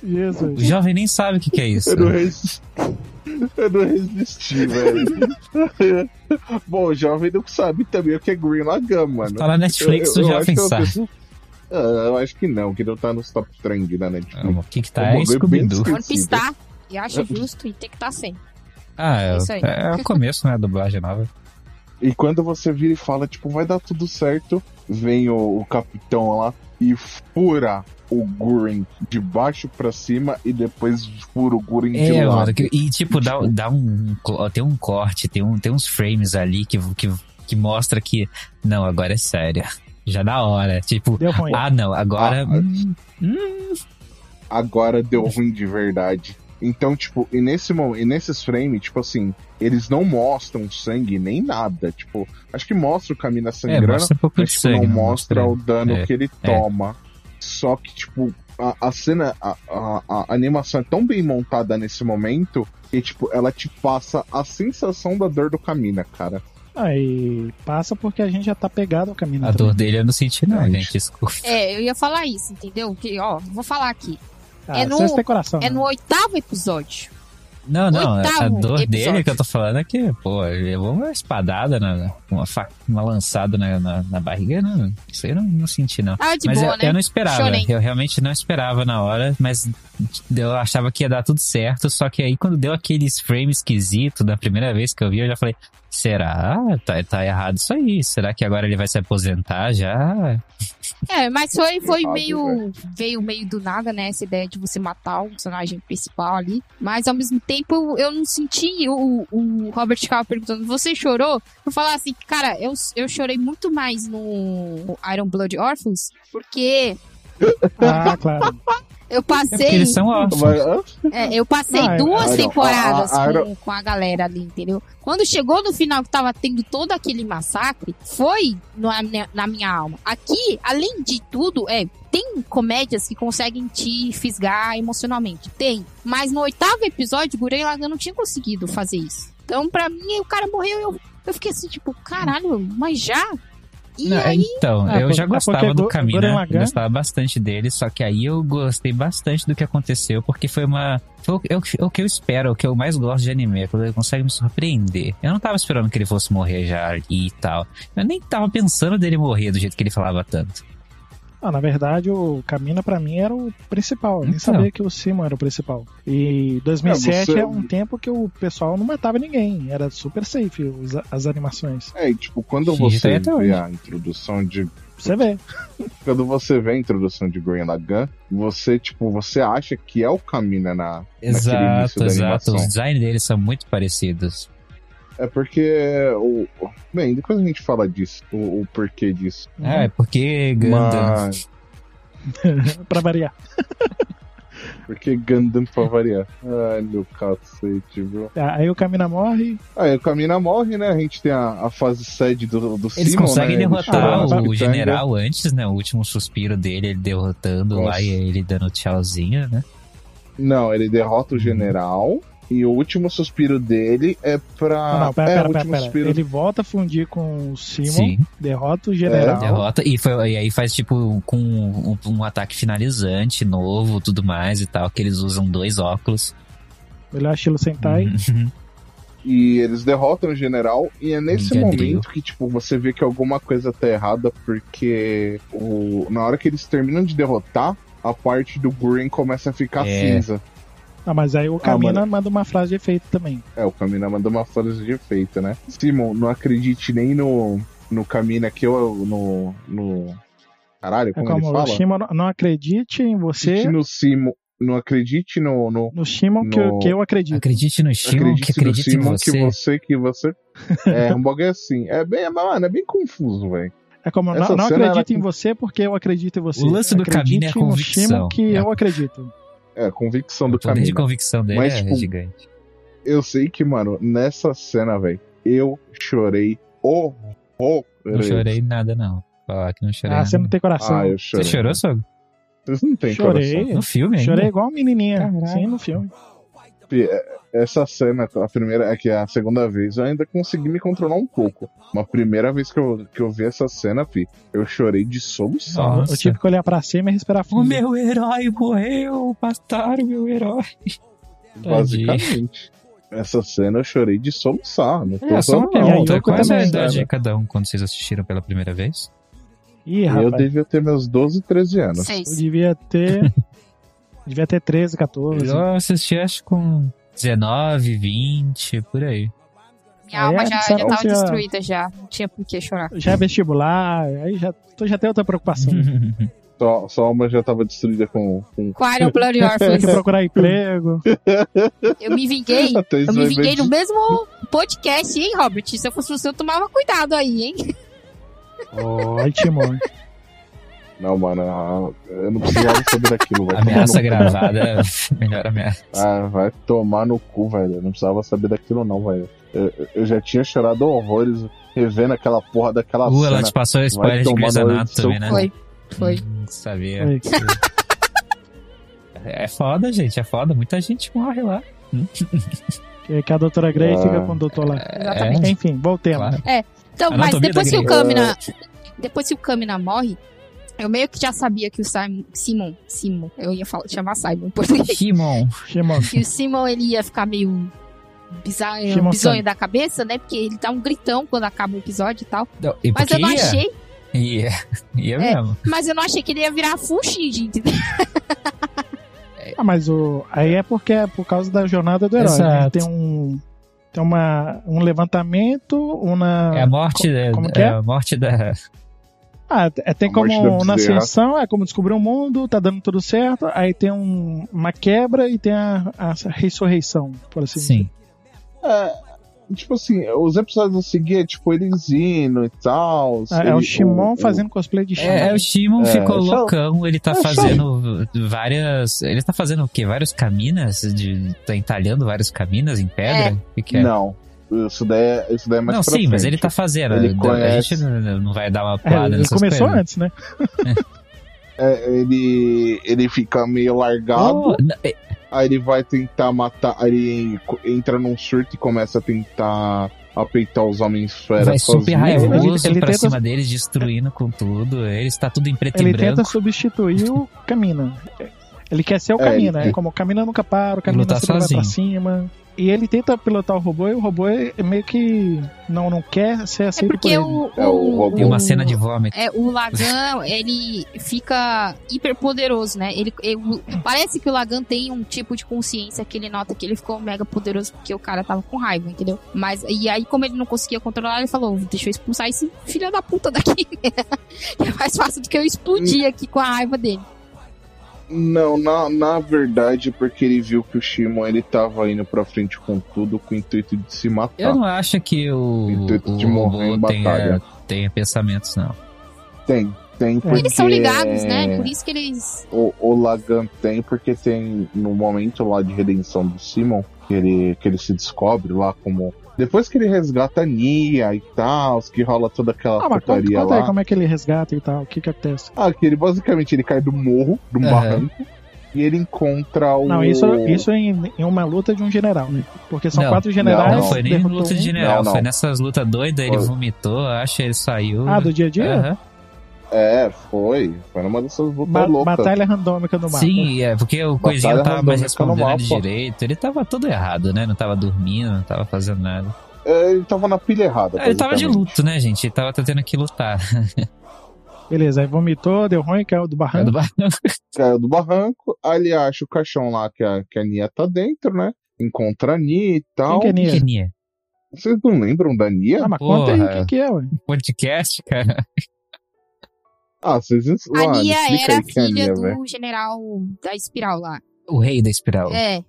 [SPEAKER 3] O
[SPEAKER 4] Jesus.
[SPEAKER 3] jovem nem sabe o que, que é isso.
[SPEAKER 1] eu não resisti. Eu não resisti, velho. Bom, o jovem não sabe também o que é Green Lagan, mano.
[SPEAKER 3] Tá na Netflix,
[SPEAKER 1] Eu-
[SPEAKER 3] o
[SPEAKER 1] eu
[SPEAKER 3] jovem
[SPEAKER 1] acho que é uma
[SPEAKER 3] sabe.
[SPEAKER 1] pessoa- Ah, eu acho que não, que não tá nos top trend da Netflix.
[SPEAKER 3] Ah, O que que tá?
[SPEAKER 1] É um
[SPEAKER 3] É
[SPEAKER 1] bagulho bem
[SPEAKER 3] Scooby-Doo.
[SPEAKER 1] esquisito.
[SPEAKER 2] One Piece tá, e acho justo, e tem que estar tá sem.
[SPEAKER 3] Ah,
[SPEAKER 2] É
[SPEAKER 3] é,
[SPEAKER 2] isso aí.
[SPEAKER 3] é o começo, né? A dublagem nova.
[SPEAKER 1] E quando você vira e fala, tipo, vai dar tudo certo, vem o, o capitão lá e fura o Gurin de baixo pra cima e depois fura o Gurin de
[SPEAKER 3] É,
[SPEAKER 1] lado.
[SPEAKER 3] mano. que- E, tipo, dá, dá um. Tem um corte, tem, um, tem uns frames ali que, que que mostra que, não, agora é sério. Já na hora. Tipo,
[SPEAKER 4] Deu ruim.
[SPEAKER 3] ah, não, agora.
[SPEAKER 1] Ah,
[SPEAKER 3] hum, hum,
[SPEAKER 1] agora deu ruim de verdade. Então, tipo, e nesse mo- e nesses frames, tipo assim, eles não mostram sangue nem nada. Tipo, acho que mostra o caminho da
[SPEAKER 3] é,
[SPEAKER 1] sangrando,
[SPEAKER 3] mostra um pouco
[SPEAKER 1] mas
[SPEAKER 3] de
[SPEAKER 1] tipo,
[SPEAKER 3] sangue.
[SPEAKER 1] não mostra o dano
[SPEAKER 3] É,
[SPEAKER 1] que ele
[SPEAKER 3] é.
[SPEAKER 1] toma. Só que, tipo, a, a cena, a, a, a animação é tão bem montada nesse momento que, tipo, ela te passa a sensação da dor do Camina, cara.
[SPEAKER 4] Aí passa porque a gente já tá pegado ao caminho.
[SPEAKER 3] A dor dele eu não senti, não,
[SPEAKER 1] né? É,
[SPEAKER 3] gente. Desculpa.
[SPEAKER 2] É, eu ia falar isso, entendeu? Que, ó, vou falar aqui.
[SPEAKER 4] Ah,
[SPEAKER 2] é no-
[SPEAKER 4] vocês têm coração.
[SPEAKER 2] É
[SPEAKER 4] né?
[SPEAKER 2] no oitavo episódio.
[SPEAKER 3] Não, não, a
[SPEAKER 2] Oitavo
[SPEAKER 3] dor dele
[SPEAKER 2] episódio.
[SPEAKER 3] que eu tô falando é que, pô, levou uma espadada, na, uma, faca, uma lançada na, na, na barriga, não, isso aí eu não, não senti, não.
[SPEAKER 2] Ah, de
[SPEAKER 3] mas é,
[SPEAKER 2] boa,
[SPEAKER 3] eu,
[SPEAKER 2] né?
[SPEAKER 3] eu não esperava,
[SPEAKER 2] Shonen.
[SPEAKER 3] eu realmente não esperava na hora, mas eu achava que ia dar tudo certo, só que aí quando deu aqueles frames esquisito da primeira vez que eu vi, eu já falei, será? Tá, tá errado isso aí, será que agora ele vai se aposentar já?
[SPEAKER 2] É, mas foi, foi
[SPEAKER 1] Errado,
[SPEAKER 2] meio. Veio meio do nada, né? Essa ideia de você matar o personagem principal ali. Mas ao mesmo tempo eu, eu não senti o, o Robert ficava perguntando: você chorou? Eu falar assim, cara, eu, eu chorei muito mais no Iron Blood Orphans, porque
[SPEAKER 4] Ah, claro.
[SPEAKER 2] eu
[SPEAKER 3] É porque
[SPEAKER 2] passei.
[SPEAKER 3] eles são órfãos.
[SPEAKER 1] Mas, ah,
[SPEAKER 2] É, eu passei
[SPEAKER 4] Não, é-
[SPEAKER 2] duas
[SPEAKER 1] Iron-
[SPEAKER 2] temporadas
[SPEAKER 1] a- a- Iron-
[SPEAKER 2] com, com a galera ali, entendeu? Quando chegou no final que tava tendo todo aquele massacre, foi na, minha- na minha alma. Aqui, além de tudo, é. Tem comédias que conseguem te fisgar emocionalmente. Tem. Mas no oitavo episódio, Gurren Lagann não tinha conseguido fazer isso. Então, pra mim, o cara morreu eu, eu fiquei assim, tipo, caralho, mas já? E
[SPEAKER 3] Não,
[SPEAKER 2] aí,
[SPEAKER 3] Então,
[SPEAKER 4] Ah,
[SPEAKER 3] eu
[SPEAKER 4] por-
[SPEAKER 3] já
[SPEAKER 4] é porque
[SPEAKER 3] gostava do
[SPEAKER 4] Go- é
[SPEAKER 3] caminho,
[SPEAKER 4] Gurren
[SPEAKER 3] né?
[SPEAKER 4] Lagann-
[SPEAKER 3] Gostava bastante dele, só que aí eu gostei bastante do que aconteceu, porque foi uma. Foi o, é o que- é o que eu espero, é o que eu mais gosto de anime, é quando ele consegue me surpreender. Eu não tava esperando que ele fosse morrer já e tal. Eu nem tava pensando dele morrer do jeito que ele falava tanto.
[SPEAKER 4] Ah, na verdade, o Camina pra mim era o principal. Eu nem
[SPEAKER 3] Então.
[SPEAKER 4] sabia que o Simon era o principal. E 2007
[SPEAKER 1] É,
[SPEAKER 4] é,
[SPEAKER 1] você-
[SPEAKER 4] um tempo que o pessoal não matava ninguém. Era super safe os- as animações.
[SPEAKER 1] é, e, tipo, quando
[SPEAKER 3] Finge tá aí
[SPEAKER 1] você
[SPEAKER 3] até
[SPEAKER 1] vê
[SPEAKER 3] hoje.
[SPEAKER 1] a introdução de
[SPEAKER 4] Você vê.
[SPEAKER 1] quando você vê a introdução de Green Lagan, você, tipo, você acha que é o Kamina na, naquele início
[SPEAKER 3] Exato,
[SPEAKER 1] da
[SPEAKER 3] exato. Os
[SPEAKER 1] animação.
[SPEAKER 3] designs deles são muito parecidos.
[SPEAKER 1] É porque. O... Bem, depois a gente fala disso, o, o porquê disso.
[SPEAKER 2] Uhum.
[SPEAKER 3] Ah, é porque Gundam.
[SPEAKER 1] Mas.
[SPEAKER 4] pra variar.
[SPEAKER 1] Porque Gundam pra variar. Ai, meu cacete, viu?
[SPEAKER 4] Ah, Aí o Camina morre.
[SPEAKER 1] Aí o Kamina morre, né? A gente tem a, a fase sede do, do
[SPEAKER 3] Eles
[SPEAKER 1] Simon,
[SPEAKER 3] conseguem
[SPEAKER 1] né? Ele
[SPEAKER 3] derrotar
[SPEAKER 1] chorando
[SPEAKER 4] Ah,
[SPEAKER 1] na
[SPEAKER 3] o
[SPEAKER 1] pitanga.
[SPEAKER 3] general antes, né? O último suspiro dele, ele derrotando lá
[SPEAKER 1] Nossa.
[SPEAKER 3] e ele dando tchauzinho, né?
[SPEAKER 1] Não, ele derrota
[SPEAKER 4] Hum.
[SPEAKER 1] o general. E o último suspiro dele é pra.
[SPEAKER 4] não, não, pera,
[SPEAKER 1] é, o
[SPEAKER 4] pera,
[SPEAKER 1] último
[SPEAKER 4] pera, pera.
[SPEAKER 1] suspiro.
[SPEAKER 4] Ele volta a fundir com o Simon,
[SPEAKER 3] Sim. É,
[SPEAKER 4] derrota o general.
[SPEAKER 3] Derrota. E, foi, e aí faz tipo com um, um ataque finalizante novo, tudo mais e tal, que eles usam dois óculos.
[SPEAKER 4] Melhor estilo é Sentai.
[SPEAKER 3] Uhum.
[SPEAKER 1] E eles derrotam o general. E é nesse
[SPEAKER 3] Ninja
[SPEAKER 1] momento
[SPEAKER 3] Drill.
[SPEAKER 1] que, tipo, você vê que alguma coisa tá errada, porque o... na hora que eles terminam de derrotar, a parte do Guren começa a ficar
[SPEAKER 3] É.
[SPEAKER 1] cinza.
[SPEAKER 4] Ah, mas aí o
[SPEAKER 1] Ah,
[SPEAKER 4] Camina manda uma frase de efeito também.
[SPEAKER 1] É, o Kamina mandou uma frase de efeito, né? Simon, não acredite nem no, no Kamina que eu. no. no... Caralho,
[SPEAKER 4] É
[SPEAKER 1] como,
[SPEAKER 4] como
[SPEAKER 1] ele
[SPEAKER 4] o
[SPEAKER 1] fala?
[SPEAKER 4] Shimon não acredite em você,
[SPEAKER 1] Acredite no Simon. Não acredite no. no...
[SPEAKER 4] no Shimon que, eu-
[SPEAKER 1] No-
[SPEAKER 4] que eu acredito.
[SPEAKER 3] Acredite no Shimon que
[SPEAKER 1] no
[SPEAKER 3] acredita em
[SPEAKER 1] Simon
[SPEAKER 3] você.
[SPEAKER 1] que você que você. É, um bagulho assim. É bem, mano, é bem confuso, velho.
[SPEAKER 4] É como
[SPEAKER 1] Essa
[SPEAKER 4] não, não
[SPEAKER 1] cena,
[SPEAKER 4] acredito
[SPEAKER 1] ela-
[SPEAKER 4] em você porque eu acredito em você.
[SPEAKER 3] O lance do
[SPEAKER 4] acredite
[SPEAKER 3] Camino é a
[SPEAKER 4] no
[SPEAKER 3] convicção.
[SPEAKER 4] Shimon que
[SPEAKER 3] É a-
[SPEAKER 4] eu acredito.
[SPEAKER 1] É, a convicção
[SPEAKER 3] O
[SPEAKER 1] do
[SPEAKER 3] poder de
[SPEAKER 1] Kamina.
[SPEAKER 3] convicção dele
[SPEAKER 1] Mas,
[SPEAKER 3] é
[SPEAKER 1] tipo,
[SPEAKER 3] gigante.
[SPEAKER 1] Eu sei que, mano, nessa cena, velho, eu chorei horror.
[SPEAKER 3] Não chorei nada, não. Falar que não chorei.
[SPEAKER 4] Ah,
[SPEAKER 3] nada.
[SPEAKER 4] você não tem coração.
[SPEAKER 1] Ah, eu
[SPEAKER 3] Você
[SPEAKER 1] chorei.
[SPEAKER 3] chorou, Sogo?
[SPEAKER 1] Vocês não têm
[SPEAKER 4] Chorei.
[SPEAKER 1] coração.
[SPEAKER 3] No filme ainda?
[SPEAKER 4] Chorei igual uma menininha.
[SPEAKER 3] Caralho.
[SPEAKER 4] Sim, no filme.
[SPEAKER 1] Fi, é- Essa cena, a primeira, é que é a segunda vez, eu ainda consegui me controlar um pouco. Mas a primeira vez que eu, que eu vi essa cena, fi, eu chorei de solução.
[SPEAKER 3] Nossa. é
[SPEAKER 4] Eu tive que olhar pra cima e respirar fundo.
[SPEAKER 3] O meu herói morreu, mataram o meu herói.
[SPEAKER 1] basicamente. Essa cena eu chorei de soluçar. Não tô
[SPEAKER 3] É, só uma
[SPEAKER 1] zoando, não,
[SPEAKER 4] pergunta,
[SPEAKER 1] tá
[SPEAKER 3] pergunta. Qual é a
[SPEAKER 4] também,
[SPEAKER 3] idade
[SPEAKER 1] cara.
[SPEAKER 3] de cada um quando vocês assistiram pela primeira vez?
[SPEAKER 4] Ih,
[SPEAKER 1] Eu
[SPEAKER 4] rapaz.
[SPEAKER 1] devia ter meus 12, 13 anos.
[SPEAKER 4] Eu
[SPEAKER 2] seis.
[SPEAKER 4] devia ter. devia ter 13, 14.
[SPEAKER 3] Eu assisti acho com 19, 20, por aí.
[SPEAKER 2] Minha
[SPEAKER 4] É,
[SPEAKER 2] alma já, já
[SPEAKER 4] sabe
[SPEAKER 2] tava
[SPEAKER 4] que a-
[SPEAKER 2] destruída já. Não tinha por que chorar.
[SPEAKER 3] Uhum.
[SPEAKER 4] Já é vestibular, aí já, tu já tem outra preocupação.
[SPEAKER 1] Sua, sua alma já tava destruída com. com...
[SPEAKER 2] Com Iron Blood
[SPEAKER 4] Tem que
[SPEAKER 1] É.
[SPEAKER 2] Orphans.
[SPEAKER 4] procurar emprego.
[SPEAKER 2] Eu me vinguei.
[SPEAKER 1] Até
[SPEAKER 2] Eu
[SPEAKER 1] isso
[SPEAKER 2] me
[SPEAKER 1] vai
[SPEAKER 2] vinguei
[SPEAKER 1] ver-
[SPEAKER 2] no mesmo podcast, hein, Robert? Se eu fosse você, eu tomava cuidado aí, hein?
[SPEAKER 4] Oi, Timon.
[SPEAKER 1] Não, mano, ah, eu não precisava saber daquilo, vai tomar no
[SPEAKER 3] Ameaça
[SPEAKER 1] cu.
[SPEAKER 3] gravada, melhor ameaça.
[SPEAKER 1] Ah, vai tomar no cu, velho. Eu não precisava saber daquilo, não, velho. Eu, eu já tinha chorado horrores revendo aquela porra daquela
[SPEAKER 3] Uh, ela
[SPEAKER 1] cena.
[SPEAKER 3] te passou spoiler de
[SPEAKER 1] tomar
[SPEAKER 3] Grey's
[SPEAKER 1] no olho do
[SPEAKER 3] Anatomy,
[SPEAKER 1] seu
[SPEAKER 3] né?
[SPEAKER 2] Foi, foi.
[SPEAKER 3] Hum, sabia.
[SPEAKER 4] Oi.
[SPEAKER 3] É foda, gente, é foda. Muita gente morre lá.
[SPEAKER 4] É Que, que a doutora Grey
[SPEAKER 1] Ah.
[SPEAKER 4] fica com o doutor lá. É,
[SPEAKER 2] Exatamente.
[SPEAKER 4] Enfim, voltemos.
[SPEAKER 3] Claro.
[SPEAKER 2] Então, mas
[SPEAKER 3] Anatomia
[SPEAKER 2] depois
[SPEAKER 3] da
[SPEAKER 2] que o
[SPEAKER 3] Grey.
[SPEAKER 2] Kamina. Depois que o Kamina morre, eu meio que já sabia que o Simon. Simon. Simon. Eu ia falar, chamar Simon em português.
[SPEAKER 3] Shimon.
[SPEAKER 4] Timon.
[SPEAKER 2] Que o Simon ele ia ficar meio. Bizarro,
[SPEAKER 4] Simon
[SPEAKER 2] bizonho
[SPEAKER 4] Sam.
[SPEAKER 2] da cabeça, né? Porque ele dá um gritão quando acaba o episódio e tal.
[SPEAKER 3] Não, e
[SPEAKER 2] Mas
[SPEAKER 3] porque
[SPEAKER 2] eu não
[SPEAKER 3] ia?
[SPEAKER 2] achei.
[SPEAKER 3] Ia, ia
[SPEAKER 2] É.
[SPEAKER 3] mesmo.
[SPEAKER 2] Mas eu não achei que ele ia virar full Shinji, entendeu?
[SPEAKER 4] Ah, mas o, aí é porque é por causa da jornada do herói. né?
[SPEAKER 3] Exato.
[SPEAKER 4] Tem um. Tem uma, um levantamento, uma.
[SPEAKER 3] É a morte, da-
[SPEAKER 4] como que é?
[SPEAKER 3] a morte da.
[SPEAKER 4] Ah, é, tem
[SPEAKER 1] A morte da
[SPEAKER 4] como na
[SPEAKER 1] bezerra.
[SPEAKER 4] ascensão, é como descobrir o mundo, tá dando tudo certo, aí tem um- uma quebra e tem a, a ressurreição, por assim dizer.
[SPEAKER 3] Sim.
[SPEAKER 1] É, tipo assim, os episódios a seguir é tipo eles indo e tal.
[SPEAKER 4] Ah, É,
[SPEAKER 1] ele-
[SPEAKER 4] o Shimon
[SPEAKER 1] o-
[SPEAKER 4] fazendo cosplay de Shimon.
[SPEAKER 3] É, é, o Shimon
[SPEAKER 1] É,
[SPEAKER 3] ficou
[SPEAKER 1] só-
[SPEAKER 3] loucão, ele tá
[SPEAKER 1] é, só-
[SPEAKER 3] fazendo várias. Ele tá fazendo o quê? Vários caminas? De, tá entalhando vários caminas em pedra? O que que é?
[SPEAKER 1] Não, isso daí, é- isso daí é mais
[SPEAKER 3] Não,
[SPEAKER 1] pra
[SPEAKER 3] sim, mas
[SPEAKER 1] frente.
[SPEAKER 3] ele tá fazendo.
[SPEAKER 1] Ele
[SPEAKER 3] a
[SPEAKER 1] conhece.
[SPEAKER 3] gente não não vai dar uma
[SPEAKER 4] É,
[SPEAKER 3] plada
[SPEAKER 4] ele
[SPEAKER 3] nessas
[SPEAKER 4] começou
[SPEAKER 3] coisas.
[SPEAKER 4] antes, né?
[SPEAKER 3] tá-
[SPEAKER 1] É, ele, ele fica meio largado,
[SPEAKER 3] Oh, n- é,
[SPEAKER 1] aí ele vai tentar matar, aí ele co- entra num surto e começa a tentar apeitar os homens fera
[SPEAKER 3] vai super
[SPEAKER 1] sozinho, né?
[SPEAKER 3] raivoso
[SPEAKER 4] Ele- ele
[SPEAKER 3] pra
[SPEAKER 4] tenta-
[SPEAKER 3] cima deles, destruindo com tudo. Ele está tudo em preto
[SPEAKER 4] Ele
[SPEAKER 3] e branco.
[SPEAKER 4] tenta substituir o Camina. Ele quer ser o
[SPEAKER 1] É,
[SPEAKER 4] Camina,
[SPEAKER 1] ele-
[SPEAKER 4] é como o Camina nunca para, o Camina
[SPEAKER 3] Lutar
[SPEAKER 4] sempre vai pra
[SPEAKER 3] sozinho.
[SPEAKER 4] cima. E ele tenta pilotar o robô e o robô é meio que não, não quer ser
[SPEAKER 2] É
[SPEAKER 4] aceito por
[SPEAKER 2] porque
[SPEAKER 4] ele.
[SPEAKER 2] o.
[SPEAKER 1] É, o robô.
[SPEAKER 3] E uma cena de vômito.
[SPEAKER 2] É, o Lagan, ele fica hiperpoderoso, né? Ele, ele- parece que o Lagan tem um tipo de consciência que ele nota que ele ficou mega poderoso porque o cara tava com raiva, entendeu? Mas, e aí, como ele não conseguia controlar, ele falou: deixa eu expulsar esse filho da puta daqui. é mais fácil do que eu explodir aqui com a raiva dele.
[SPEAKER 1] Não, na, na verdade, porque ele viu que o Shimon ele tava indo pra frente com tudo com o intuito de se matar.
[SPEAKER 3] Eu não acho que o,
[SPEAKER 1] Intuito de
[SPEAKER 3] o
[SPEAKER 1] morrer em
[SPEAKER 3] robô tenha,
[SPEAKER 1] batalha.
[SPEAKER 3] tenha pensamentos, não.
[SPEAKER 1] Tem, tem porque... é-
[SPEAKER 2] Eles são ligados, né? Por isso que eles.
[SPEAKER 1] o, o Lagan tem, porque tem no momento lá de redenção do Simon, que ele, que ele se descobre lá como. Depois que ele resgata a Nia e tal, que rola toda aquela
[SPEAKER 4] Ah, mas conta,
[SPEAKER 1] putaria
[SPEAKER 4] conta aí
[SPEAKER 1] lá.
[SPEAKER 4] como é que ele resgata e tal, o que que acontece?
[SPEAKER 1] Ah, que ele basicamente ele cai do morro, de um
[SPEAKER 3] Aham.
[SPEAKER 1] barranco, e ele encontra o.
[SPEAKER 4] Não, isso, isso é em, em uma luta de um general, né? Porque são
[SPEAKER 3] Não,
[SPEAKER 4] quatro
[SPEAKER 1] Ah,
[SPEAKER 4] generais.
[SPEAKER 3] não foi nem
[SPEAKER 4] derrotou
[SPEAKER 3] luta de
[SPEAKER 4] um.
[SPEAKER 3] general,
[SPEAKER 1] Não, não.
[SPEAKER 3] foi nessas lutas doidas, ele
[SPEAKER 1] Foi.
[SPEAKER 3] vomitou, acho, ele saiu.
[SPEAKER 4] Ah, do dia a dia?
[SPEAKER 3] Aham.
[SPEAKER 1] É, foi. Foi numa dessas lutas
[SPEAKER 4] Ba-
[SPEAKER 1] loucas.
[SPEAKER 4] batalha randômica no mapa.
[SPEAKER 3] Sim, é, porque o coisinho não tava mais
[SPEAKER 1] randômica né? no
[SPEAKER 3] respondendo
[SPEAKER 1] mapa.
[SPEAKER 3] direito, ele tava todo errado, né? Não tava dormindo, não tava fazendo nada.
[SPEAKER 1] É, ele tava na pilha errada.
[SPEAKER 3] Ah, Ele tava de
[SPEAKER 1] basicamente.
[SPEAKER 3] luto, né, gente? Ele tava tendo que lutar.
[SPEAKER 4] Beleza, aí vomitou, deu ruim, caiu do
[SPEAKER 3] É
[SPEAKER 4] barranco.
[SPEAKER 3] do barranco.
[SPEAKER 1] Caiu do barranco, aí ele acha o caixão lá que a, que a Nia tá dentro, né? Encontra a Nia e tal.
[SPEAKER 4] Quem que é Nia?
[SPEAKER 3] Pequenininha.
[SPEAKER 1] Vocês não lembram da Nia?
[SPEAKER 4] Ah, mas
[SPEAKER 3] É Porra.
[SPEAKER 4] conta aí o que, que é, ué.
[SPEAKER 3] Podcast, cara.
[SPEAKER 1] Ah, vocês.
[SPEAKER 2] A
[SPEAKER 1] Ah,
[SPEAKER 2] Nia
[SPEAKER 1] explica
[SPEAKER 2] era
[SPEAKER 1] aí quem é a
[SPEAKER 2] filha
[SPEAKER 1] Nia,
[SPEAKER 2] do
[SPEAKER 1] velho.
[SPEAKER 2] general da espiral lá.
[SPEAKER 3] O rei da espiral.
[SPEAKER 2] É.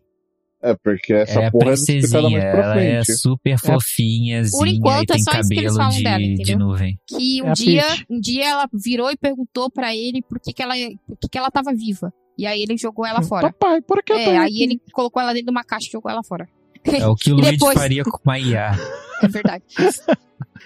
[SPEAKER 1] É, porque essa
[SPEAKER 3] é a
[SPEAKER 1] porra é explicada
[SPEAKER 3] princesinha,
[SPEAKER 1] mais pra
[SPEAKER 3] ela é
[SPEAKER 1] frente.
[SPEAKER 3] super fofinha,
[SPEAKER 2] Por enquanto,
[SPEAKER 3] e
[SPEAKER 2] é
[SPEAKER 3] tem
[SPEAKER 2] só isso que eles
[SPEAKER 3] cabelo
[SPEAKER 2] falam
[SPEAKER 3] de,
[SPEAKER 2] dela, entendeu?
[SPEAKER 3] de nuvem.
[SPEAKER 2] que um
[SPEAKER 4] É a
[SPEAKER 2] dia,
[SPEAKER 4] Peach.
[SPEAKER 2] um dia ela virou e perguntou pra ele por que que ela, por que que ela tava viva. E aí ele jogou ela Tá fora.
[SPEAKER 4] Papai, por que eu tô
[SPEAKER 2] É, aí
[SPEAKER 4] aqui?
[SPEAKER 2] ele colocou ela dentro de uma caixa e jogou ela fora.
[SPEAKER 3] É o que o
[SPEAKER 2] E
[SPEAKER 3] Luigi
[SPEAKER 2] depois-
[SPEAKER 3] faria com uma IA.
[SPEAKER 2] É verdade.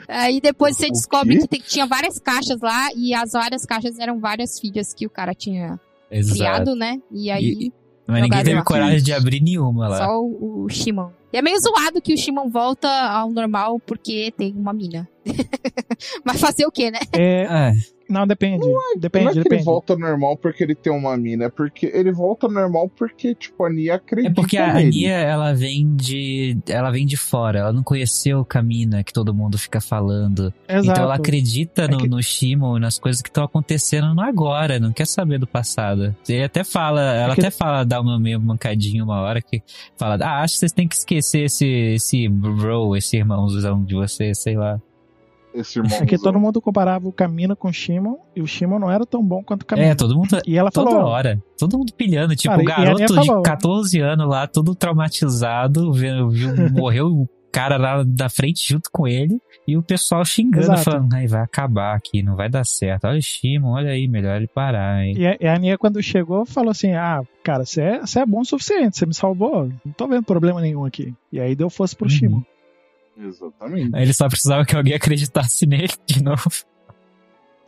[SPEAKER 2] aí depois você
[SPEAKER 1] O
[SPEAKER 2] descobre
[SPEAKER 1] quê?
[SPEAKER 2] que tem- tinha várias caixas lá e as várias caixas eram várias filhas que o cara tinha
[SPEAKER 3] Exato.
[SPEAKER 2] criado, né? E aí
[SPEAKER 3] Mas ninguém
[SPEAKER 2] Jogado
[SPEAKER 3] teve
[SPEAKER 2] lá.
[SPEAKER 3] coragem de abrir nenhuma lá.
[SPEAKER 2] só o, o Shimon. E é meio zoado que o Shimon volta ao normal porque tem uma mina. Mas fazer o quê, né?
[SPEAKER 4] É,
[SPEAKER 3] Ah,
[SPEAKER 4] não, depende.
[SPEAKER 1] não é
[SPEAKER 4] Depende,
[SPEAKER 1] que ele
[SPEAKER 4] depende.
[SPEAKER 1] volta ao normal porque ele tem uma mina, é porque ele volta ao normal porque, tipo, a Nia
[SPEAKER 3] é
[SPEAKER 1] acredita
[SPEAKER 3] porque a
[SPEAKER 1] nele.
[SPEAKER 3] Nia, ela vem de. Ela vem de fora, ela não conheceu o Camina que todo mundo fica falando.
[SPEAKER 4] Exato. É
[SPEAKER 3] Então ela acredita no,
[SPEAKER 4] que-
[SPEAKER 3] no Shimon, nas coisas que estão acontecendo no agora, não quer saber do passado. Ele até fala, ela
[SPEAKER 4] É que-
[SPEAKER 3] até fala, dá uma meio mancadinha uma hora que fala, ah, acho que vocês têm que esquecer esse, esse bro, esse irmãozão de vocês, sei lá.
[SPEAKER 1] Esse irmão.
[SPEAKER 4] É que todo mundo comparava o Camino com o Shimon, e o Shimon não era tão Tá bom quanto o Camino.
[SPEAKER 3] É, todo mundo.
[SPEAKER 4] E ela
[SPEAKER 3] Toda
[SPEAKER 4] falou,
[SPEAKER 3] hora. Todo mundo pilhando. Tipo,
[SPEAKER 4] Cara,
[SPEAKER 3] o
[SPEAKER 4] e- e a tá Aninha
[SPEAKER 3] garoto de
[SPEAKER 4] falou.
[SPEAKER 3] 14 anos lá, todo traumatizado, viu, viu- morreu o cara lá da frente junto com ele. E o pessoal xingando,
[SPEAKER 4] Exato.
[SPEAKER 3] falando, "Ai, vai acabar aqui, não vai dar certo. Olha o Shimon, olha aí, melhor ele parar, hein?
[SPEAKER 4] E a, e a Aninha, quando chegou, falou assim: Ah, cara, você é, você é bom o suficiente, você me salvou, não tô vendo problema nenhum aqui. E aí deu força pro
[SPEAKER 3] Uhum.
[SPEAKER 4] Shimon.
[SPEAKER 1] Exatamente.
[SPEAKER 3] Aí Ele só precisava que alguém acreditasse nele de novo.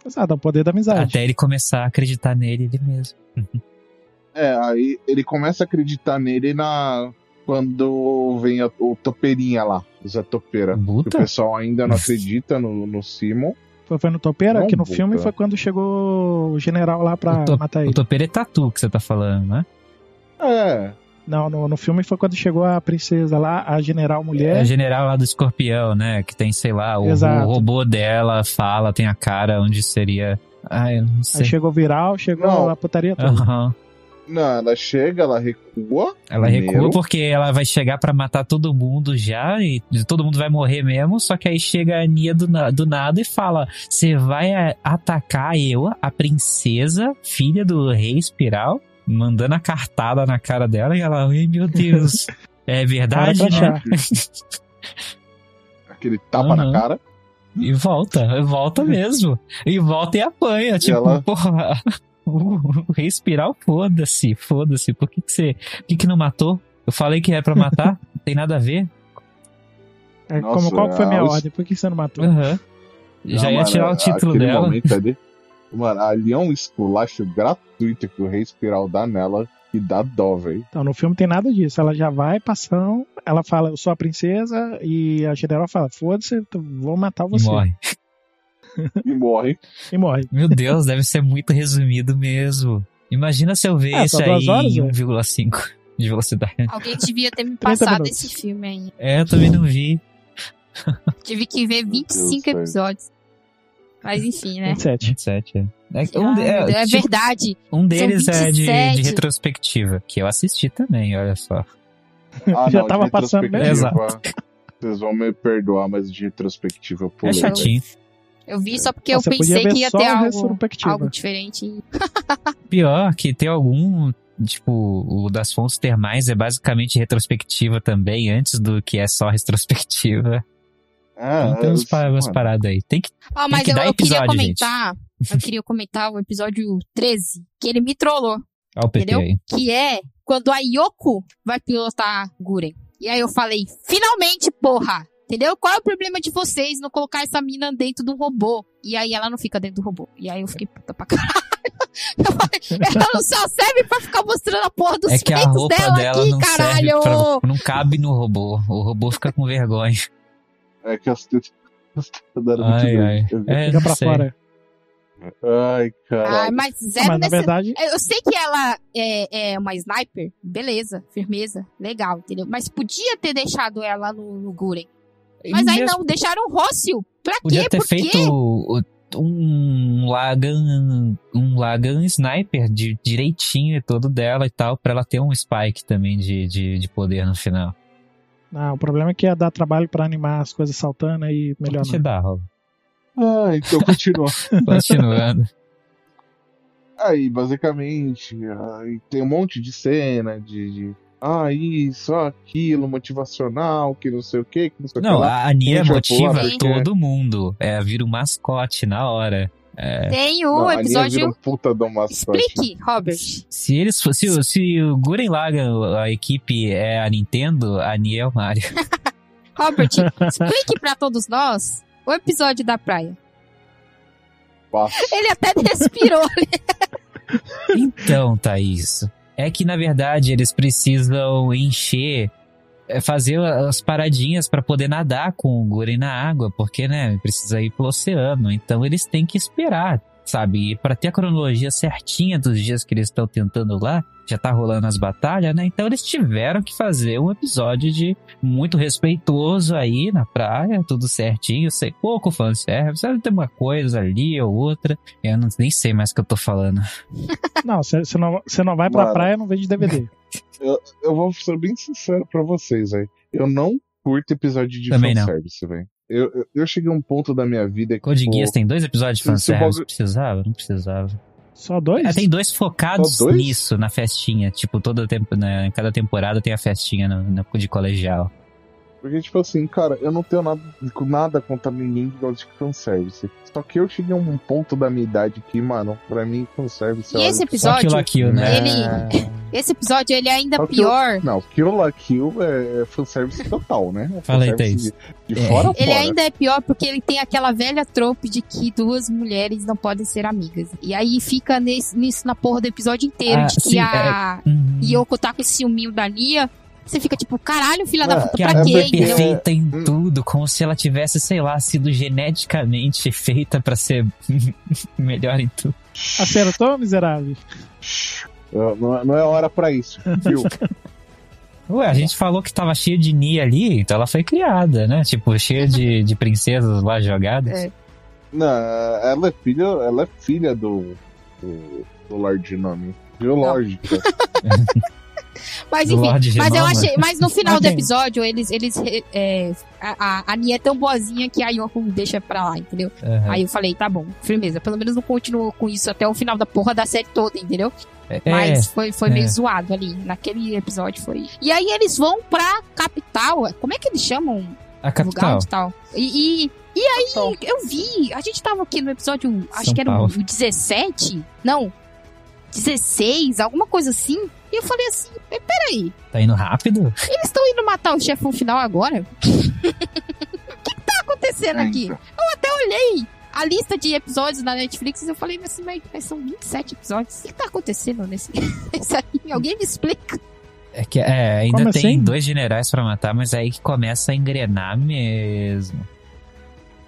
[SPEAKER 4] Exato, é o poder da amizade.
[SPEAKER 3] Até ele começar a acreditar nele ele mesmo.
[SPEAKER 1] É, aí ele começa a acreditar nele na. Quando vem a, o Topeirinha lá, o Zé Topeira. Que O
[SPEAKER 3] Buta?
[SPEAKER 1] pessoal ainda não acredita no, no Simon.
[SPEAKER 4] Foi, foi no Topeira,
[SPEAKER 1] Não,
[SPEAKER 4] que no
[SPEAKER 1] puta.
[SPEAKER 4] filme foi quando chegou o general lá pra
[SPEAKER 3] O Top-
[SPEAKER 4] matar
[SPEAKER 3] O
[SPEAKER 4] ele.
[SPEAKER 3] topeiro é tatu que você tá falando, né?
[SPEAKER 1] É,
[SPEAKER 4] Não, no, no filme foi quando chegou a princesa lá, a general
[SPEAKER 3] É o
[SPEAKER 4] mulher.
[SPEAKER 3] general lá do escorpião, né? Que tem, sei lá, o,
[SPEAKER 4] Exato.
[SPEAKER 3] o robô dela fala, tem a cara onde seria. Ah, eu não
[SPEAKER 4] Aí
[SPEAKER 3] sei.
[SPEAKER 4] chegou o viral, chegou
[SPEAKER 1] Não.
[SPEAKER 4] a putaria toda.
[SPEAKER 3] Aham.
[SPEAKER 1] não, ela chega, ela recua.
[SPEAKER 3] Ela
[SPEAKER 1] Primeiro.
[SPEAKER 3] recua porque ela vai chegar pra matar todo mundo já e todo mundo vai morrer mesmo. Só que aí chega a Aninha do, na- do nada e fala: Você vai a- atacar eu, a princesa, filha do rei espiral, mandando a cartada na cara dela. E ela: Ai meu Deus, é
[SPEAKER 4] Cara
[SPEAKER 3] verdade,
[SPEAKER 4] pra
[SPEAKER 3] né?
[SPEAKER 4] achar.
[SPEAKER 1] Ah, Aquele tapa na
[SPEAKER 3] Aham.
[SPEAKER 1] cara.
[SPEAKER 3] E volta, volta mesmo. E volta e apanha. Tipo,
[SPEAKER 1] ela-
[SPEAKER 3] porra. O rei espiral, foda-se, foda-se. Por que, que você. Por que, que não matou? Eu falei que era pra matar? tem nada a ver?
[SPEAKER 4] É,
[SPEAKER 1] Nossa,
[SPEAKER 4] como, qual que foi a minha
[SPEAKER 1] a-
[SPEAKER 4] ordem? Por que você não matou?
[SPEAKER 3] Aham. Uhum. Já
[SPEAKER 1] Não,
[SPEAKER 3] ia
[SPEAKER 1] Ah, mano,
[SPEAKER 3] tirar o título
[SPEAKER 1] aquele
[SPEAKER 3] dela.
[SPEAKER 1] Momento ali, mano, ali é um esculacho gratuito que o Rei Espiral dá nela e dá dó, velho.
[SPEAKER 4] Então, no filme tem nada disso. Ela já vai passando, ela fala, eu sou a princesa, e a general fala, foda-se, tu- vou matar
[SPEAKER 3] E
[SPEAKER 4] você.
[SPEAKER 3] morre.
[SPEAKER 1] E morre.
[SPEAKER 4] E morre.
[SPEAKER 3] Meu Deus, deve ser muito resumido mesmo. Imagina se eu ver
[SPEAKER 4] É,
[SPEAKER 3] isso
[SPEAKER 4] só
[SPEAKER 3] aí
[SPEAKER 4] duas horas,
[SPEAKER 3] em
[SPEAKER 4] né?
[SPEAKER 3] 1,5 de velocidade.
[SPEAKER 2] Alguém devia ter me
[SPEAKER 4] 30
[SPEAKER 2] passado
[SPEAKER 4] minutos.
[SPEAKER 2] esse filme aí.
[SPEAKER 3] É, eu também não vi.
[SPEAKER 2] Tive que ver
[SPEAKER 1] Deus,
[SPEAKER 2] 25
[SPEAKER 1] velho.
[SPEAKER 2] episódios. Mas enfim, né?
[SPEAKER 4] 27.
[SPEAKER 3] 27. É, que um,
[SPEAKER 2] Ah,
[SPEAKER 3] de- é,
[SPEAKER 2] meu Deus, é
[SPEAKER 3] tipo,
[SPEAKER 2] verdade.
[SPEAKER 3] um deles é de,
[SPEAKER 2] 27.
[SPEAKER 3] de retrospectiva, que eu assisti também, olha só. É
[SPEAKER 1] Ah,
[SPEAKER 4] Já
[SPEAKER 1] de
[SPEAKER 4] tava passando mesmo.
[SPEAKER 1] retrospectiva, Vocês vão me perdoar, mas de retrospectiva eu
[SPEAKER 3] É
[SPEAKER 1] pulei. velho.
[SPEAKER 3] chatinho.
[SPEAKER 2] Eu vi só porque
[SPEAKER 4] Ah,
[SPEAKER 2] eu
[SPEAKER 4] você podia
[SPEAKER 2] pensei
[SPEAKER 4] ver
[SPEAKER 2] que ia
[SPEAKER 4] só
[SPEAKER 2] ter
[SPEAKER 4] a
[SPEAKER 2] algo,
[SPEAKER 4] retrospectiva.
[SPEAKER 2] algo diferente.
[SPEAKER 3] Pior que tem algum, tipo, o das fontes termais é basicamente retrospectiva também, antes do que é só retrospectiva.
[SPEAKER 1] Ah,
[SPEAKER 3] Então tem uns pa- umas
[SPEAKER 1] mano,
[SPEAKER 3] paradas aí. Tem que.
[SPEAKER 2] Ó, Ah, mas
[SPEAKER 3] que
[SPEAKER 2] eu,
[SPEAKER 3] dar
[SPEAKER 2] eu queria
[SPEAKER 3] episódio, gente.
[SPEAKER 2] comentar. Eu queria comentar o episódio 13, que ele me trollou.
[SPEAKER 3] Olha o PT
[SPEAKER 2] Entendeu?
[SPEAKER 3] aí.
[SPEAKER 2] Que é quando a Yoko vai pilotar Guren. E aí eu falei, finalmente, porra! Entendeu? Qual é o problema de vocês não colocar essa mina dentro do robô? E aí ela não fica dentro do robô. E aí eu fiquei puta pra caralho. Eu falei, ela não só serve pra ficar mostrando a porra dos
[SPEAKER 3] É que a
[SPEAKER 2] peitos
[SPEAKER 3] roupa
[SPEAKER 2] dela,
[SPEAKER 3] dela,
[SPEAKER 2] aqui,
[SPEAKER 3] não
[SPEAKER 2] caralho!
[SPEAKER 3] serve pra, Não cabe no robô. O robô fica com vergonha.
[SPEAKER 1] É que as tetas as tetas deram
[SPEAKER 3] Ai, ai.
[SPEAKER 1] muito bem.
[SPEAKER 3] É,
[SPEAKER 4] Fica
[SPEAKER 3] não
[SPEAKER 4] pra
[SPEAKER 3] sei.
[SPEAKER 4] fora.
[SPEAKER 1] Ai,
[SPEAKER 2] Ai,
[SPEAKER 1] cara.
[SPEAKER 2] Ah, mas zero
[SPEAKER 4] Mas na
[SPEAKER 2] necessidade.
[SPEAKER 4] verdade,
[SPEAKER 2] Eu eu sei que ela é, é uma sniper, beleza, firmeza, legal, entendeu? Mas podia ter deixado ela no, no Guren. Mas aí não, deixaram o Rócio. Pra
[SPEAKER 3] Podia
[SPEAKER 2] quê?
[SPEAKER 3] ter
[SPEAKER 2] Por
[SPEAKER 3] feito
[SPEAKER 2] quê?
[SPEAKER 3] o- um Lagan, um Lagan Sniper de, direitinho e todo dela e tal, pra ela ter um spike também de, de, de poder no final.
[SPEAKER 4] ah, o problema é que ia dar trabalho pra animar as coisas saltando e melhor
[SPEAKER 3] Pode
[SPEAKER 4] não.
[SPEAKER 3] dar, Rob.
[SPEAKER 1] Ai, então continua.
[SPEAKER 3] Continuando.
[SPEAKER 1] Aí, basicamente, aí tem um monte de cena de. de ah, isso, ah, aquilo, motivacional, que não sei o que, que não sei o
[SPEAKER 3] Não,
[SPEAKER 1] que. lá.
[SPEAKER 3] a Nia é
[SPEAKER 1] Ninja
[SPEAKER 3] motiva
[SPEAKER 1] Polar,
[SPEAKER 3] todo
[SPEAKER 4] né?
[SPEAKER 3] mundo. É, vira o mascote na hora. É.
[SPEAKER 2] Tem
[SPEAKER 1] Não,
[SPEAKER 2] o
[SPEAKER 1] a Nia vira um
[SPEAKER 2] episódio.
[SPEAKER 1] puta do mascote.
[SPEAKER 2] Explique, Robert.
[SPEAKER 3] Se eles fo- se, o- se o Guren Lagann, a equipe é a Nintendo, a Nia é o Mario.
[SPEAKER 2] Robert, explique pra todos nós o episódio da praia.
[SPEAKER 1] Passa.
[SPEAKER 2] Ele até respirou.
[SPEAKER 3] Então, Thaís, é que na verdade eles precisam encher, é, fazer as paradinhas pra poder nadar com o Guren na água, porque, né, precisa ir pro oceano. Então eles têm que esperar, sabe? E pra ter a cronologia certinha dos dias que eles estão tentando lá, já tá rolando as batalhas, né? Então eles tiveram que fazer um episódio de muito respeitoso aí na praia, tudo certinho, sei pouco fanservice, sabe? Tem uma coisa ali ou outra. Eu não, nem sei mais o que eu tô falando.
[SPEAKER 4] Não, você você não, você não vai pra
[SPEAKER 1] Mano.
[SPEAKER 4] praia, não vende DVD.
[SPEAKER 1] Eu vou ser bem sincero pra vocês, aí. Eu não curto episódio de
[SPEAKER 3] Também não.
[SPEAKER 1] fanservice, velho. Eu, eu, eu cheguei a um ponto da minha vida que. tipo,
[SPEAKER 3] Code
[SPEAKER 1] pô,
[SPEAKER 3] Geass tem dois episódios de
[SPEAKER 1] Isso,
[SPEAKER 3] fanservice.
[SPEAKER 1] bagulho-
[SPEAKER 3] Precisava? Não precisava.
[SPEAKER 4] Só dois?
[SPEAKER 3] Ah, tem dois focados
[SPEAKER 1] Só dois?
[SPEAKER 3] nisso, na festinha. Tipo, toda temp na, em cada temporada tem a festinha no, no- de colegial.
[SPEAKER 1] Porque, tipo assim, cara, eu não tenho nada, nada contra ninguém que gosta de fanservice. Só que eu cheguei a um ponto da minha idade que, mano, pra mim, fanservice é
[SPEAKER 2] E
[SPEAKER 1] olha,
[SPEAKER 2] esse
[SPEAKER 3] Só
[SPEAKER 2] episódio,
[SPEAKER 3] aquilo, aquilo, né?
[SPEAKER 2] ele- esse episódio ele é ainda
[SPEAKER 1] Só que eu-
[SPEAKER 2] pior.
[SPEAKER 1] Não, Kill la Kill é fanservice total, né? É
[SPEAKER 3] Fala aí,
[SPEAKER 1] fanservice De, de
[SPEAKER 3] É.
[SPEAKER 1] fora a
[SPEAKER 2] Ele
[SPEAKER 1] fora.
[SPEAKER 2] ainda é pior porque ele tem aquela velha trope de que duas mulheres não podem ser amigas. E aí fica nesse- nisso na porra do episódio inteiro,
[SPEAKER 3] Ah,
[SPEAKER 2] de que
[SPEAKER 3] sim,
[SPEAKER 2] a
[SPEAKER 3] Hum,
[SPEAKER 2] Yoko tá com esse ciúminho da Nia. Você fica tipo, caralho, filha da
[SPEAKER 1] Ah,
[SPEAKER 2] puta,
[SPEAKER 3] que a
[SPEAKER 2] pra
[SPEAKER 3] Nia
[SPEAKER 2] quê?
[SPEAKER 3] é
[SPEAKER 2] entendeu?
[SPEAKER 3] perfeita em
[SPEAKER 1] Hum.
[SPEAKER 3] tudo, como se ela tivesse, sei lá, sido geneticamente feita pra ser melhor em tudo.
[SPEAKER 4] Acertou, miserável?
[SPEAKER 1] Eu- Não, não é hora pra isso, viu?
[SPEAKER 3] Ué, a gente falou que tava cheia de Nia ali, então ela foi criada, né? Tipo, cheia de, de princesas lá jogadas.
[SPEAKER 2] É.
[SPEAKER 1] não, ela é filha, ela é filha do, do, do Lorde Nome. Biológica.
[SPEAKER 2] Mas
[SPEAKER 3] Do
[SPEAKER 2] enfim,
[SPEAKER 3] Lorde
[SPEAKER 2] mas eu
[SPEAKER 3] Genoma.
[SPEAKER 2] achei, mas no final
[SPEAKER 4] Ah,
[SPEAKER 2] do
[SPEAKER 4] tem.
[SPEAKER 2] episódio eles eles re- é, a, a- a Nia é tão boazinha que a Yoko deixa pra lá, entendeu?
[SPEAKER 3] Aham.
[SPEAKER 2] Aí eu falei, tá bom, firmeza, pelo menos não continuou com isso até o final da porra da série toda, entendeu?
[SPEAKER 3] É,
[SPEAKER 2] Mas foi, foi meio
[SPEAKER 3] é.
[SPEAKER 2] zoado ali. Naquele episódio foi. E aí eles vão pra capital. Como é que eles chamam o
[SPEAKER 3] a
[SPEAKER 2] lugar
[SPEAKER 3] capital.
[SPEAKER 2] onde tal? E, e, e aí
[SPEAKER 1] Capital.
[SPEAKER 2] eu vi. A gente tava aqui no episódio. um, acho
[SPEAKER 3] São
[SPEAKER 2] que era o,
[SPEAKER 3] Paulo.
[SPEAKER 2] o 17. Não. 16, alguma coisa assim. E eu falei assim: "E peraí,
[SPEAKER 3] Tá indo rápido?
[SPEAKER 2] eles estão indo matar o chefão final agora? O que, que tá acontecendo aqui?
[SPEAKER 1] Então,
[SPEAKER 2] olhei a lista de episódios na Netflix e eu falei assim, mas, mas são 27 episódios. O que que tá acontecendo nesse, nesse anime? Alguém me explica.
[SPEAKER 3] É que é, ainda
[SPEAKER 4] Como
[SPEAKER 3] tem
[SPEAKER 4] assim?
[SPEAKER 3] dois generais pra matar, mas aí que começa a engrenar mesmo.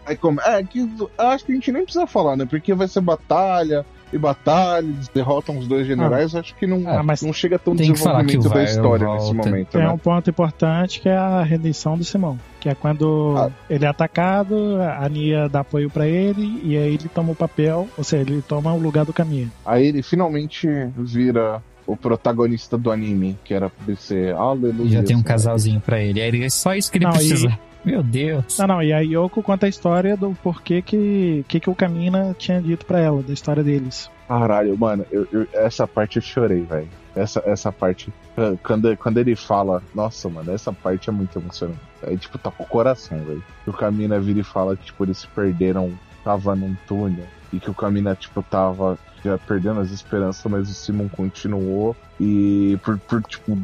[SPEAKER 1] Aí como, é, que, acho que a gente nem precisa falar, né? Porque vai ser batalha e batalha, eles derrotam os dois generais. Acho que não,
[SPEAKER 4] Ah, mas
[SPEAKER 1] não chega tão
[SPEAKER 3] tem que falar que o
[SPEAKER 1] desenvolvimento da
[SPEAKER 3] vai,
[SPEAKER 1] história
[SPEAKER 3] volta. É
[SPEAKER 1] nesse momento,
[SPEAKER 4] Tem
[SPEAKER 1] né?
[SPEAKER 4] um ponto importante que é a redenção do Simão. Que é quando
[SPEAKER 1] Ah.
[SPEAKER 4] ele é atacado, a Nia dá apoio pra ele e aí ele toma o papel, ou seja, ele toma o lugar do caminho.
[SPEAKER 1] Aí ele finalmente vira o protagonista do anime, que era pra ser
[SPEAKER 3] E
[SPEAKER 1] Aleluia.
[SPEAKER 3] já tem um casalzinho pra ele. Aí ele- é só isso que ele
[SPEAKER 4] Não, e- Tá
[SPEAKER 3] precisa. Meu Deus.
[SPEAKER 4] Não, Ah, não, e a Yoko conta a história do porquê que, que, que o Kamina tinha dito pra ela, da história deles.
[SPEAKER 1] Caralho, mano, eu- eu- essa parte eu chorei, velho. Essa, essa parte, eh, quando, quando ele fala, nossa, mano, essa parte é muito emocionante. É tipo, tá com o coração, velho. Que o Camina vira e fala que, tipo, eles se perderam, tava num túnel, e que o Camina, tipo, tava já perdendo as esperanças, mas o Simon continuou, e por, por, tipo,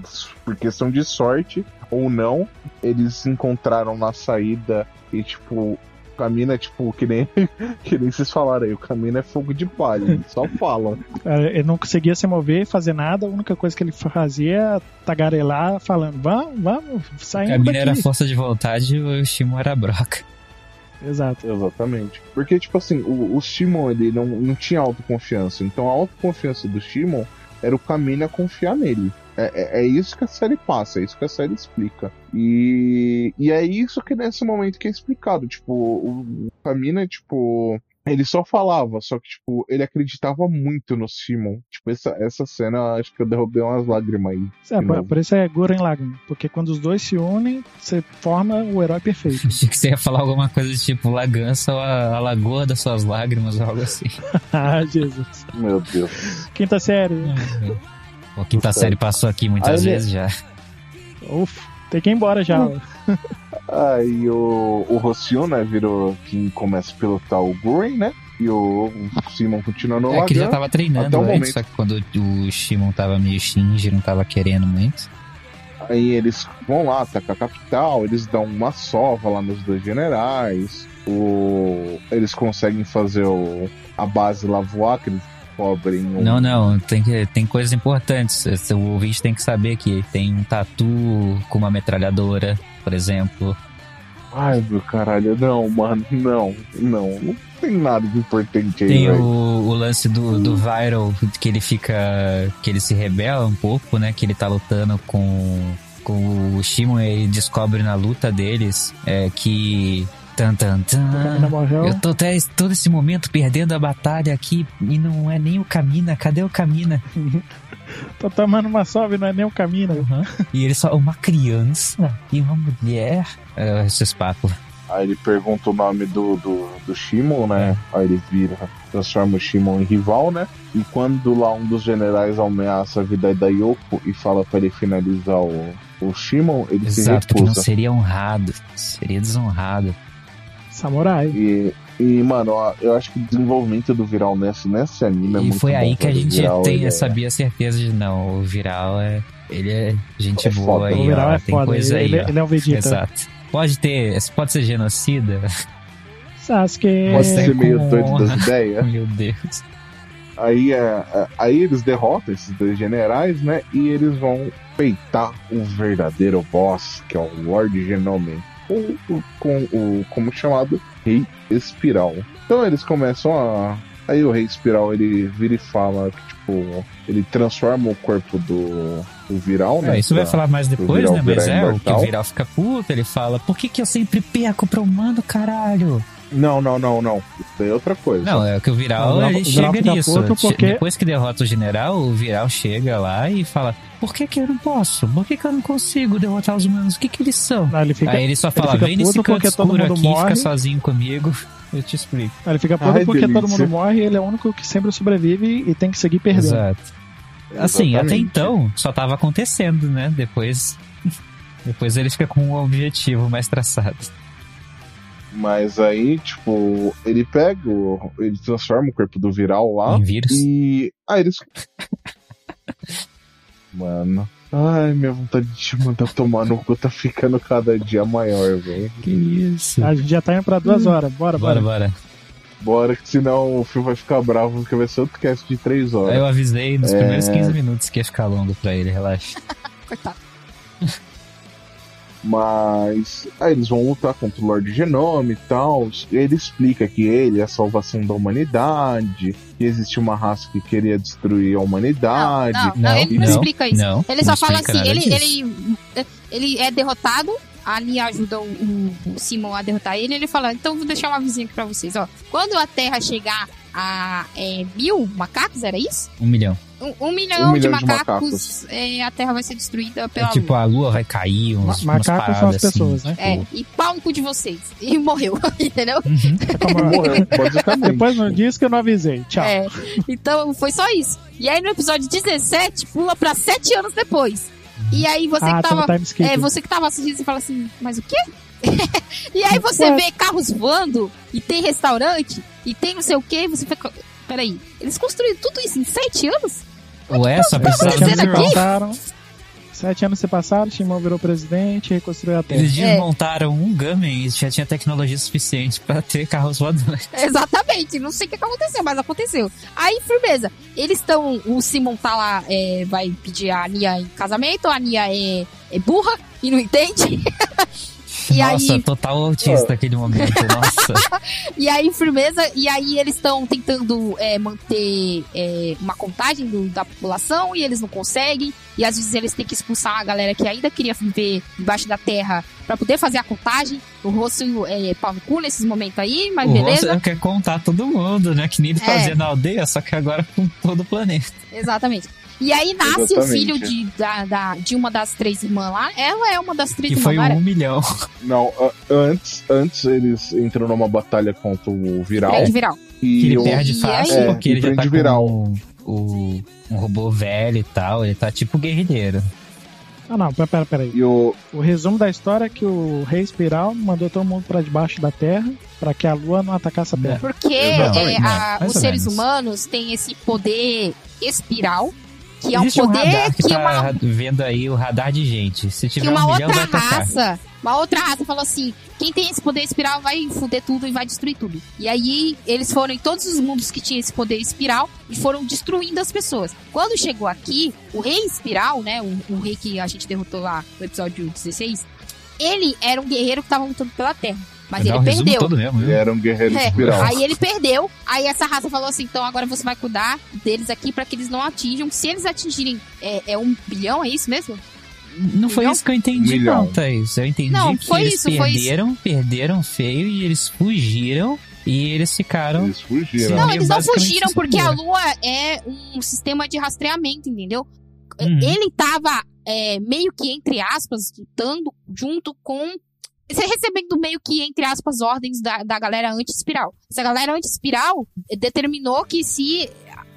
[SPEAKER 1] por questão de sorte ou não, eles se encontraram na saída, e, tipo, o Camina, tipo, que nem que nem vocês falaram aí, o caminho é fogo de palha, ele só fala.
[SPEAKER 4] Eh, Ele não conseguia se mover, fazer nada, a única coisa que ele fazia era tagarelar, falando: vamos, vamos,
[SPEAKER 3] A
[SPEAKER 4] saindo
[SPEAKER 3] Camila
[SPEAKER 4] daqui.
[SPEAKER 3] era a força de vontade e o Shimo era a broca.
[SPEAKER 4] Exato.
[SPEAKER 1] Exatamente. Porque, tipo assim, o, o Shimon, ele não, não tinha autoconfiança. Então a autoconfiança do Shimon era o caminho a confiar nele. É, é, é isso que a série passa, é isso que a série explica. E, e é isso que nesse momento que é explicado. Tipo, o, o Kamina, tipo. Ele só falava, só que, tipo, ele acreditava muito no Simon. Tipo, essa, essa cena, acho que eu derrubei umas lágrimas aí.
[SPEAKER 4] É,
[SPEAKER 1] De
[SPEAKER 4] por,
[SPEAKER 1] novo.
[SPEAKER 4] por isso é Gurren Lagann, porque quando os dois se unem, você forma o herói perfeito.
[SPEAKER 3] Achei que você ia falar alguma coisa do tipo lagança ou a, a lagoa das suas lágrimas ou algo assim.
[SPEAKER 4] ah, Jesus.
[SPEAKER 1] Meu Deus.
[SPEAKER 4] Quinta série.
[SPEAKER 3] O quinta
[SPEAKER 1] Puta.
[SPEAKER 3] série passou aqui muitas
[SPEAKER 1] Aí ele-
[SPEAKER 3] vezes já.
[SPEAKER 4] Uf, tem que ir embora já.
[SPEAKER 1] Aí Ah, o, o Rossio, né, virou quem começa a pilotar o Green, né? E o Simon continua no
[SPEAKER 3] É que já
[SPEAKER 1] Lagan.
[SPEAKER 3] tava treinando
[SPEAKER 1] até o
[SPEAKER 3] antes,
[SPEAKER 1] momento.
[SPEAKER 3] só que quando o Shimon tava meio xinge, não tava querendo muito. tá-
[SPEAKER 1] Aí eles vão lá atacar a capital, eles dão uma sova lá nos dois generais. O, eles conseguem fazer o, a base lá voar, que eles cobrem um- o.
[SPEAKER 3] Não, não, tem, que, tem coisas importantes. Esse- O ouvinte tem que saber que tem um tatu com uma metralhadora, por exemplo.
[SPEAKER 1] Ai, meu caralho, não, mano, não, não. Não tem nada de importante aí,
[SPEAKER 3] Tem o,
[SPEAKER 1] velho.
[SPEAKER 3] o lance do, do Viral, que ele fica. que ele se rebela um pouco, né? Que ele tá lutando com, com o Shimon e ele descobre na luta deles é, que. Tan, tan,
[SPEAKER 4] A menina
[SPEAKER 3] tan.
[SPEAKER 4] morreu.
[SPEAKER 3] Eu tô até esse- todo esse momento perdendo a batalha aqui e não é nem o Camina. Cadê o Camina?
[SPEAKER 4] Tô tomando uma sova e não é nem o caminho.
[SPEAKER 3] E ele só. Uma criança e uma mulher. É, esses papos.
[SPEAKER 1] Aí ele pergunta o nome do, do, do Shimon, né? Aí ele vira, transforma o Shimon em rival, né? E quando lá um dos generais ameaça a vida da Yoko e fala pra ele finalizar o, o Shimon, ele
[SPEAKER 3] Exato,
[SPEAKER 1] se
[SPEAKER 3] que não
[SPEAKER 1] recusa.
[SPEAKER 3] seria honrado. Seria desonrado.
[SPEAKER 4] Samurai.
[SPEAKER 1] E, e, mano, ó, eu acho que o desenvolvimento do viral nessa, nessa anime é
[SPEAKER 3] e
[SPEAKER 1] muito
[SPEAKER 3] foi
[SPEAKER 1] bom,
[SPEAKER 3] aí que a
[SPEAKER 1] velho. O
[SPEAKER 3] gente
[SPEAKER 1] Viral,
[SPEAKER 3] tem,
[SPEAKER 1] ele é-
[SPEAKER 3] sabia certeza de não, o Viral é. Ele é gente
[SPEAKER 1] É
[SPEAKER 3] boa
[SPEAKER 1] foda.
[SPEAKER 3] aí,
[SPEAKER 4] o viral
[SPEAKER 3] ó,
[SPEAKER 4] é
[SPEAKER 3] tem
[SPEAKER 4] foda.
[SPEAKER 3] coisa
[SPEAKER 4] ele,
[SPEAKER 3] aí, ó.
[SPEAKER 4] ele é um Vegeta.
[SPEAKER 3] Exato. Pode ter, pode ser genocida?
[SPEAKER 4] Sasuke.
[SPEAKER 1] Pode
[SPEAKER 3] É,
[SPEAKER 1] ser meio
[SPEAKER 3] com
[SPEAKER 1] doido
[SPEAKER 3] honra.
[SPEAKER 1] das ideias.
[SPEAKER 3] Meu Deus.
[SPEAKER 1] Aí, é, é, aí eles derrotam esses dois generais, né? E eles vão peitar o verdadeiro boss, que é o Lord Genome. Com, o- com o como chamado Rei Espiral. Então eles começam a. Aí o Rei Espiral ele vira e fala que, tipo, ele transforma o corpo do, do viral, né?
[SPEAKER 3] É, isso vai
[SPEAKER 1] pra-
[SPEAKER 3] falar mais depois,
[SPEAKER 1] Viral
[SPEAKER 3] né? Mas
[SPEAKER 1] virar
[SPEAKER 3] é, o que
[SPEAKER 1] imortal.
[SPEAKER 3] o Viral fica puto, ele fala, por que que eu sempre perco pro humano, caralho?
[SPEAKER 1] Não, não, não, não. Isso daí é outra coisa.
[SPEAKER 3] Não, é que o Viral,
[SPEAKER 4] O Viral-
[SPEAKER 3] ele
[SPEAKER 4] o Viral
[SPEAKER 3] chega
[SPEAKER 4] fica
[SPEAKER 3] nisso.
[SPEAKER 4] puto
[SPEAKER 3] Che-
[SPEAKER 4] porque-
[SPEAKER 3] Depois que derrota o general, o Viral chega lá e fala, por que que eu não posso? Por que que eu não consigo derrotar os humanos? O que que eles são?
[SPEAKER 4] Não, ele fica,
[SPEAKER 3] Aí ele só fala,
[SPEAKER 4] fica
[SPEAKER 3] vem nesse
[SPEAKER 4] puto
[SPEAKER 3] canto
[SPEAKER 4] porque todo
[SPEAKER 3] escuro
[SPEAKER 4] mundo
[SPEAKER 3] aqui,
[SPEAKER 4] morre."
[SPEAKER 3] fica sozinho comigo, eu te explico.
[SPEAKER 4] ele fica puto
[SPEAKER 1] Ai,
[SPEAKER 4] porque todo
[SPEAKER 1] delícia.
[SPEAKER 4] mundo morre e ele é o único que sempre sobrevive e tem que seguir perdendo.
[SPEAKER 3] Exato. Assim, até
[SPEAKER 1] Exatamente.
[SPEAKER 3] então, só tava acontecendo, né? Depois... Depois ele fica com um objetivo mais traçado.
[SPEAKER 1] Mas aí, tipo, ele pega, o- ele transforma o corpo do viral lá.
[SPEAKER 3] Em vírus.
[SPEAKER 1] E. Ah, eles. Mano. Ai, minha vontade de te mandar tomar no cu tá ficando cada dia maior, velho.
[SPEAKER 3] Que isso.
[SPEAKER 4] A gente já tá indo pra
[SPEAKER 1] Hum.
[SPEAKER 4] duas horas. Bora, bora.
[SPEAKER 3] Bora, bora.
[SPEAKER 1] Bora, que senão o filme vai ficar bravo, porque vai ser outro cast de 3 horas.
[SPEAKER 3] Eu avisei nos
[SPEAKER 1] É.
[SPEAKER 3] primeiros 15 minutos que ia ficar longo pra ele, relaxa.
[SPEAKER 2] Coitado.
[SPEAKER 1] Mas. Aí eles vão lutar contra o Lorde Genome e tal. E ele explica que ele é a salvação da humanidade. Que existe uma raça que queria destruir a
[SPEAKER 2] Não,
[SPEAKER 1] humanidade.
[SPEAKER 2] não,
[SPEAKER 3] É Não,
[SPEAKER 2] ele não,
[SPEAKER 3] não,
[SPEAKER 2] explica isso.
[SPEAKER 3] Não.
[SPEAKER 2] Ele só
[SPEAKER 3] não
[SPEAKER 2] fala
[SPEAKER 3] explica
[SPEAKER 2] assim,
[SPEAKER 3] nada
[SPEAKER 2] ele,
[SPEAKER 3] disso.
[SPEAKER 2] ele, ele é derrotado, a Nia ajuda o, o, o Simon a derrotar ele, ele fala, então vou deixar uma avisinha aqui pra vocês, ó. Quando a Terra chegar a é, mil macacos, era isso?
[SPEAKER 3] Um milhão.
[SPEAKER 2] Um, um milhão, de
[SPEAKER 1] milhão de
[SPEAKER 2] macacos,
[SPEAKER 1] macacos.
[SPEAKER 2] é, a Terra vai ser destruída
[SPEAKER 3] É
[SPEAKER 2] pela Lua.
[SPEAKER 3] tipo, a lua vai cair,
[SPEAKER 4] Ma-
[SPEAKER 3] uns, umas
[SPEAKER 4] macacos são as
[SPEAKER 3] paradas assim,
[SPEAKER 4] pessoas, né?
[SPEAKER 2] É, e pau no cu de vocês. E morreu, entendeu?
[SPEAKER 3] Uhum.
[SPEAKER 1] Morreu, basicamente.
[SPEAKER 4] Depois não diz que eu não avisei. Tchau.
[SPEAKER 2] É, então foi só isso. E aí no episódio 17, pula pra 7 anos depois. E aí você
[SPEAKER 4] ah,
[SPEAKER 2] que
[SPEAKER 4] tá
[SPEAKER 2] tava.
[SPEAKER 4] no time skip.
[SPEAKER 2] É, você que tava assistindo, você fala assim, mas o quê? e aí você
[SPEAKER 4] Ué.
[SPEAKER 2] vê carros voando, e tem restaurante, e tem não sei o quê, e você fica. Peraí, eles construíram tudo isso em 7 anos?
[SPEAKER 3] Ué, só precisava
[SPEAKER 4] Sete anos se
[SPEAKER 2] fazendo Tá aqui?
[SPEAKER 3] desmontar.
[SPEAKER 4] passaram. Sete anos se passaram, Shimon virou presidente e reconstruiu a terra.
[SPEAKER 3] Eles
[SPEAKER 2] É.
[SPEAKER 3] desmontaram um Gamen e já tinha tecnologia suficiente pra ter carros voadores.
[SPEAKER 2] Exatamente, não sei o que que aconteceu, mas aconteceu. Aí, firmeza, eles estão. O Simon tá lá, é, vai pedir a Nia em casamento, a Nia é, é burra e não entende. E
[SPEAKER 3] Nossa,
[SPEAKER 2] aí-
[SPEAKER 3] total autista naquele momento. Nossa,
[SPEAKER 2] E aí, firmeza, e aí eles estão tentando é, manter é, uma contagem do- da população e eles não conseguem. E às vezes eles têm que expulsar a galera que ainda queria viver embaixo da terra pra poder fazer a contagem. O rosto é pau no cu nesses momentos aí, mas
[SPEAKER 3] o
[SPEAKER 2] Ah, beleza.
[SPEAKER 3] Rosa quer contar todo mundo, né? Que nem ele
[SPEAKER 2] É.
[SPEAKER 3] fazia na aldeia, só que agora com todo o planeta.
[SPEAKER 2] Exatamente. E aí nasce o
[SPEAKER 1] Exatamente.
[SPEAKER 2] filho de, da, da- de uma das três irmãs lá. Ela é uma das três
[SPEAKER 3] Que
[SPEAKER 2] irmãs,
[SPEAKER 3] foi
[SPEAKER 2] não era?
[SPEAKER 3] um milhão.
[SPEAKER 1] Não, a- antes, antes eles entram numa batalha contra o
[SPEAKER 3] um
[SPEAKER 1] Viral.
[SPEAKER 2] Grande viral.
[SPEAKER 3] que
[SPEAKER 1] E
[SPEAKER 3] ele
[SPEAKER 1] o,
[SPEAKER 3] perde
[SPEAKER 2] E
[SPEAKER 3] fácil,
[SPEAKER 1] aí?
[SPEAKER 3] porque ele já tá
[SPEAKER 1] Empreende
[SPEAKER 3] com
[SPEAKER 1] viral.
[SPEAKER 3] um, o- um robô velho e tal, ele tá tipo guerrilheiro.
[SPEAKER 4] Ah, não, pera, pera, pera aí.
[SPEAKER 1] e o,
[SPEAKER 4] O resumo da história é que o rei espiral mandou todo mundo pra debaixo da terra pra que a lua não
[SPEAKER 3] É.
[SPEAKER 4] atacasse a terra.
[SPEAKER 2] Porque é,
[SPEAKER 3] Exatamente.
[SPEAKER 2] a-
[SPEAKER 3] Não, mais
[SPEAKER 2] os
[SPEAKER 3] ou
[SPEAKER 2] seres
[SPEAKER 3] menos.
[SPEAKER 2] humanos têm esse poder espiral, que é um
[SPEAKER 3] Existe um
[SPEAKER 2] poder
[SPEAKER 3] radar que,
[SPEAKER 2] que
[SPEAKER 3] tá
[SPEAKER 2] uma
[SPEAKER 3] ra- vendo aí o radar de gente. Se
[SPEAKER 2] que
[SPEAKER 3] tiver
[SPEAKER 2] uma
[SPEAKER 3] um milhão,
[SPEAKER 2] outra
[SPEAKER 3] vai tocar.
[SPEAKER 2] raça, uma outra raça falou assim: quem tem esse poder espiral vai foder tudo e vai destruir tudo. E aí eles foram em todos os mundos que tinha esse poder espiral e foram destruindo as pessoas. Quando chegou aqui, o rei espiral, né? O, o rei que a gente derrotou lá no episódio 16, ele era um guerreiro que tava lutando pela terra. Mas
[SPEAKER 3] Dá um
[SPEAKER 2] ele
[SPEAKER 3] resumo
[SPEAKER 2] perdeu.
[SPEAKER 3] todo mesmo, viu?
[SPEAKER 1] ele era um guerreiro
[SPEAKER 2] É,
[SPEAKER 1] espiral.
[SPEAKER 2] Aí ele perdeu. Aí essa raça falou assim: então agora você vai cuidar deles aqui pra que eles não atinjam. Se eles atingirem, é, é um bilhão, é isso mesmo?
[SPEAKER 3] Não foi isso que eu entendi,
[SPEAKER 1] Milhão.
[SPEAKER 3] não, Thaís. Eu entendi
[SPEAKER 2] Não,
[SPEAKER 3] que
[SPEAKER 2] foi
[SPEAKER 3] eles
[SPEAKER 2] isso, foi isso.
[SPEAKER 3] perderam, perderam feio e eles fugiram e eles ficaram.
[SPEAKER 1] Eles fugiram.
[SPEAKER 2] Não,
[SPEAKER 3] Meio
[SPEAKER 2] eles não
[SPEAKER 3] basicamente
[SPEAKER 2] fugiram
[SPEAKER 3] isso
[SPEAKER 2] porque a
[SPEAKER 3] mesmo.
[SPEAKER 2] Lua é um sistema de rastreamento, entendeu?
[SPEAKER 3] Uhum.
[SPEAKER 2] Ele tava é, meio que, entre aspas, lutando junto com Você recebendo meio que, entre aspas, ordens da, da galera anti-espiral. Essa galera anti-espiral determinou que se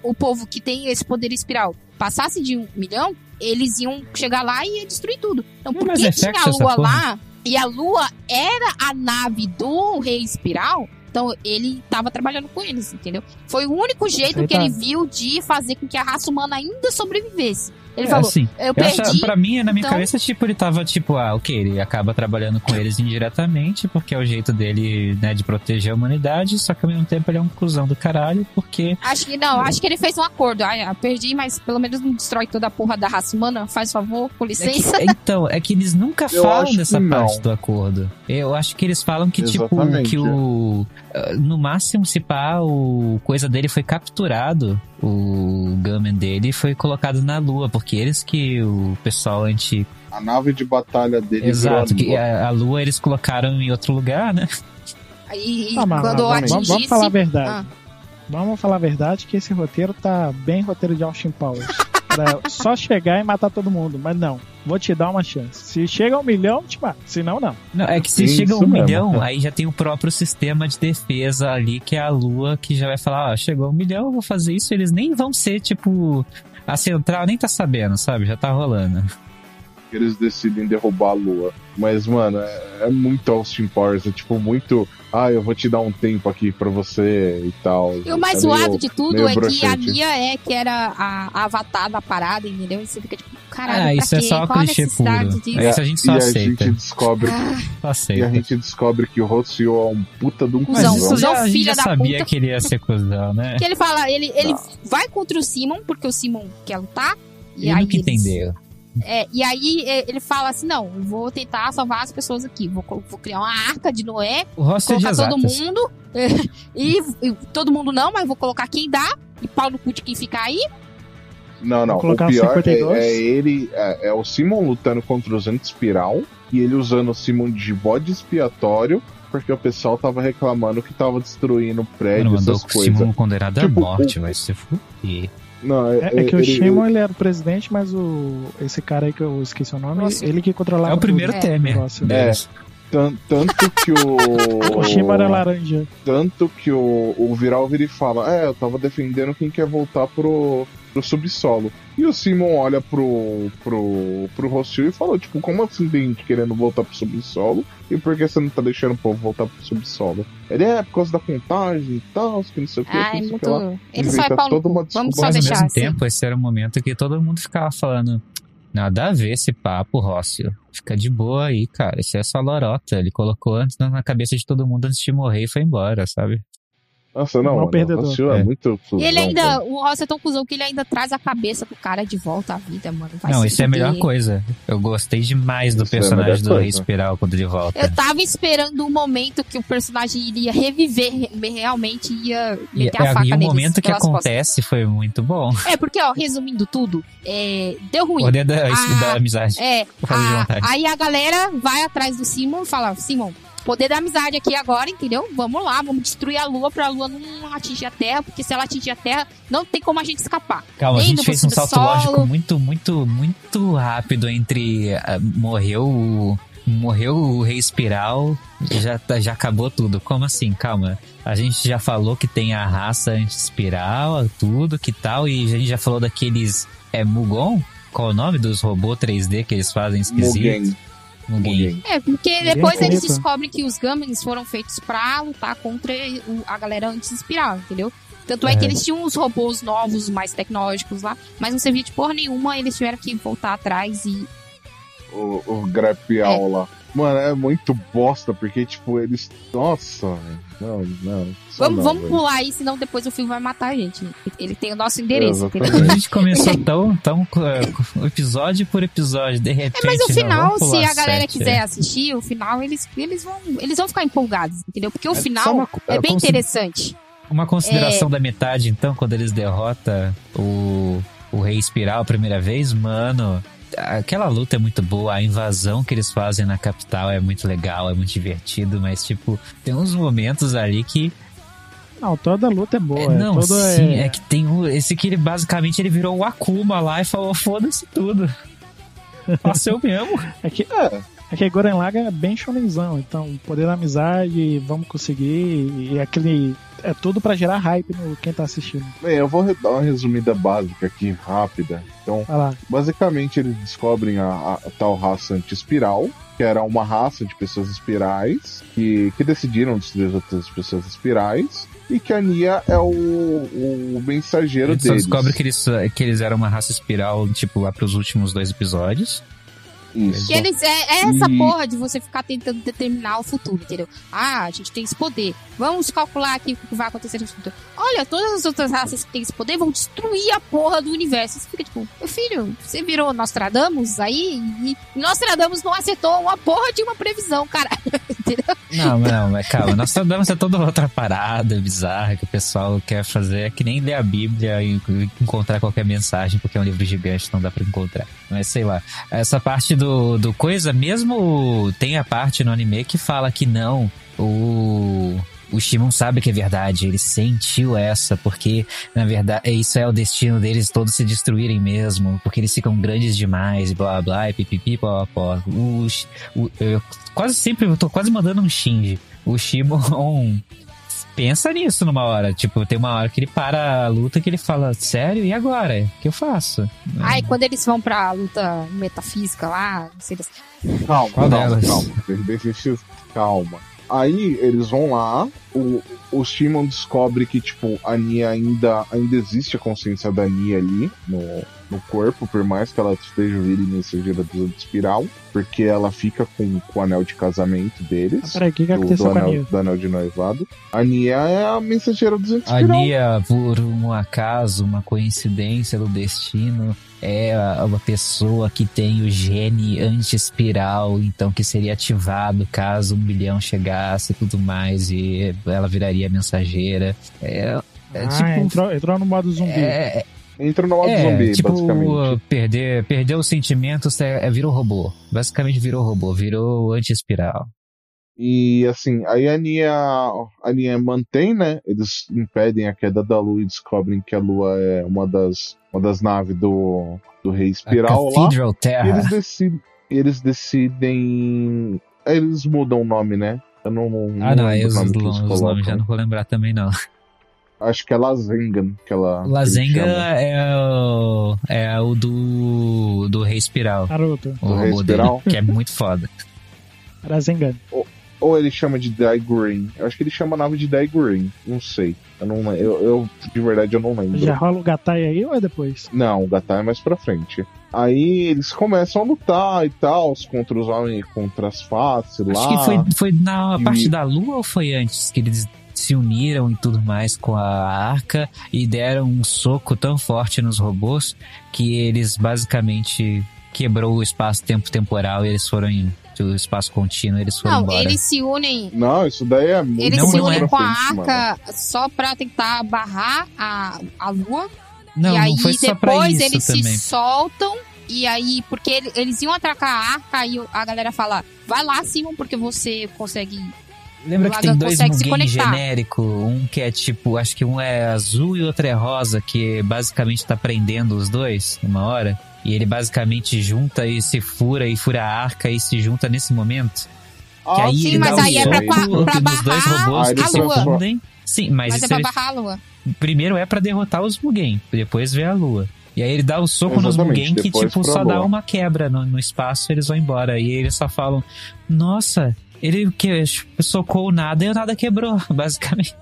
[SPEAKER 2] o povo que tem esse poder espiral passasse de um milhão, eles iam chegar lá e ia destruir tudo. Então,
[SPEAKER 3] Não,
[SPEAKER 2] por
[SPEAKER 3] mas
[SPEAKER 2] que
[SPEAKER 3] é
[SPEAKER 2] tinha a
[SPEAKER 3] sexo essa
[SPEAKER 2] lua
[SPEAKER 3] porra?
[SPEAKER 2] lá e a lua era a nave do rei espiral? Então, ele tava trabalhando com eles, entendeu? Foi o único jeito
[SPEAKER 4] aí
[SPEAKER 2] que
[SPEAKER 4] tá.
[SPEAKER 2] ele viu de fazer com que a raça humana ainda sobrevivesse. Ele
[SPEAKER 3] É,
[SPEAKER 2] falou,
[SPEAKER 3] assim,
[SPEAKER 2] eu
[SPEAKER 3] Eu
[SPEAKER 2] perdi...
[SPEAKER 3] acho, pra mim, na minha
[SPEAKER 2] então-
[SPEAKER 3] cabeça, tipo, ele tava tipo, ah, ok, ele acaba trabalhando com eles indiretamente, porque é o jeito dele, né, de proteger a humanidade, só que ao mesmo tempo ele é um cuzão do caralho, porque.
[SPEAKER 2] Acho que não, acho que ele fez um acordo. Ai, ah, perdi, mas pelo menos não destrói toda a porra da raça humana. Faz um favor, com
[SPEAKER 3] É que-
[SPEAKER 2] licença.
[SPEAKER 3] então, é que eles nunca
[SPEAKER 1] Eu
[SPEAKER 3] falam
[SPEAKER 1] acho
[SPEAKER 3] dessa
[SPEAKER 1] que não.
[SPEAKER 3] parte do acordo. Eu acho que eles falam que,
[SPEAKER 1] Exatamente.
[SPEAKER 3] tipo, que o. ah, No máximo, se pá, o coisa dele foi capturado, o Gamen dele foi colocado na lua, porque eles que o pessoal anti
[SPEAKER 1] A nave de batalha dele
[SPEAKER 3] Exato,
[SPEAKER 1] virou
[SPEAKER 3] que é.
[SPEAKER 1] a lua.
[SPEAKER 3] a, a lua eles colocaram em outro lugar, né?
[SPEAKER 2] E, e
[SPEAKER 4] Ah, mas-
[SPEAKER 2] quando
[SPEAKER 1] mas-
[SPEAKER 4] vamos,
[SPEAKER 2] atingisse.
[SPEAKER 4] vamos falar a verdade.
[SPEAKER 2] Ah.
[SPEAKER 4] Vamos falar a verdade que esse roteiro tá bem roteiro de Austin Powers. Era só chegar e matar todo mundo. Mas não, vou te dar uma chance. Se chega a um milhão, te mato. Se não, não.
[SPEAKER 3] Não, é que se
[SPEAKER 1] Isso
[SPEAKER 3] chega a um
[SPEAKER 1] mesmo.
[SPEAKER 3] milhão, aí já tem o próprio sistema de defesa ali, que é a lua, que já vai falar, ó, chegou um milhão, eu vou fazer isso, eles nem vão ser, tipo, a central nem tá sabendo, sabe? Já tá rolando.
[SPEAKER 1] Eles decidem derrubar a lua. Mas, mano, é, é muito Austin Powers. É tipo muito. Ah, eu vou te dar um tempo aqui pra você e tal.
[SPEAKER 2] E o mais
[SPEAKER 1] É
[SPEAKER 2] zoado
[SPEAKER 1] meio-
[SPEAKER 2] de tudo
[SPEAKER 1] meio
[SPEAKER 2] é que a
[SPEAKER 1] broxante.
[SPEAKER 2] Mia é que era a, a avatar da parada, entendeu? E você fica tipo, caralho,
[SPEAKER 3] Ah,
[SPEAKER 2] pra
[SPEAKER 3] isso
[SPEAKER 2] quê?
[SPEAKER 3] é só
[SPEAKER 2] Qual a
[SPEAKER 3] clichê
[SPEAKER 2] necessidade
[SPEAKER 3] puro.
[SPEAKER 2] disso?
[SPEAKER 3] É isso a gente só
[SPEAKER 1] e
[SPEAKER 3] aceita.
[SPEAKER 1] a gente descobre
[SPEAKER 2] Ah,
[SPEAKER 3] Só
[SPEAKER 1] E a
[SPEAKER 3] aceita.
[SPEAKER 1] gente descobre que o Rossio é um puta de um
[SPEAKER 2] Cusão,
[SPEAKER 1] cuzão.
[SPEAKER 2] cuzão,
[SPEAKER 3] a gente
[SPEAKER 2] filha
[SPEAKER 3] já
[SPEAKER 2] da
[SPEAKER 3] sabia
[SPEAKER 2] puta.
[SPEAKER 3] que ele ia ser cuzão, né?
[SPEAKER 2] que ele fala, ele, ele vai contra o Simon, porque o Simon quer lutar. E
[SPEAKER 3] Ele
[SPEAKER 2] aí
[SPEAKER 3] nunca
[SPEAKER 2] eles-
[SPEAKER 3] entendeu.
[SPEAKER 2] É, e aí é, ele fala assim: não, eu vou tentar salvar as pessoas aqui. Vou, co- vou criar uma arca de Noé
[SPEAKER 3] O rosto é de
[SPEAKER 2] colocar todo
[SPEAKER 3] exatas.
[SPEAKER 2] mundo. é, e, e todo mundo não, mas vou colocar quem dá. E pau no cu de quem fica aí.
[SPEAKER 1] Não, não.
[SPEAKER 4] Vou
[SPEAKER 1] O
[SPEAKER 4] colocar um o
[SPEAKER 1] pior é,
[SPEAKER 4] 52.
[SPEAKER 1] é ele. É, é o Simon lutando contra os anti-espiral. E ele usando o Simon de bode expiatório. Porque o pessoal tava reclamando que tava destruindo o
[SPEAKER 3] Mano,
[SPEAKER 1] prédio,
[SPEAKER 3] mandou
[SPEAKER 1] É, essas
[SPEAKER 3] o
[SPEAKER 1] coisas.
[SPEAKER 3] Simon condenado à
[SPEAKER 1] Tipo,
[SPEAKER 3] morte, vai se fuder.
[SPEAKER 1] Não,
[SPEAKER 4] É, é que o
[SPEAKER 1] ele-
[SPEAKER 4] Shimon ele era o presidente, mas o esse cara aí que eu esqueci o nome,
[SPEAKER 2] Nossa.
[SPEAKER 4] ele que controlava
[SPEAKER 3] É o primeiro
[SPEAKER 2] É.
[SPEAKER 3] Temer.
[SPEAKER 4] Negócio.
[SPEAKER 3] deles.
[SPEAKER 1] tan- Tanto que
[SPEAKER 4] tudo.
[SPEAKER 1] o.
[SPEAKER 4] O Shimon era laranja.
[SPEAKER 1] Tanto que o, o Viral vira e fala: É, eu tava defendendo quem quer voltar pro, pro subsolo. E o Simon olha pro, pro, pro Rossio e fala: Tipo, como assim tem gente querendo voltar pro subsolo? E por que você não tá deixando o povo voltar pro subsolo? Ele é por causa da contagem e tal, que não sei o que.
[SPEAKER 2] Ah,
[SPEAKER 1] que
[SPEAKER 2] é
[SPEAKER 1] não sei o que
[SPEAKER 2] muito.
[SPEAKER 1] lá."
[SPEAKER 2] Ele só é
[SPEAKER 1] Inventa
[SPEAKER 2] pau no
[SPEAKER 1] toda uma
[SPEAKER 2] cu. Vamos
[SPEAKER 1] desculpa.
[SPEAKER 2] só
[SPEAKER 3] Mas ao
[SPEAKER 2] deixar
[SPEAKER 3] mesmo
[SPEAKER 2] assim.
[SPEAKER 3] tempo, esse era o momento que todo mundo ficava falando: nada a ver esse papo, Rócio. Fica de boa aí, cara. Isso é só lorota. Ele colocou antes na na cabeça de todo mundo antes de morrer e foi embora, sabe?
[SPEAKER 1] Nossa, não,
[SPEAKER 4] Mal
[SPEAKER 1] mano,
[SPEAKER 4] perdedor.
[SPEAKER 1] o Rossio é,
[SPEAKER 3] É.
[SPEAKER 1] muito.
[SPEAKER 2] E ele
[SPEAKER 1] cuzão,
[SPEAKER 2] ainda,
[SPEAKER 3] né?
[SPEAKER 1] cara.
[SPEAKER 2] o Ross é tão cuzão que ele ainda traz a cabeça do cara de volta à vida, mano. Vai
[SPEAKER 3] Não,
[SPEAKER 2] se
[SPEAKER 3] isso é a melhor
[SPEAKER 2] fuder.
[SPEAKER 3] coisa. Eu gostei demais do
[SPEAKER 1] Isso é a
[SPEAKER 3] personagem
[SPEAKER 1] melhor
[SPEAKER 3] do Rei
[SPEAKER 1] coisa.
[SPEAKER 3] Espiral quando ele volta.
[SPEAKER 2] Eu tava esperando um momento que o personagem iria reviver, re- realmente ia
[SPEAKER 3] E, é,
[SPEAKER 2] meter a
[SPEAKER 3] e-
[SPEAKER 2] faca
[SPEAKER 3] e o
[SPEAKER 2] neles
[SPEAKER 3] um momento que
[SPEAKER 2] pelas costas.
[SPEAKER 3] acontece foi muito bom.
[SPEAKER 2] É, porque, ó, resumindo tudo, é, deu ruim.
[SPEAKER 3] Poder da,
[SPEAKER 2] Ah.
[SPEAKER 3] da amizade.
[SPEAKER 2] É,
[SPEAKER 3] Faz de
[SPEAKER 2] a-
[SPEAKER 3] vontade.
[SPEAKER 2] aí a galera vai atrás do Simon e fala, Simon, poder da amizade aqui agora, entendeu? Vamos lá, vamos destruir a Lua pra Lua não atingir a Terra, porque se ela atingir a Terra, não tem como a gente escapar.
[SPEAKER 3] Calma, a
[SPEAKER 2] Indo
[SPEAKER 3] gente
[SPEAKER 2] pro
[SPEAKER 3] fez um salto
[SPEAKER 2] subsolo.
[SPEAKER 3] lógico muito, muito, muito rápido entre ah, morreu o. Morreu o Rei Espiral, já, tá- já acabou tudo. Como assim? Calma. A gente já falou que tem a raça anti-espiral, tudo, que tal, e a gente já falou daqueles. É Mugon? Qual é o nome dos robôs 3D que eles fazem esquisito?
[SPEAKER 1] Mugen,
[SPEAKER 3] Mugen.
[SPEAKER 1] Mugen.
[SPEAKER 2] É, porque
[SPEAKER 4] Ninguém
[SPEAKER 2] depois eles
[SPEAKER 4] acredita.
[SPEAKER 2] descobrem que os Gamins foram feitos pra lutar contra o- a galera anti-espiral, entendeu? Tanto é, que
[SPEAKER 3] É.
[SPEAKER 2] eles tinham uns robôs novos, mais tecnológicos lá, mas não servia de porra nenhuma, eles tiveram que voltar atrás e.
[SPEAKER 1] o, o
[SPEAKER 2] É.
[SPEAKER 1] Grapial lá. Mano, é muito bosta, porque, tipo, eles. Nossa, velho. Não, não. só
[SPEAKER 2] Vamos,
[SPEAKER 1] não,
[SPEAKER 2] vamos
[SPEAKER 1] Tá velho.
[SPEAKER 2] pular aí, senão depois o filme vai matar a gente. Ele tem o nosso endereço,
[SPEAKER 1] Exatamente.
[SPEAKER 2] entendeu?
[SPEAKER 3] A gente começou tão, tão eh, episódio por episódio, de repente.
[SPEAKER 2] É, mas o
[SPEAKER 3] não,
[SPEAKER 2] final,
[SPEAKER 3] vamos
[SPEAKER 2] se
[SPEAKER 3] pular
[SPEAKER 2] a galera
[SPEAKER 3] sete. é.
[SPEAKER 2] quiser assistir, o final, eles, eles, vão, eles vão ficar empolgados, entendeu? Porque o
[SPEAKER 3] É,
[SPEAKER 2] final
[SPEAKER 3] só uma-
[SPEAKER 2] é bem
[SPEAKER 3] como se-
[SPEAKER 2] interessante.
[SPEAKER 3] Uma consideração da metade, então, quando eles derrotam o, o Rei Espiral a primeira vez, mano. Aquela luta é muito boa, a invasão que eles fazem na capital é muito legal, é muito divertido, mas, tipo, tem uns momentos ali que.
[SPEAKER 4] Não, toda luta é boa.
[SPEAKER 3] é, não,
[SPEAKER 4] toda
[SPEAKER 3] sim,
[SPEAKER 4] é-
[SPEAKER 3] é... que tem um. Esse que ele basicamente ele virou o Akuma lá e falou: foda-se tudo. Passou mesmo.
[SPEAKER 4] é que- É que Goren Lagann é bem shonenzão, então poder da amizade, vamos conseguir, e aquele... É tudo pra gerar hype no quem tá assistindo.
[SPEAKER 1] Bem, eu vou re- dar uma resumida básica aqui, rápida. Então,
[SPEAKER 4] Vai lá.
[SPEAKER 1] Basicamente, eles descobrem a, a- a tal raça anti-espiral, que era uma raça de pessoas espirais, que, que decidiram destruir as outras pessoas espirais, e que a Nia é o, o
[SPEAKER 3] A
[SPEAKER 1] mensageiro
[SPEAKER 3] gente só
[SPEAKER 1] deles.
[SPEAKER 3] descobre que eles, que eles eram uma raça espiral, tipo, lá pros últimos dois episódios.
[SPEAKER 1] Isso.
[SPEAKER 2] Que eles, é, é essa
[SPEAKER 1] E-
[SPEAKER 2] porra de você ficar tentando determinar o futuro, entendeu? Ah, a gente tem esse poder. Vamos calcular aqui o que vai acontecer no futuro. Olha, todas as outras raças que têm esse poder vão destruir a porra do universo. Você fica tipo, meu filho, você virou Nostradamus aí? E Nostradamus não acertou uma porra de uma previsão, cara.
[SPEAKER 3] É.
[SPEAKER 2] entendeu?
[SPEAKER 3] Não, não, mas calma. Nós estamos é toda outra parada bizarra que o pessoal quer fazer. É que nem ler a Bíblia e encontrar qualquer mensagem, porque é um livro gigante, não dá pra encontrar. Mas sei lá. Essa parte do, do coisa, mesmo tem a parte no anime que fala que não, o. O Shimon sabe que é verdade, ele sentiu essa, porque na verdade isso é o destino deles todos se destruírem mesmo, porque eles ficam grandes demais, e blá blá blá, e pipipi, blá blá blá. O, Shi- o, eu quase sempre, eu tô quase mandando um xinge. O Shimon pensa nisso numa hora. Tipo, tem uma hora que ele para a luta que ele fala, sério, e agora? O que eu faço?
[SPEAKER 2] Aí quando eles vão pra luta metafísica lá, não sei das...
[SPEAKER 1] Calma,
[SPEAKER 3] Qual
[SPEAKER 1] calma,
[SPEAKER 3] delas?
[SPEAKER 1] calma. Deixa- deixa- Calma. Aí eles vão lá, o, o Shimon descobre que, tipo, a Nia ainda, ainda existe a consciência da Nia ali no, no corpo, por mais que ela esteja virando sujeira do espiral, porque ela fica com, com o anel de casamento
[SPEAKER 4] Ah,
[SPEAKER 1] deles.
[SPEAKER 4] peraí, o que, que
[SPEAKER 1] Do, do,
[SPEAKER 4] aconteceu com a
[SPEAKER 1] anel,
[SPEAKER 4] Nia?
[SPEAKER 1] do anel de noivado. A Nia é a mensageira dos
[SPEAKER 3] A
[SPEAKER 1] espiral.
[SPEAKER 3] Nia, por um acaso, uma coincidência do destino, é a- uma pessoa que tem o gene anti-espiral, então que seria ativado caso um bilhão chegasse e tudo mais, e ela viraria mensageira. É, é
[SPEAKER 4] ah,
[SPEAKER 3] tipo-
[SPEAKER 4] entrou, entrou no modo zumbi.
[SPEAKER 3] é,
[SPEAKER 1] Entra no modo
[SPEAKER 3] É,
[SPEAKER 1] zumbi,
[SPEAKER 3] tipo,
[SPEAKER 1] basicamente.
[SPEAKER 3] Perder, perder os sentimentos é, é- virou robô. Basicamente virou robô, virou anti-espiral.
[SPEAKER 1] E assim, aí a Nia, a Nia mantém, né? Eles impedem a queda da lua e descobrem que a lua é uma das, uma das naves do, do rei
[SPEAKER 3] A
[SPEAKER 1] espiral lá.
[SPEAKER 3] Cathedral
[SPEAKER 1] E
[SPEAKER 3] Terra.
[SPEAKER 1] eles decidem. Eles decidem. Eles mudam o nome, né? Eu não.
[SPEAKER 3] Ah, não, aí
[SPEAKER 1] lembro
[SPEAKER 3] os,
[SPEAKER 1] o nome que
[SPEAKER 3] os
[SPEAKER 1] eles
[SPEAKER 3] nomes já
[SPEAKER 1] colocam.
[SPEAKER 3] não vou lembrar também, não.
[SPEAKER 1] Acho que é Lazengan que ela. Ah, que eles
[SPEAKER 3] Lazenga
[SPEAKER 1] chamam.
[SPEAKER 3] é o, é o do, do Rei Espiral.
[SPEAKER 4] Naruto,
[SPEAKER 3] O
[SPEAKER 1] Do Rei
[SPEAKER 3] robô
[SPEAKER 1] Espiral?
[SPEAKER 3] dele, que é muito foda.
[SPEAKER 4] Rasengan.
[SPEAKER 1] Ou ele chama de Daigurin. Eu acho que ele chama a nave de Daigurin. Não sei. Eu não le- eu, eu De verdade, eu não lembro.
[SPEAKER 4] Já rola o Gatai aí ou é depois?
[SPEAKER 1] Não, o Gatai é mais pra frente. Aí eles começam a lutar e tal, contra os homens, contra as faces lá.
[SPEAKER 3] Acho que foi, foi na
[SPEAKER 1] e o-
[SPEAKER 3] parte da Lua ou foi antes que eles se uniram e tudo mais com a arca e deram um soco tão forte nos robôs que eles basicamente quebrou o espaço-tempo temporal e eles foram em o espaço contínuo, eles foram
[SPEAKER 2] Não,
[SPEAKER 3] embora.
[SPEAKER 2] eles se unem
[SPEAKER 1] Não, isso daí é muito
[SPEAKER 2] Eles
[SPEAKER 3] Não,
[SPEAKER 2] se
[SPEAKER 3] não
[SPEAKER 2] unem
[SPEAKER 1] pra
[SPEAKER 2] com a
[SPEAKER 1] frente, mano.
[SPEAKER 2] arca só pra tentar barrar a, a lua.
[SPEAKER 3] Não,
[SPEAKER 2] e aí
[SPEAKER 3] não foi só pra
[SPEAKER 2] depois
[SPEAKER 3] isso
[SPEAKER 2] eles
[SPEAKER 3] também.
[SPEAKER 2] se soltam. E aí, porque ele- eles iam atracar a arca, aí a galera fala: vai lá, Simon, porque você consegue.
[SPEAKER 3] Lembra
[SPEAKER 2] O
[SPEAKER 3] que tem
[SPEAKER 2] Lagan
[SPEAKER 3] dois
[SPEAKER 2] consegue se
[SPEAKER 3] Mugen
[SPEAKER 2] conectar.
[SPEAKER 3] genérico, um que é tipo, acho que um é azul e outro é rosa, que basicamente tá prendendo os dois uma hora. E ele basicamente junta e se fura e fura a arca e se junta nesse momento. que
[SPEAKER 1] Ah,
[SPEAKER 3] aí
[SPEAKER 2] sim,
[SPEAKER 3] ele
[SPEAKER 2] mas
[SPEAKER 3] dá
[SPEAKER 2] aí
[SPEAKER 3] um
[SPEAKER 2] é pra- pra-
[SPEAKER 3] soco
[SPEAKER 2] pra
[SPEAKER 3] nos
[SPEAKER 2] barrar
[SPEAKER 3] dois
[SPEAKER 2] Ah,
[SPEAKER 3] robôs
[SPEAKER 1] a
[SPEAKER 3] que se
[SPEAKER 1] lua.
[SPEAKER 3] fundem. Sim, mas,
[SPEAKER 2] Mas, é
[SPEAKER 3] isso
[SPEAKER 2] pra
[SPEAKER 3] ele-
[SPEAKER 2] barrar a lua.
[SPEAKER 3] primeiro é pra derrotar os Mugen, depois vem a lua. E aí ele dá o soco nos
[SPEAKER 1] Exatamente,
[SPEAKER 3] Mugen que,
[SPEAKER 1] depois
[SPEAKER 3] tipo,
[SPEAKER 1] pra
[SPEAKER 3] só
[SPEAKER 1] lua.
[SPEAKER 3] dá uma quebra no, no espaço e eles vão embora. E eles só falam, nossa, ele que, tipo, socou o nada e o nada quebrou, basicamente.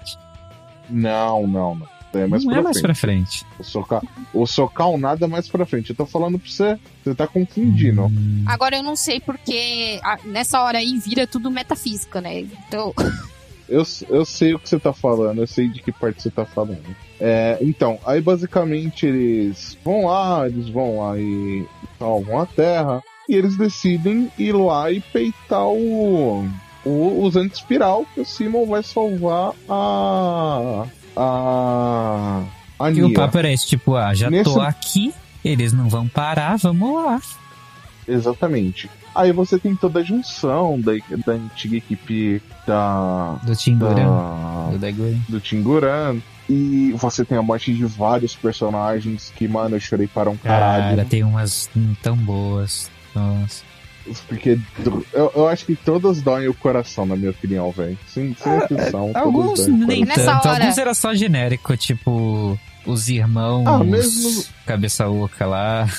[SPEAKER 1] Não, não, não. Isso daí É mais
[SPEAKER 3] não
[SPEAKER 1] pra
[SPEAKER 3] é mais
[SPEAKER 1] frente.
[SPEAKER 3] pra frente.
[SPEAKER 1] O, socar, o socar o nada é mais pra frente. Eu tô falando pra você. Você tá confundindo.
[SPEAKER 3] Hum,
[SPEAKER 2] Agora eu não sei porque ah, nessa hora aí vira tudo metafísica, né? Então,
[SPEAKER 1] Eu, eu sei o que você tá falando, eu sei de que parte você tá falando. É, então, aí basicamente eles vão lá, eles vão lá e salvam a Terra, e eles decidem ir lá e peitar o, o, os anti-espiral, que o Simon vai salvar a. a. a
[SPEAKER 3] E o
[SPEAKER 1] Nia.
[SPEAKER 3] papo era esse, tipo, ah, já
[SPEAKER 1] Nesse-
[SPEAKER 3] tô aqui, eles não vão parar, vamos lá.
[SPEAKER 1] Exatamente. Aí você tem toda a junção da, da antiga equipe da.
[SPEAKER 3] Do Timburan.
[SPEAKER 1] da
[SPEAKER 3] Do Daiguri.
[SPEAKER 1] do Tinguran. E você tem a morte de vários personagens que, mano, eu chorei para um caralho.
[SPEAKER 3] Cara, tem umas hum, tão boas. Nossa.
[SPEAKER 1] Porque do- eu, eu acho que todas doem o coração, na minha opinião, velho. Sim, sem exceção. todas
[SPEAKER 3] É, Alguns
[SPEAKER 1] doem o
[SPEAKER 3] nem
[SPEAKER 1] coração.
[SPEAKER 2] Nessa
[SPEAKER 3] tanto,
[SPEAKER 2] hora.
[SPEAKER 3] Então, alguns era só genérico, tipo os irmãos
[SPEAKER 1] Ah, mesmo-
[SPEAKER 3] cabeça oca lá.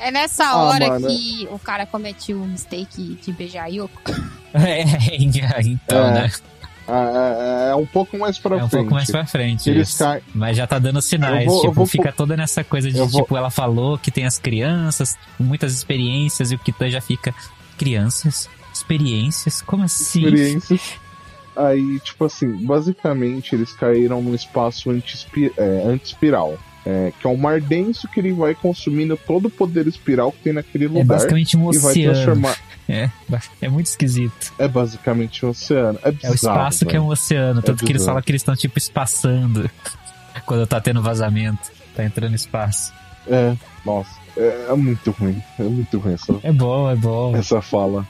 [SPEAKER 2] É nessa
[SPEAKER 1] Ah,
[SPEAKER 2] hora
[SPEAKER 1] mano.
[SPEAKER 2] que o cara cometeu o mistake de beijar a Yoko.
[SPEAKER 3] É, então,
[SPEAKER 1] É,
[SPEAKER 3] né?
[SPEAKER 1] É, é- é um pouco mais pra
[SPEAKER 3] É um
[SPEAKER 1] frente.
[SPEAKER 3] pouco mais pra frente.
[SPEAKER 1] Eles
[SPEAKER 3] isso.
[SPEAKER 1] caem-
[SPEAKER 3] Mas já tá dando sinais,
[SPEAKER 1] Eu vou- eu
[SPEAKER 3] tipo,
[SPEAKER 1] vou-
[SPEAKER 3] fica toda nessa coisa de,
[SPEAKER 1] Eu vou-
[SPEAKER 3] tipo, ela falou que tem as crianças, muitas experiências, e o Kitan já fica, crianças? Experiências? Como assim?
[SPEAKER 1] experiências. Aí, tipo assim, basicamente eles caíram num espaço anti-espi- é, anti-espiral. é, que é um mar denso que ele vai consumindo todo o poder espiral que tem naquele
[SPEAKER 3] É
[SPEAKER 1] lugar.
[SPEAKER 3] basicamente um
[SPEAKER 1] e vai
[SPEAKER 3] oceano.
[SPEAKER 1] transformar.
[SPEAKER 3] É, é muito esquisito.
[SPEAKER 1] É basicamente um oceano. É
[SPEAKER 3] É o
[SPEAKER 1] bizarro.
[SPEAKER 3] espaço que é
[SPEAKER 1] velho.
[SPEAKER 3] um oceano, tanto que eles
[SPEAKER 1] bizarro.
[SPEAKER 3] falam que eles estão, tipo, espaçando quando tá tendo vazamento. Tá entrando espaço.
[SPEAKER 1] É, nossa. É, é muito ruim. É muito ruim essa,
[SPEAKER 3] É bom, é bom.
[SPEAKER 1] essa fala.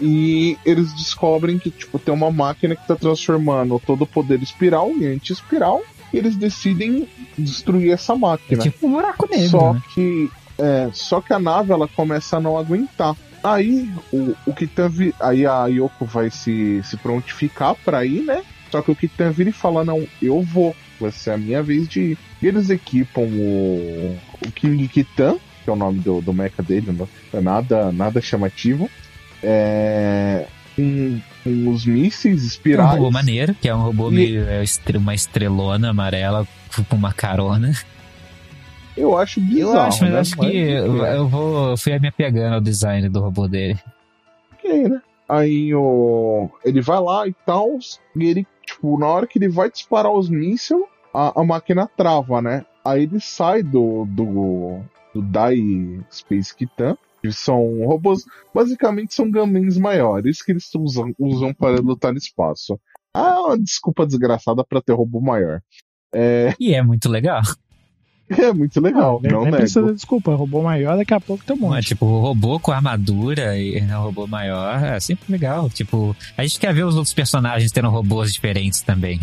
[SPEAKER 1] E eles descobrem que, tipo, tem uma máquina que tá transformando todo o poder espiral em anti-espiral. E eles decidem destruir essa
[SPEAKER 3] É
[SPEAKER 1] máquina.
[SPEAKER 3] tipo um buraco negro.
[SPEAKER 1] Só
[SPEAKER 3] né?
[SPEAKER 1] que é, só que a nave ela começa a não aguentar. Aí o, o Kitan vi- aí a Yoko vai se, se prontificar pra ir, né? Só que o Kitan vira e fala: "Não, eu vou. Vai ser a minha vez de ir". E eles equipam o, o King Kitan, que é o nome do, do mecha dele, não é nada nada chamativo. É, com, com os mísseis
[SPEAKER 3] É um
[SPEAKER 1] espirais.
[SPEAKER 3] robô maneiro, que é um robô
[SPEAKER 1] E-
[SPEAKER 3] meio, é estre- uma estrelona amarela com uma carona.
[SPEAKER 1] eu acho bizarro,
[SPEAKER 3] Eu acho, mas
[SPEAKER 1] né?
[SPEAKER 3] acho que eu, eu vou. Eu fui me apegando ao design do robô dele.
[SPEAKER 1] ok, né? Aí o... ele vai lá e tal, e ele, tipo, na hora que ele vai disparar os mísseis, a, a máquina trava, né? Aí ele sai do, do, do Dai Space Kitan, que são robôs, basicamente são gamins maiores que eles usam, usam para lutar no espaço. Ah, é uma desculpa desgraçada pra ter robô maior. É,
[SPEAKER 3] E é muito legal.
[SPEAKER 1] é muito legal,
[SPEAKER 4] nem
[SPEAKER 1] não,
[SPEAKER 4] nem
[SPEAKER 1] nego.
[SPEAKER 4] precisa de desculpa, roubou maior, daqui a pouco tem um
[SPEAKER 3] Mas,
[SPEAKER 4] monte.
[SPEAKER 3] tipo, o robô com armadura e é um robô maior é sempre legal. Tipo, a gente quer ver os outros personagens tendo robôs diferentes também.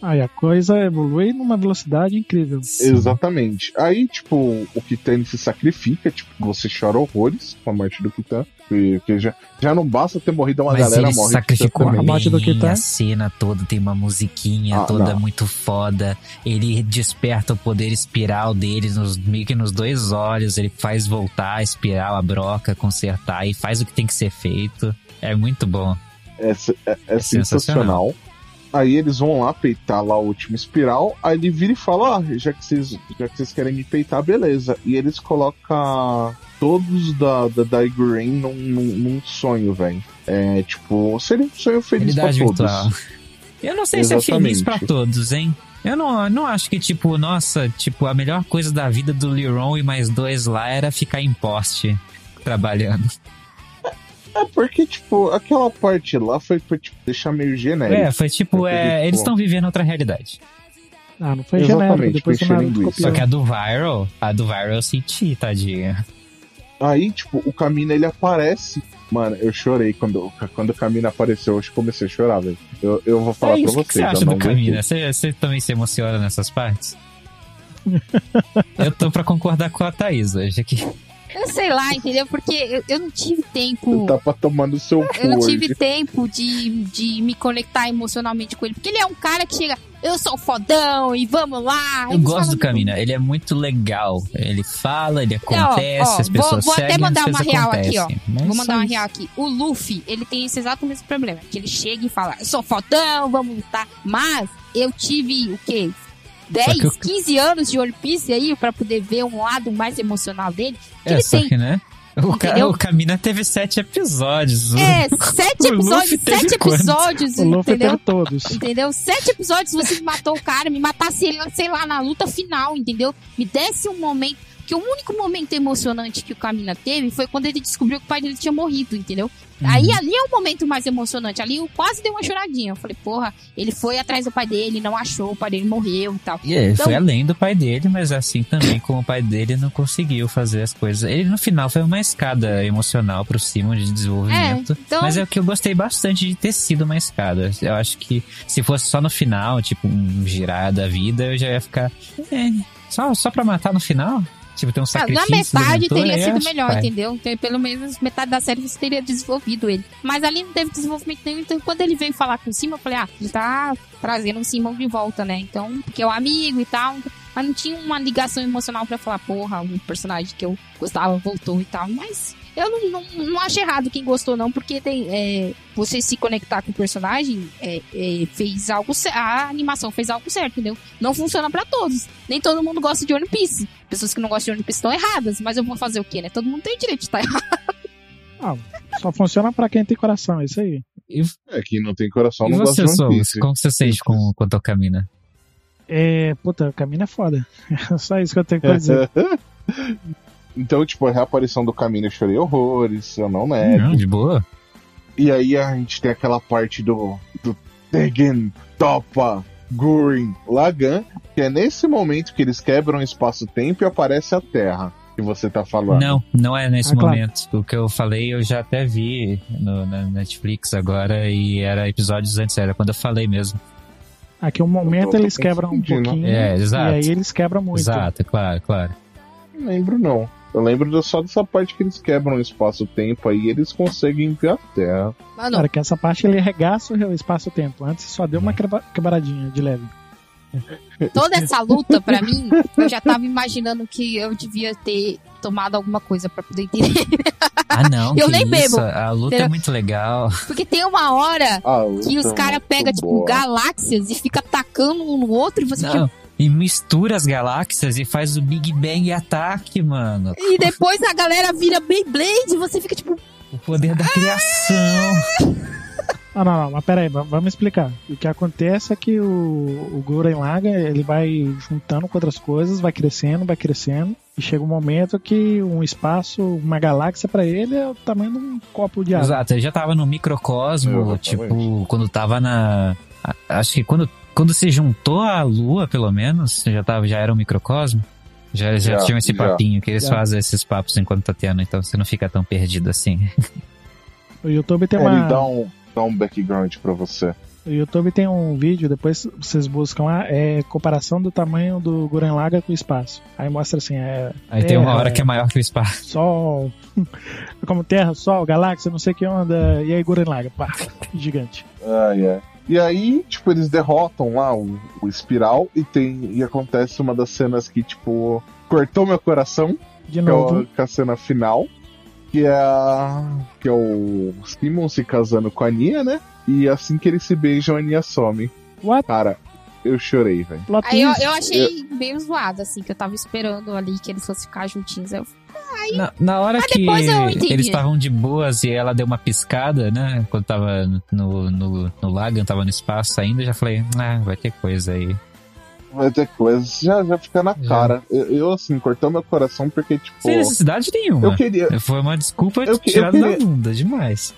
[SPEAKER 4] Aí a coisa evolui numa velocidade incrível.
[SPEAKER 1] Exatamente. Aí, tipo, o Kitane se sacrifica, tipo, você chora horrores com a morte do Kitan. Porque já, já não basta ter morrido uma
[SPEAKER 3] Mas
[SPEAKER 1] galera
[SPEAKER 3] ele
[SPEAKER 1] morre.
[SPEAKER 3] sacrificou
[SPEAKER 4] também.
[SPEAKER 3] bem,
[SPEAKER 4] A morte do Kitan?
[SPEAKER 3] a cena toda tem uma musiquinha
[SPEAKER 1] Ah,
[SPEAKER 3] toda
[SPEAKER 1] não.
[SPEAKER 3] muito foda. Ele desperta o poder espiral dele nos, meio que nos dois olhos. Ele faz voltar a espiral, a broca, consertar e faz o que tem que ser feito. É muito bom.
[SPEAKER 1] É, se- é- é
[SPEAKER 3] É sensacional.
[SPEAKER 1] sensacional. Aí eles vão lá peitar lá o último espiral. Aí ele vira e fala: ah, já que vocês, já que vocês querem me peitar, beleza. E eles colocam todos da, da, da Green num, num, num sonho, velho. É tipo, seria um sonho feliz pra
[SPEAKER 3] Realidade
[SPEAKER 1] todos.
[SPEAKER 3] virtual. Eu não sei se é feliz
[SPEAKER 1] Exatamente.
[SPEAKER 3] pra todos, hein? Eu não, não acho que, tipo, nossa, tipo, a melhor coisa da vida do Liron e mais dois lá era ficar em poste trabalhando.
[SPEAKER 1] É porque, tipo, aquela parte lá foi pra tipo, deixar meio genérico.
[SPEAKER 3] É, foi tipo, é, eles estão vivendo outra realidade.
[SPEAKER 4] Ah, não foi
[SPEAKER 1] Exatamente,
[SPEAKER 4] genérico, depois o
[SPEAKER 1] mexer
[SPEAKER 4] Naruto
[SPEAKER 1] linguiça.
[SPEAKER 4] copiou.
[SPEAKER 3] Só que a do Viral, a do Viral eu senti, tadinha.
[SPEAKER 1] Aí, tipo, o Camino ele aparece. Mano, eu chorei quando, quando o Camino apareceu. Eu acho que comecei a chorar, velho. Eu, eu vou falar
[SPEAKER 3] É isso,
[SPEAKER 1] pra
[SPEAKER 3] o que você
[SPEAKER 1] vocês. eu
[SPEAKER 3] acha
[SPEAKER 1] não
[SPEAKER 3] do Camina?
[SPEAKER 1] aguentei.
[SPEAKER 3] Você, você também se emociona nessas partes? eu tô pra concordar com a Thaís hoje aqui.
[SPEAKER 2] Eu sei lá, entendeu? Porque eu, eu não tive
[SPEAKER 1] Você
[SPEAKER 2] tempo.
[SPEAKER 1] tá pra tomar no seu cu
[SPEAKER 2] Eu não
[SPEAKER 1] hoje.
[SPEAKER 2] tive tempo de, de me conectar emocionalmente com ele. Porque ele é um cara que chega, eu sou fodão e vamos lá. Aí
[SPEAKER 3] Eu
[SPEAKER 2] você
[SPEAKER 3] gosto
[SPEAKER 2] fala,
[SPEAKER 3] do Camina, ele é muito legal. Ele fala, ele
[SPEAKER 2] ó,
[SPEAKER 3] acontece, as
[SPEAKER 2] vou-
[SPEAKER 3] pessoas
[SPEAKER 2] vou até
[SPEAKER 3] seguem, as
[SPEAKER 2] mandar uma
[SPEAKER 3] coisas
[SPEAKER 2] real aqui,
[SPEAKER 3] acontecem.
[SPEAKER 2] ó.
[SPEAKER 3] Mas
[SPEAKER 2] Vou mandar uma
[SPEAKER 3] só
[SPEAKER 2] real aqui. O Luffy, ele tem esse exato mesmo problema. Que ele chega e fala, eu sou fodão, vamos lutar. Mas eu tive o quê? 10,
[SPEAKER 3] que o-
[SPEAKER 2] 15 anos de One Piece aí pra poder ver um lado mais emocional dele.
[SPEAKER 3] isso.
[SPEAKER 2] Que
[SPEAKER 3] É,
[SPEAKER 2] ele
[SPEAKER 3] só
[SPEAKER 2] tem.
[SPEAKER 3] que, né? O, ca...
[SPEAKER 2] Entendeu?
[SPEAKER 3] o Camina teve sete episódios.
[SPEAKER 2] É, sete
[SPEAKER 3] O Luffy
[SPEAKER 2] episódios,
[SPEAKER 3] teve
[SPEAKER 2] sete
[SPEAKER 3] quanto?
[SPEAKER 2] episódios,
[SPEAKER 4] O Luffy
[SPEAKER 2] entendeu?
[SPEAKER 4] teve todos.
[SPEAKER 2] Entendeu? Sete episódios você matou o cara, me matasse ele, sei lá, na luta final, entendeu? Me desse um momento. Que o único momento emocionante que o Camina teve foi quando ele descobriu que o pai dele tinha morrido, entendeu?
[SPEAKER 3] Uhum.
[SPEAKER 2] Aí ali é o momento mais emocionante. Ali eu quase dei uma choradinha. Eu falei, porra, ele foi atrás do pai dele, não achou, o pai dele morreu e tal.
[SPEAKER 3] E ele
[SPEAKER 2] Então-
[SPEAKER 3] foi além do pai dele, mas assim também como o pai dele não conseguiu fazer as coisas. Ele no final foi uma escada emocional pro Simon de
[SPEAKER 2] É,
[SPEAKER 3] desenvolvimento.
[SPEAKER 2] então.
[SPEAKER 3] Mas é o que eu gostei bastante de ter sido uma escada. Eu acho que se fosse só no final, tipo, um girar da vida, eu já ia ficar. "É, só, só pra matar no final? Tipo, tem um
[SPEAKER 2] Ah, Na
[SPEAKER 3] sacrifício.
[SPEAKER 2] metade
[SPEAKER 3] da aventura,
[SPEAKER 2] teria
[SPEAKER 3] eu
[SPEAKER 2] sido
[SPEAKER 3] acho que
[SPEAKER 2] melhor,
[SPEAKER 3] vai.
[SPEAKER 2] entendeu? Então, pelo menos metade da série você teria desenvolvido ele. Mas ali não teve desenvolvimento nenhum, então quando ele veio falar com o Simon, eu falei, ah, ele tá trazendo o Simon de volta, né? Então, porque é o amigo e tal. Mas não tinha uma ligação emocional pra falar, porra, o personagem que eu gostava voltou e tal. Mas eu não, não, não acho errado quem gostou, não, porque tem, é, você se conectar com o personagem é, é, fez algo cer- A animação fez algo certo, entendeu? Não funciona pra todos. Nem todo mundo gosta de One Piece pessoas que não gostam de One Piece estão erradas, mas eu vou fazer o quê, né? Todo mundo tem o direito de estar errado.
[SPEAKER 4] Só funciona pra quem tem coração, é isso aí.
[SPEAKER 3] E,
[SPEAKER 1] É, quem não tem coração
[SPEAKER 3] e
[SPEAKER 1] não gosta
[SPEAKER 3] você,
[SPEAKER 1] de One
[SPEAKER 3] Souls?
[SPEAKER 1] Piece.
[SPEAKER 3] Como que você sente com, com a Tocamina?
[SPEAKER 4] É, puta, o caminho é foda. Só isso que eu tenho
[SPEAKER 1] É,
[SPEAKER 4] pra dizer.
[SPEAKER 1] então, tipo, a reaparição do Camino eu chorei horrores, eu não nego.
[SPEAKER 3] Não, de boa.
[SPEAKER 1] E aí a gente tem aquela parte do, do Tegen, Topa, Gurin, Lagan, que é nesse momento que eles quebram o espaço-tempo e aparece a Terra que você tá falando.
[SPEAKER 3] Não, não é nesse
[SPEAKER 4] Ah, claro.
[SPEAKER 3] momento. O que eu falei, eu já até vi no, na Netflix agora e era episódios antes, era quando eu falei mesmo.
[SPEAKER 4] Aqui um
[SPEAKER 1] Eu
[SPEAKER 4] momento
[SPEAKER 1] tô-
[SPEAKER 4] eles
[SPEAKER 1] tô
[SPEAKER 4] quebram um
[SPEAKER 1] confundindo.
[SPEAKER 4] pouquinho.
[SPEAKER 3] É, exato.
[SPEAKER 4] E aí eles quebram muito.
[SPEAKER 3] Exato, claro, claro.
[SPEAKER 1] Não lembro, não. Eu lembro da- só dessa parte que eles quebram o espaço-tempo aí e eles conseguem ver a Terra.
[SPEAKER 2] Mano,
[SPEAKER 4] Cara, que essa parte ele arregaça o espaço-tempo. Antes só deu uma
[SPEAKER 3] Uhum.
[SPEAKER 4] quebra- quebradinha de leve.
[SPEAKER 2] toda essa luta, pra mim, eu já tava imaginando que eu devia ter tomado alguma coisa pra poder entender.
[SPEAKER 3] Ah, não.
[SPEAKER 2] Eu
[SPEAKER 3] que
[SPEAKER 2] nem
[SPEAKER 3] isso,
[SPEAKER 2] bebo.
[SPEAKER 3] A luta é
[SPEAKER 2] Entendeu?
[SPEAKER 3] muito legal.
[SPEAKER 2] Porque tem uma hora
[SPEAKER 1] Ah,
[SPEAKER 2] que os
[SPEAKER 1] luta
[SPEAKER 2] caras
[SPEAKER 1] muito
[SPEAKER 2] pegam, tipo,
[SPEAKER 1] boa.
[SPEAKER 2] galáxias e fica atacando um no outro e você fica.
[SPEAKER 3] Não. E mistura as galáxias e faz o Big Bang ataque, mano.
[SPEAKER 2] E depois a galera vira Beyblade e você fica, tipo,
[SPEAKER 3] O poder da criação.
[SPEAKER 4] Ah, não, não, mas peraí, va- vamos explicar. O que acontece é que o, o Guren Laga, ele vai juntando com outras coisas, vai crescendo, vai crescendo, e chega um momento que um espaço, uma galáxia pra ele é o tamanho de um copo de água.
[SPEAKER 3] Exato, ele já tava no microcosmo,
[SPEAKER 1] Exatamente.
[SPEAKER 3] tipo, quando tava na. a- Acho que quando, quando se juntou à Lua, pelo menos, já, tava, já era um microcosmo. Já, já,
[SPEAKER 1] Já,
[SPEAKER 3] tinham esse
[SPEAKER 1] já.
[SPEAKER 3] papinho, que eles
[SPEAKER 4] Já.
[SPEAKER 3] fazem esses papos enquanto tá tendo, então você não fica tão perdido assim.
[SPEAKER 4] O YouTube tem
[SPEAKER 1] Ele dá
[SPEAKER 4] uma,
[SPEAKER 1] um, dá um background pra você.
[SPEAKER 4] o YouTube tem um vídeo, depois vocês buscam lá, é comparação do tamanho do Guren Laga com o espaço. Aí mostra assim, é
[SPEAKER 3] Aí tem uma
[SPEAKER 4] É.
[SPEAKER 3] hora que é maior que o espaço.
[SPEAKER 4] Sol, como Terra, Sol, galáxia, não sei que onda, e aí Guren Laga, pá, gigante.
[SPEAKER 1] Ai, ai. E aí, tipo, eles derrotam lá o, o espiral e tem. E acontece uma das cenas que, tipo, cortou meu coração.
[SPEAKER 4] De
[SPEAKER 1] que é
[SPEAKER 4] novo,
[SPEAKER 1] o-
[SPEAKER 3] Uhum.
[SPEAKER 1] que é a cena final, que é a- que é o Simon se casando com a Nia, né? E assim que eles se beijam, a Nia some.
[SPEAKER 4] What?
[SPEAKER 1] Cara, eu chorei, velho.
[SPEAKER 4] plot
[SPEAKER 2] aí eu,
[SPEAKER 4] twist.
[SPEAKER 2] eu achei meio zoado, assim, que eu tava esperando ali que eles fossem ficar juntinhos. Aí eu
[SPEAKER 3] Na, na hora
[SPEAKER 2] Mas
[SPEAKER 3] que
[SPEAKER 2] depois eu entendi.
[SPEAKER 3] eles estavam de boas e ela deu uma piscada, né? Quando tava no, no, no Lagan, tava no espaço ainda, eu já falei, ah, vai ter coisa aí.
[SPEAKER 1] Vai ter coisa, já, já fica na
[SPEAKER 3] Já.
[SPEAKER 1] cara. Eu, eu, assim, cortou meu coração porque, tipo,
[SPEAKER 3] Sem necessidade nenhuma.
[SPEAKER 1] eu queria,
[SPEAKER 3] Foi uma desculpa
[SPEAKER 1] Eu que- eu
[SPEAKER 3] tirada da
[SPEAKER 1] queria-
[SPEAKER 3] bunda, demais.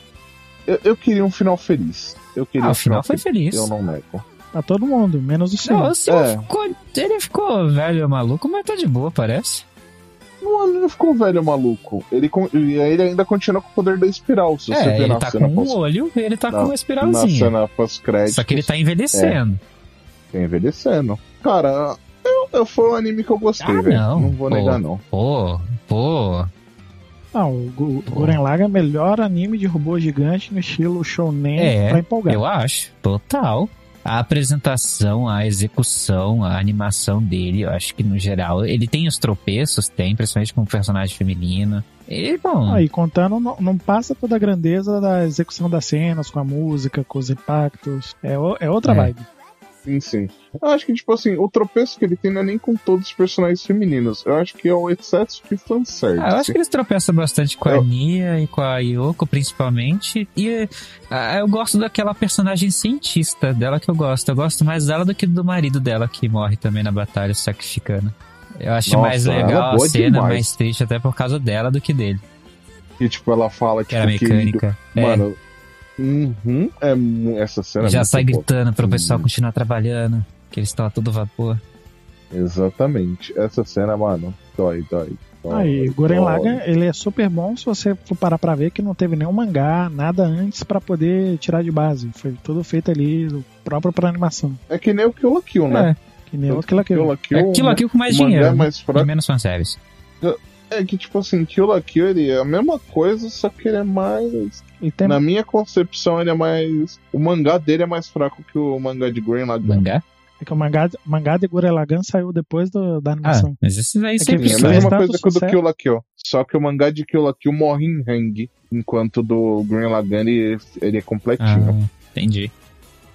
[SPEAKER 1] eu, eu queria um final feliz. Eu queria
[SPEAKER 3] Ah,
[SPEAKER 1] um
[SPEAKER 3] o final foi feliz.
[SPEAKER 1] Eu não nego.
[SPEAKER 4] Pra todo mundo, menos o Simon.
[SPEAKER 3] Não, o Simon
[SPEAKER 1] É.
[SPEAKER 3] ficou. Ele ficou velho maluco, mas tá de boa, parece.
[SPEAKER 1] Não, ele não ficou velho maluco. Ele, con- e aí ele ainda continua com o poder da espiral. Se você
[SPEAKER 3] É,
[SPEAKER 1] ver
[SPEAKER 3] ele
[SPEAKER 1] na
[SPEAKER 3] tá com
[SPEAKER 1] cena
[SPEAKER 3] um
[SPEAKER 1] pós-
[SPEAKER 3] olho ele tá
[SPEAKER 1] na-
[SPEAKER 3] com uma
[SPEAKER 1] na
[SPEAKER 3] espiralzinha.
[SPEAKER 1] cena pós-crédito.
[SPEAKER 3] Só que ele tá envelhecendo.
[SPEAKER 1] Tá envelhecendo. Cara, eu, eu- foi um anime que eu gostei,
[SPEAKER 3] Ah,
[SPEAKER 1] velho.
[SPEAKER 3] não.
[SPEAKER 1] Não. vou
[SPEAKER 3] Pô.
[SPEAKER 1] negar, não.
[SPEAKER 3] Pô, pô.
[SPEAKER 4] Não, o Gu- Gurren Lagann é o melhor anime de robô gigante no estilo shounen
[SPEAKER 3] É,
[SPEAKER 4] pra empolgar.
[SPEAKER 3] Eu acho, total. A apresentação, a execução, a animação dele, eu acho que no geral. Ele tem os tropeços, tem, principalmente com o personagem feminino. E, bom,
[SPEAKER 4] Ah, e contando, não, não passa toda a grandeza da execução das cenas, com a música, com os impactos. É, o- é outra
[SPEAKER 3] É.
[SPEAKER 4] vibe.
[SPEAKER 1] Sim, sim. Eu acho que, tipo assim, o tropeço que ele tem não é nem com todos os personagens femininos. Eu acho que é o excesso de fanservice.
[SPEAKER 3] Ah, eu acho que eles tropeçam bastante com a
[SPEAKER 1] Eu-
[SPEAKER 3] Nia e com a Yoko, principalmente. E ah, eu gosto daquela personagem cientista dela que eu gosto. Eu gosto mais dela do que do marido dela, que morre também na batalha sacrificando. Eu acho
[SPEAKER 1] Nossa,
[SPEAKER 3] mais
[SPEAKER 1] ela é
[SPEAKER 3] legal a
[SPEAKER 1] boa
[SPEAKER 3] cena,
[SPEAKER 1] demais.
[SPEAKER 3] mais triste até por causa dela do que dele,
[SPEAKER 1] E, tipo, ela fala,
[SPEAKER 3] que
[SPEAKER 1] tipo,
[SPEAKER 3] era mecânica.
[SPEAKER 1] querido,
[SPEAKER 3] É,
[SPEAKER 1] Mano, uhum, é mu- essa cena é
[SPEAKER 3] já
[SPEAKER 1] muito
[SPEAKER 3] sai
[SPEAKER 1] boa.
[SPEAKER 3] gritando pro pessoal
[SPEAKER 1] Hum.
[SPEAKER 3] continuar trabalhando, que eles estão a todo vapor.
[SPEAKER 1] Exatamente. Essa cena, mano, dói, dói. dói,
[SPEAKER 4] Aí, Guren
[SPEAKER 1] dói.
[SPEAKER 4] Lagann, ele é super bom se você for parar pra ver que não teve nenhum mangá, nada antes pra poder tirar de base. Foi tudo feito ali, próprio pra animação.
[SPEAKER 1] É que nem o Kill la Kill, né?
[SPEAKER 4] Que nem aquilo que
[SPEAKER 1] Kill la Kill,
[SPEAKER 3] É aquilo
[SPEAKER 1] né?
[SPEAKER 3] aqui com mais
[SPEAKER 1] o mangá é
[SPEAKER 3] dinheiro.
[SPEAKER 1] mais
[SPEAKER 3] E
[SPEAKER 1] fraco.
[SPEAKER 3] menos fanservice.
[SPEAKER 1] É que, tipo assim, Kill la Kill ele é a mesma coisa, só que ele é mais.
[SPEAKER 4] E tem
[SPEAKER 1] Na minha concepção, ele é mais. O mangá dele é mais fraco que o mangá de Green Lagoon.
[SPEAKER 3] Mangá?
[SPEAKER 4] é que o mangá, mangá de Gurren Lagann saiu depois do- da
[SPEAKER 3] Ah,
[SPEAKER 4] animação.
[SPEAKER 3] mas esses aí
[SPEAKER 4] que
[SPEAKER 3] sempre
[SPEAKER 1] É a
[SPEAKER 4] Isso,
[SPEAKER 3] saem.
[SPEAKER 4] mas
[SPEAKER 1] mesma
[SPEAKER 4] tanto
[SPEAKER 1] coisa que o do
[SPEAKER 4] sucesso.
[SPEAKER 1] Kill la Kill. Só que o mangá de Kill la Kill morre em hang, enquanto do Green Lagoon ele, ele é completinho.
[SPEAKER 3] Ah, entendi.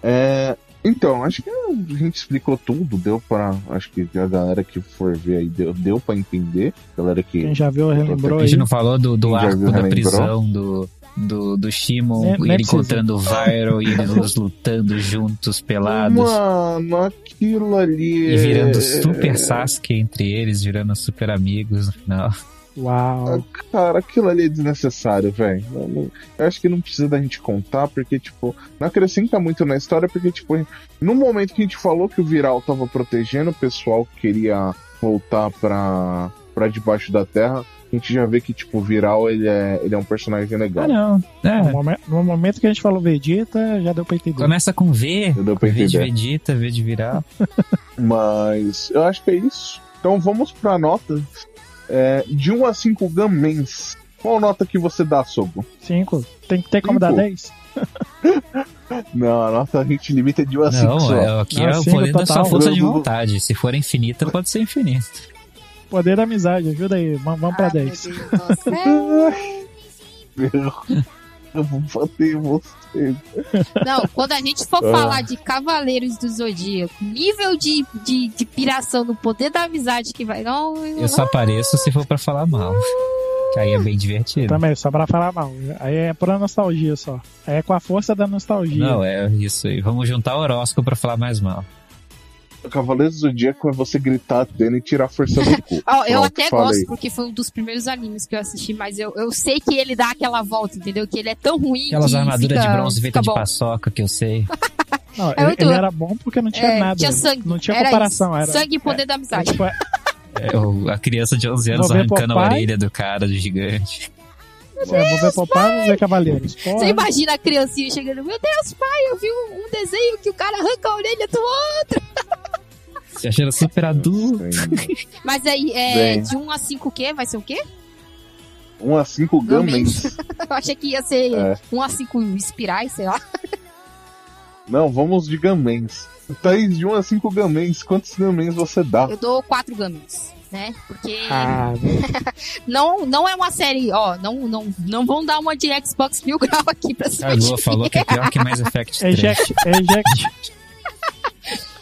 [SPEAKER 1] É, então, acho que a gente explicou tudo, deu pra. Acho que a galera que for ver aí deu, deu pra entender. Galera que.
[SPEAKER 4] Quem já viu relembrou
[SPEAKER 3] A
[SPEAKER 4] aí.
[SPEAKER 3] gente não falou do, do
[SPEAKER 1] Já
[SPEAKER 3] arco
[SPEAKER 1] viu,
[SPEAKER 3] da
[SPEAKER 1] relembrou?
[SPEAKER 3] prisão, do, do, do Shimon,
[SPEAKER 4] Nem- nem
[SPEAKER 3] ele
[SPEAKER 4] precisa.
[SPEAKER 3] encontrando o Viral e eles lutando juntos, pelados.
[SPEAKER 1] Mano, aquilo ali.
[SPEAKER 3] E virando
[SPEAKER 1] é-
[SPEAKER 3] super Sasuke entre eles, virando super amigos no final.
[SPEAKER 4] Uau.
[SPEAKER 1] Cara, aquilo ali é desnecessário, velho. Eu, não- eu acho que não precisa da gente contar, porque, tipo, não acrescenta muito na história, porque, tipo, no momento que a gente falou que o Viral tava protegendo o pessoal que queria voltar pra, pra debaixo da terra, a gente já vê que, tipo, o Viral ele é, ele é um personagem legal.
[SPEAKER 3] Ah, não.
[SPEAKER 4] No,
[SPEAKER 3] É,
[SPEAKER 4] momen- no momento que a gente falou Vegeta, já deu pra entender.
[SPEAKER 3] começa com V.
[SPEAKER 1] Entendeu? Pra
[SPEAKER 3] V de
[SPEAKER 1] entender.
[SPEAKER 3] Vegeta, V de viral.
[SPEAKER 1] Mas eu acho que é isso. Então vamos pra nota. É, de 1 a 5 Gamens. Qual nota que você dá, Sogo?
[SPEAKER 4] 5. Tem que ter como
[SPEAKER 1] Cinco?
[SPEAKER 4] dar 10?
[SPEAKER 1] Não, a nota a gente limita de 1 a 5
[SPEAKER 3] Não,
[SPEAKER 1] Tá só.
[SPEAKER 3] é, aqui
[SPEAKER 4] Não,
[SPEAKER 3] é o
[SPEAKER 4] sim,
[SPEAKER 3] poder da sua
[SPEAKER 4] total.
[SPEAKER 3] força de
[SPEAKER 1] Eu-
[SPEAKER 3] vontade. Se for infinita, pode ser infinita.
[SPEAKER 4] Poder da amizade, ajuda aí. Vamos, vamos pra
[SPEAKER 2] Ah, meu
[SPEAKER 4] 10.
[SPEAKER 2] Deus do céu.
[SPEAKER 1] Eu vou bater em você.
[SPEAKER 2] Não, quando a gente for
[SPEAKER 1] Ah.
[SPEAKER 2] falar de Cavaleiros do Zodíaco, nível de, de, de piração no poder da amizade que vai. Não, eu-
[SPEAKER 3] Eu só apareço se for pra falar mal. Que aí é bem divertido.
[SPEAKER 4] Também, só pra falar mal. Aí é pura nostalgia só. Aí é com a força da nostalgia.
[SPEAKER 3] Não, é isso aí. Vamos juntar o horóscopo pra falar mais mal.
[SPEAKER 1] Cavaleiros do Zodíaco é você gritar atendo e tirar a força do cu.
[SPEAKER 2] Ó, eu
[SPEAKER 1] Pronto,
[SPEAKER 2] até
[SPEAKER 1] falei.
[SPEAKER 2] gosto, porque foi um dos primeiros animes que eu assisti, mas eu, eu sei que ele dá aquela volta, entendeu? Que ele é tão ruim
[SPEAKER 3] Aquelas
[SPEAKER 2] que
[SPEAKER 3] armaduras
[SPEAKER 2] fica,
[SPEAKER 3] de bronze
[SPEAKER 2] fica
[SPEAKER 3] feita de
[SPEAKER 2] bom.
[SPEAKER 3] paçoca que eu sei.
[SPEAKER 4] Não,
[SPEAKER 2] É
[SPEAKER 4] ele,
[SPEAKER 2] muito-
[SPEAKER 4] ele era bom porque não tinha
[SPEAKER 2] É,
[SPEAKER 4] nada.
[SPEAKER 2] tinha sangue.
[SPEAKER 4] Não tinha
[SPEAKER 2] Era
[SPEAKER 4] comparação.
[SPEAKER 2] isso.
[SPEAKER 4] Era,
[SPEAKER 2] Sangue e poder da
[SPEAKER 4] era
[SPEAKER 2] amizade.
[SPEAKER 4] tipo,
[SPEAKER 3] É, o- a criança de 11 anos
[SPEAKER 4] Vou ver
[SPEAKER 3] arrancando a
[SPEAKER 4] Popeye.
[SPEAKER 3] orelha do cara, do gigante.
[SPEAKER 4] é, vou ver Popeye, vou ver Cavaleiros. Porra,
[SPEAKER 2] Você imagina a criancinha chegando, meu Deus, pai, eu vi um, um desenho que o cara arranca a orelha do outro.
[SPEAKER 3] Você achando super adulto.
[SPEAKER 2] Mas aí, é,
[SPEAKER 1] Bem.
[SPEAKER 2] de 1 a 5 o quê? Vai ser o quê?
[SPEAKER 1] 1 a 5 Gamens.
[SPEAKER 2] Eu achei que ia ser
[SPEAKER 1] É.
[SPEAKER 2] 1 a 5 espirais, sei lá.
[SPEAKER 1] Não, vamos de Gamens. Thaís, de 1 a 5 Gamens, quantos Gamens você dá?
[SPEAKER 2] Eu dou 4 games, né? Porque
[SPEAKER 4] Ah,
[SPEAKER 2] não, não é uma série, ó, não, não, não vão dar uma de Xbox Mil Grau aqui pra cima
[SPEAKER 3] A
[SPEAKER 2] de
[SPEAKER 3] Lua
[SPEAKER 2] mim.
[SPEAKER 3] falou que é pior que Mass Effect 3.
[SPEAKER 4] eject, eject.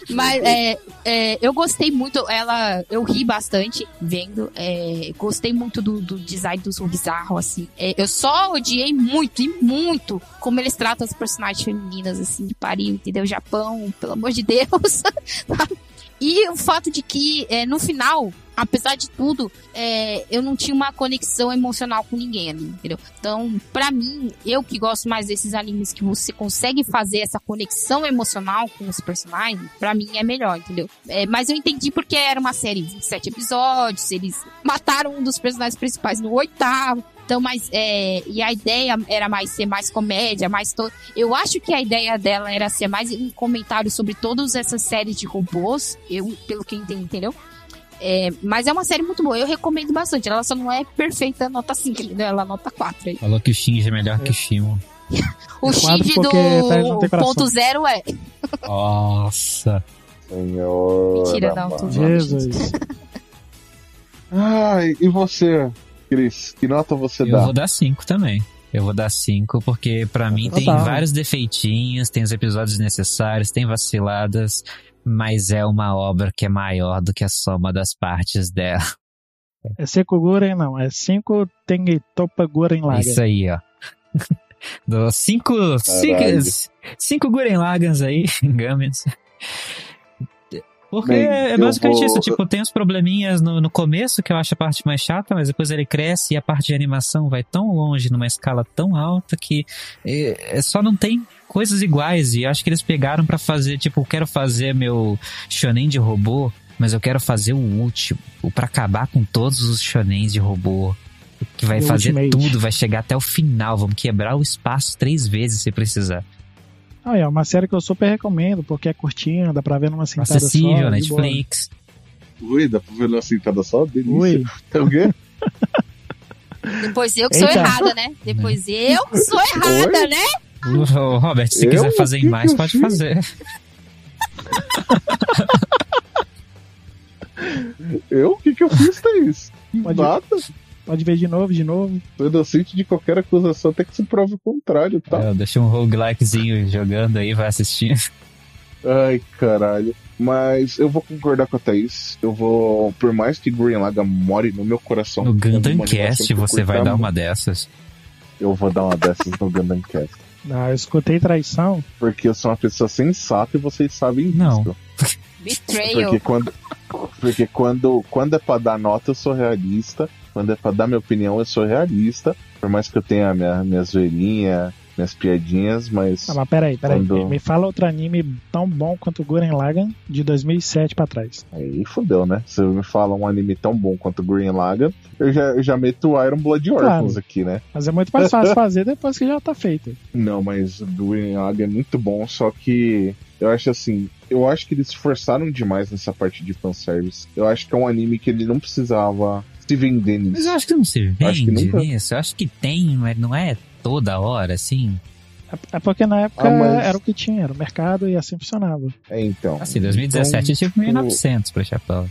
[SPEAKER 2] Mas é, é, eu gostei muito, ela, eu ri bastante vendo, é, gostei muito do, do design do bizarro, assim. É, eu só odiei muito e muito como eles tratam as personagens femininas, assim, de pariu, entendeu? Japão, pelo amor de Deus. e o fato de que, é, no final, apesar de tudo, é, eu não tinha uma conexão emocional com ninguém ali, entendeu? Então, pra mim, eu que gosto mais desses animes que você consegue fazer essa conexão emocional com os personagens, pra mim é melhor, entendeu? É, mas eu entendi porque era uma série de sete episódios, eles mataram um dos personagens principais no oitavo. Então, mas é, e a ideia era mais ser mais comédia, mais to... eu acho que a ideia dela era ser mais um comentário sobre todas essas séries de robôs, eu pelo que eu entendi, entendeu? É, mas é uma série muito boa, eu recomendo bastante. Ela só não é perfeita nota 5, entendeu? ela é nota 4 aí.
[SPEAKER 3] Falou que o Shinji é melhor que o Shimon.
[SPEAKER 2] O
[SPEAKER 4] Quatro
[SPEAKER 2] Shinji
[SPEAKER 4] porque tá Thais não
[SPEAKER 2] do
[SPEAKER 4] tem coração.
[SPEAKER 2] ponto zero é.
[SPEAKER 3] Nossa.
[SPEAKER 1] Senhor.
[SPEAKER 2] Mentira, não, tô zoando, gente.
[SPEAKER 4] Jesus.
[SPEAKER 1] Ai, e você, Cris? Que nota você
[SPEAKER 3] Eu
[SPEAKER 1] dá?
[SPEAKER 3] vou dar 5 também. Eu vou dar 5, porque pra mim tem
[SPEAKER 4] Total.
[SPEAKER 3] vários defeitinhos, tem os episódios necessários, tem vaciladas, mas é uma obra que é maior do que a soma das partes dela.
[SPEAKER 4] É 5 Guren, não. É 5 Tengetopa Guren
[SPEAKER 3] É
[SPEAKER 4] Laga.
[SPEAKER 3] Isso aí, ó. Dou cinco,
[SPEAKER 1] Caralho.
[SPEAKER 3] cinco, cinco Guren Lagans aí, Gamins. Porque
[SPEAKER 1] Bem,
[SPEAKER 3] é
[SPEAKER 1] eu
[SPEAKER 3] basicamente
[SPEAKER 1] vou-
[SPEAKER 3] isso, tipo, tem uns probleminhas no, no começo que eu acho a parte mais chata, mas depois ele cresce e a parte de animação vai tão longe, numa escala tão alta, que é, é só não tem coisas iguais. E acho que eles pegaram pra fazer, tipo, eu quero fazer meu shonen de robô, mas eu quero fazer o último, o pra acabar com todos os shonens de robô. Que vai
[SPEAKER 4] The
[SPEAKER 3] fazer
[SPEAKER 4] Ultimate.
[SPEAKER 3] tudo, vai chegar até o final. Vamos quebrar o espaço três vezes se precisar.
[SPEAKER 4] Ah, é uma série que eu super recomendo, porque é curtinha, dá pra ver numa sentada só.
[SPEAKER 3] Acessível,
[SPEAKER 4] de boa.
[SPEAKER 3] Netflix.
[SPEAKER 1] Ui, dá pra ver na sentada só? Delícia.
[SPEAKER 4] Ui,
[SPEAKER 1] Então, o quê?
[SPEAKER 2] Depois eu que sou
[SPEAKER 4] Eita. É.
[SPEAKER 2] errada, né? Depois eu que sou errada, né?
[SPEAKER 3] Ô, ô, Robert, se
[SPEAKER 1] Eu?
[SPEAKER 3] quiser
[SPEAKER 1] O
[SPEAKER 3] fazer
[SPEAKER 1] que
[SPEAKER 3] em mais,
[SPEAKER 1] que eu
[SPEAKER 3] pode
[SPEAKER 1] fiz?
[SPEAKER 3] fazer.
[SPEAKER 1] Eu? O que, que eu fiz, Thaís?
[SPEAKER 4] Pode-
[SPEAKER 1] Nada.
[SPEAKER 4] pode ver de novo, de novo.
[SPEAKER 1] Tô inocente de qualquer acusação, até que se prove o contrário, tá?
[SPEAKER 3] Eu deixei um roguelikezinho jogando aí, vai assistindo.
[SPEAKER 1] Ai, caralho. Mas eu vou concordar com a Thaís. Eu vou. Por mais que Green Laga more no meu coração.
[SPEAKER 3] No
[SPEAKER 1] é uma animação que
[SPEAKER 3] Gundamcast
[SPEAKER 1] eu
[SPEAKER 3] você
[SPEAKER 1] curto
[SPEAKER 3] vai dar
[SPEAKER 1] muito.
[SPEAKER 3] uma dessas.
[SPEAKER 1] Eu vou dar uma dessas no Gundam Cast.
[SPEAKER 4] Ah, eu escutei traição.
[SPEAKER 1] Porque eu sou uma pessoa sensata e vocês sabem
[SPEAKER 3] Não.
[SPEAKER 1] disso.
[SPEAKER 2] Betrayal.
[SPEAKER 1] Porque quando. Porque quando, quando é pra dar nota, eu sou realista. Quando é pra dar minha opinião, eu sou realista. Por mais que eu tenha minha, minhas velhinhas, minhas piadinhas, mas.
[SPEAKER 4] Ah, mas peraí, peraí.
[SPEAKER 1] Quando-
[SPEAKER 4] Me fala outro anime tão bom quanto Guren Lagan de 2007 pra trás.
[SPEAKER 1] Aí fodeu, né? Se me fala um anime tão bom quanto Green Lagan, eu já, eu já meto Iron Blood Orphans
[SPEAKER 4] Claro.
[SPEAKER 1] aqui, né?
[SPEAKER 4] Mas é muito mais fácil fazer depois que já tá feito.
[SPEAKER 1] Não, mas Green Lagan é muito bom, só que eu acho assim. Eu acho que eles se forçaram demais nessa parte de fanservice. Eu acho que é um anime que ele não precisava se vender
[SPEAKER 3] Mas eu
[SPEAKER 1] nisso.
[SPEAKER 3] acho que não se
[SPEAKER 1] Acho que
[SPEAKER 3] vende
[SPEAKER 1] nunca.
[SPEAKER 3] nisso. Eu acho que tem, mas não é toda hora, assim.
[SPEAKER 4] É- É porque na época
[SPEAKER 1] Ah, mas-
[SPEAKER 4] era o que tinha, era o mercado e assim funcionava.
[SPEAKER 1] É, então.
[SPEAKER 3] Assim, 2017 eu tive 1900 pra chapéu.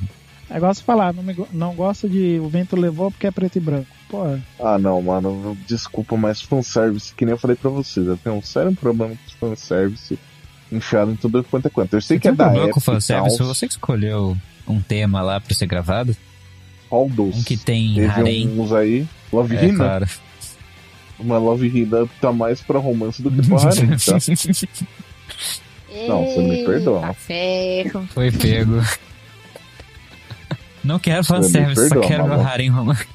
[SPEAKER 4] É igual você falar, não, me go- não gosto de O Vento Levou porque é preto e branco. Pô,
[SPEAKER 1] Ah, não, mano. Desculpa, mas fanservice, que nem eu falei pra vocês, eu tenho um sério problema com fanservice enfiado em tudo quanto é quanto. Eu sei que é
[SPEAKER 3] Tem um
[SPEAKER 1] da
[SPEAKER 3] problema
[SPEAKER 1] época.
[SPEAKER 3] com o fanservice?
[SPEAKER 1] e tal,
[SPEAKER 3] Foi você que escolheu um tema lá pra ser gravado.
[SPEAKER 1] All those.
[SPEAKER 3] Um que tem
[SPEAKER 1] Teve
[SPEAKER 3] harem.
[SPEAKER 1] uns aí. Love
[SPEAKER 3] É,
[SPEAKER 1] Hina.
[SPEAKER 3] claro.
[SPEAKER 1] Uma Love Hina tá mais pra romance do que pra harem, tá? Não, você me perdoa.
[SPEAKER 2] Eita tá ferro.
[SPEAKER 3] Foi pego. Não quero
[SPEAKER 1] me
[SPEAKER 3] fanservice, só
[SPEAKER 1] perdoa,
[SPEAKER 3] quero meu
[SPEAKER 1] mamão.
[SPEAKER 3] harem romântico.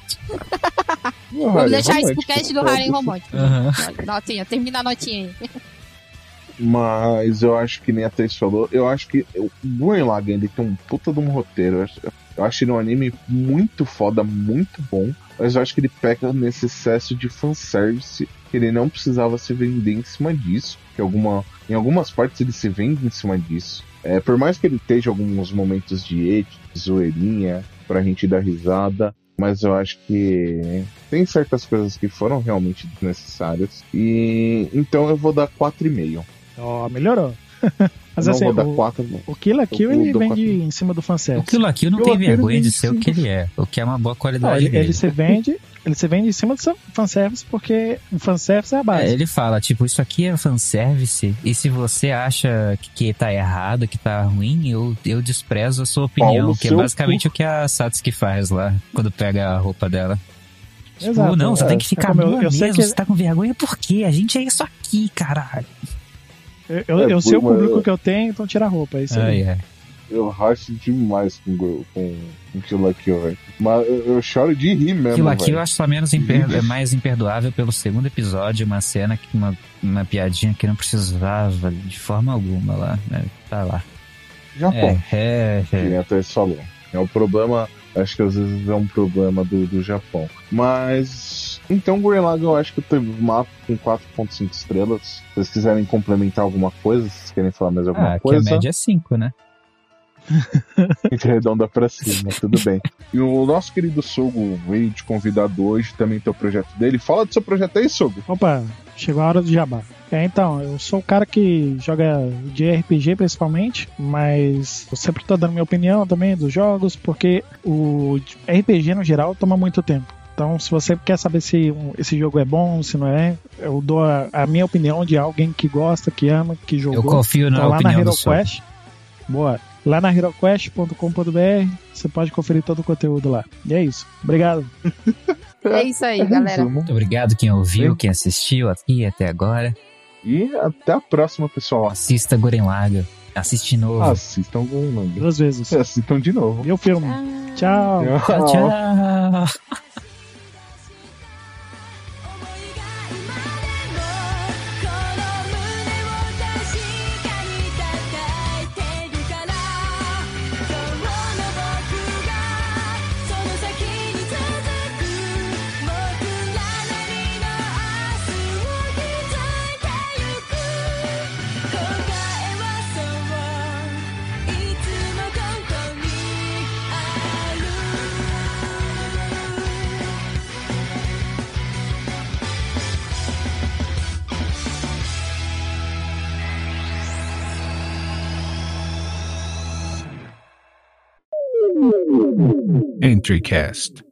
[SPEAKER 1] Não,
[SPEAKER 2] Vamos
[SPEAKER 1] harem
[SPEAKER 2] deixar isso pro
[SPEAKER 1] é romântico,
[SPEAKER 2] cast do
[SPEAKER 1] foda-se.
[SPEAKER 2] Harem Romântico.
[SPEAKER 3] Aham.
[SPEAKER 2] Notinha, termina a notinha aí.
[SPEAKER 1] Mas eu acho que nem a Thaís falou. Eu acho que o Gurren Lagann ele tem um puta de um roteiro. Eu acho- Eu acho ele um anime muito foda, muito bom. Mas eu acho que ele peca nesse excesso de fanservice. Que ele não precisava se vender em cima disso. Que alguma, em algumas partes ele se vende em cima disso. É, por mais que ele esteja alguns momentos de ete, de zoeirinha, pra gente dar risada. Mas eu acho que tem certas coisas que foram realmente desnecessárias. E então eu vou dar 4,5.
[SPEAKER 4] ó, melhorou. Mas
[SPEAKER 1] Eu
[SPEAKER 4] assim,
[SPEAKER 1] não vou dar
[SPEAKER 4] o,
[SPEAKER 1] 4, não.
[SPEAKER 4] o Kill la Kill
[SPEAKER 1] Eu
[SPEAKER 4] ele
[SPEAKER 1] dou
[SPEAKER 4] vende
[SPEAKER 1] quatro.
[SPEAKER 4] em cima do
[SPEAKER 3] O
[SPEAKER 4] fanservice.
[SPEAKER 3] Kill la Kill não
[SPEAKER 1] Eu
[SPEAKER 3] tem
[SPEAKER 1] apenas
[SPEAKER 3] vergonha de
[SPEAKER 1] disse.
[SPEAKER 3] ser o que ele é, o que é uma boa
[SPEAKER 4] Não,
[SPEAKER 3] qualidade
[SPEAKER 4] ele, ele
[SPEAKER 3] dele.
[SPEAKER 4] se vende, ele se vende em cima do seu fanservice porque o fanservice é a
[SPEAKER 3] É,
[SPEAKER 4] base.
[SPEAKER 3] ele fala, tipo, isso aqui é fanservice, e se você acha que, que tá errado, que tá ruim, eu, eu desprezo a sua opinião,
[SPEAKER 1] Paulo,
[SPEAKER 3] que é
[SPEAKER 1] seu
[SPEAKER 3] basicamente o que a Satsuki faz lá, quando pega a roupa dela. Tipo,
[SPEAKER 4] Exato,
[SPEAKER 3] não, você
[SPEAKER 4] é.
[SPEAKER 3] tem que
[SPEAKER 4] É
[SPEAKER 3] ficar
[SPEAKER 4] como eu-
[SPEAKER 3] nua
[SPEAKER 4] eu sei
[SPEAKER 3] mesmo,
[SPEAKER 4] que-
[SPEAKER 3] você tá com vergonha por quê? A gente é isso aqui, caralho.
[SPEAKER 4] Eu, eu,
[SPEAKER 1] É,
[SPEAKER 4] eu sei o
[SPEAKER 1] mas-
[SPEAKER 4] público que eu tenho, então tira a roupa. É isso aí.
[SPEAKER 3] Ai, ai.
[SPEAKER 1] Eu racho demais com o com, com Kill la Kill, velho. Mas eu, eu choro de rir mesmo,
[SPEAKER 3] Kill la Kill
[SPEAKER 1] velho. Uhum.
[SPEAKER 3] eu acho só menos imper... é mais imperdoável pelo segundo episódio, uma cena, que- uma, uma piadinha que não precisava de forma alguma lá, né? Tá lá.
[SPEAKER 4] Tá
[SPEAKER 1] Japão,
[SPEAKER 3] É, é,
[SPEAKER 1] que
[SPEAKER 3] é.
[SPEAKER 1] nem a Thaís falou. É o problema, acho que às vezes é um problema do, do Japão. Mas, então Gurren Lagann eu acho que eu teve mapa com 4.5 estrelas. Se vocês quiserem complementar alguma coisa, se vocês querem falar mais alguma
[SPEAKER 3] Ah, que a
[SPEAKER 1] coisa,
[SPEAKER 3] média é 5, né?
[SPEAKER 1] a gente arredonda pra cima, tudo bem. E o nosso querido Sogo veio te convidado hoje, também tem o projeto dele. Fala do seu projeto aí, Sogo.
[SPEAKER 4] Opa, chegou a hora do jabá. É, então, eu sou o cara que joga de RPG principalmente, mas eu sempre tô dando minha opinião também dos jogos, porque o RPG no geral toma muito tempo. Então, se você quer saber se um- esse jogo é bom, se não é, eu dou a, a minha opinião de alguém que gosta, que ama, que
[SPEAKER 3] Eu
[SPEAKER 4] jogou.
[SPEAKER 3] confio na
[SPEAKER 4] Tá lá na
[SPEAKER 3] opinião do Sol.
[SPEAKER 4] HeroQuest. Boa. Lá na heroquest.com.br você pode conferir todo o conteúdo lá. E é isso. Obrigado.
[SPEAKER 2] É isso aí, galera.
[SPEAKER 1] Resumo.
[SPEAKER 3] Muito obrigado quem ouviu, quem assistiu aqui até agora.
[SPEAKER 1] E até a próxima, pessoal.
[SPEAKER 3] Assista Guren Laga. Assiste de novo.
[SPEAKER 1] Assistam Groenlândia.
[SPEAKER 4] Duas vezes.
[SPEAKER 1] Assistam de novo.
[SPEAKER 4] E o filme. Tchau.
[SPEAKER 1] Ah,
[SPEAKER 3] Tchau, tchau.
[SPEAKER 6] 思いが今でもこの胸を確かに叩いてるから今日の僕がその先に続く僕らなりの明日を築いてゆく答えはそういつもここにある
[SPEAKER 7] Entrycast.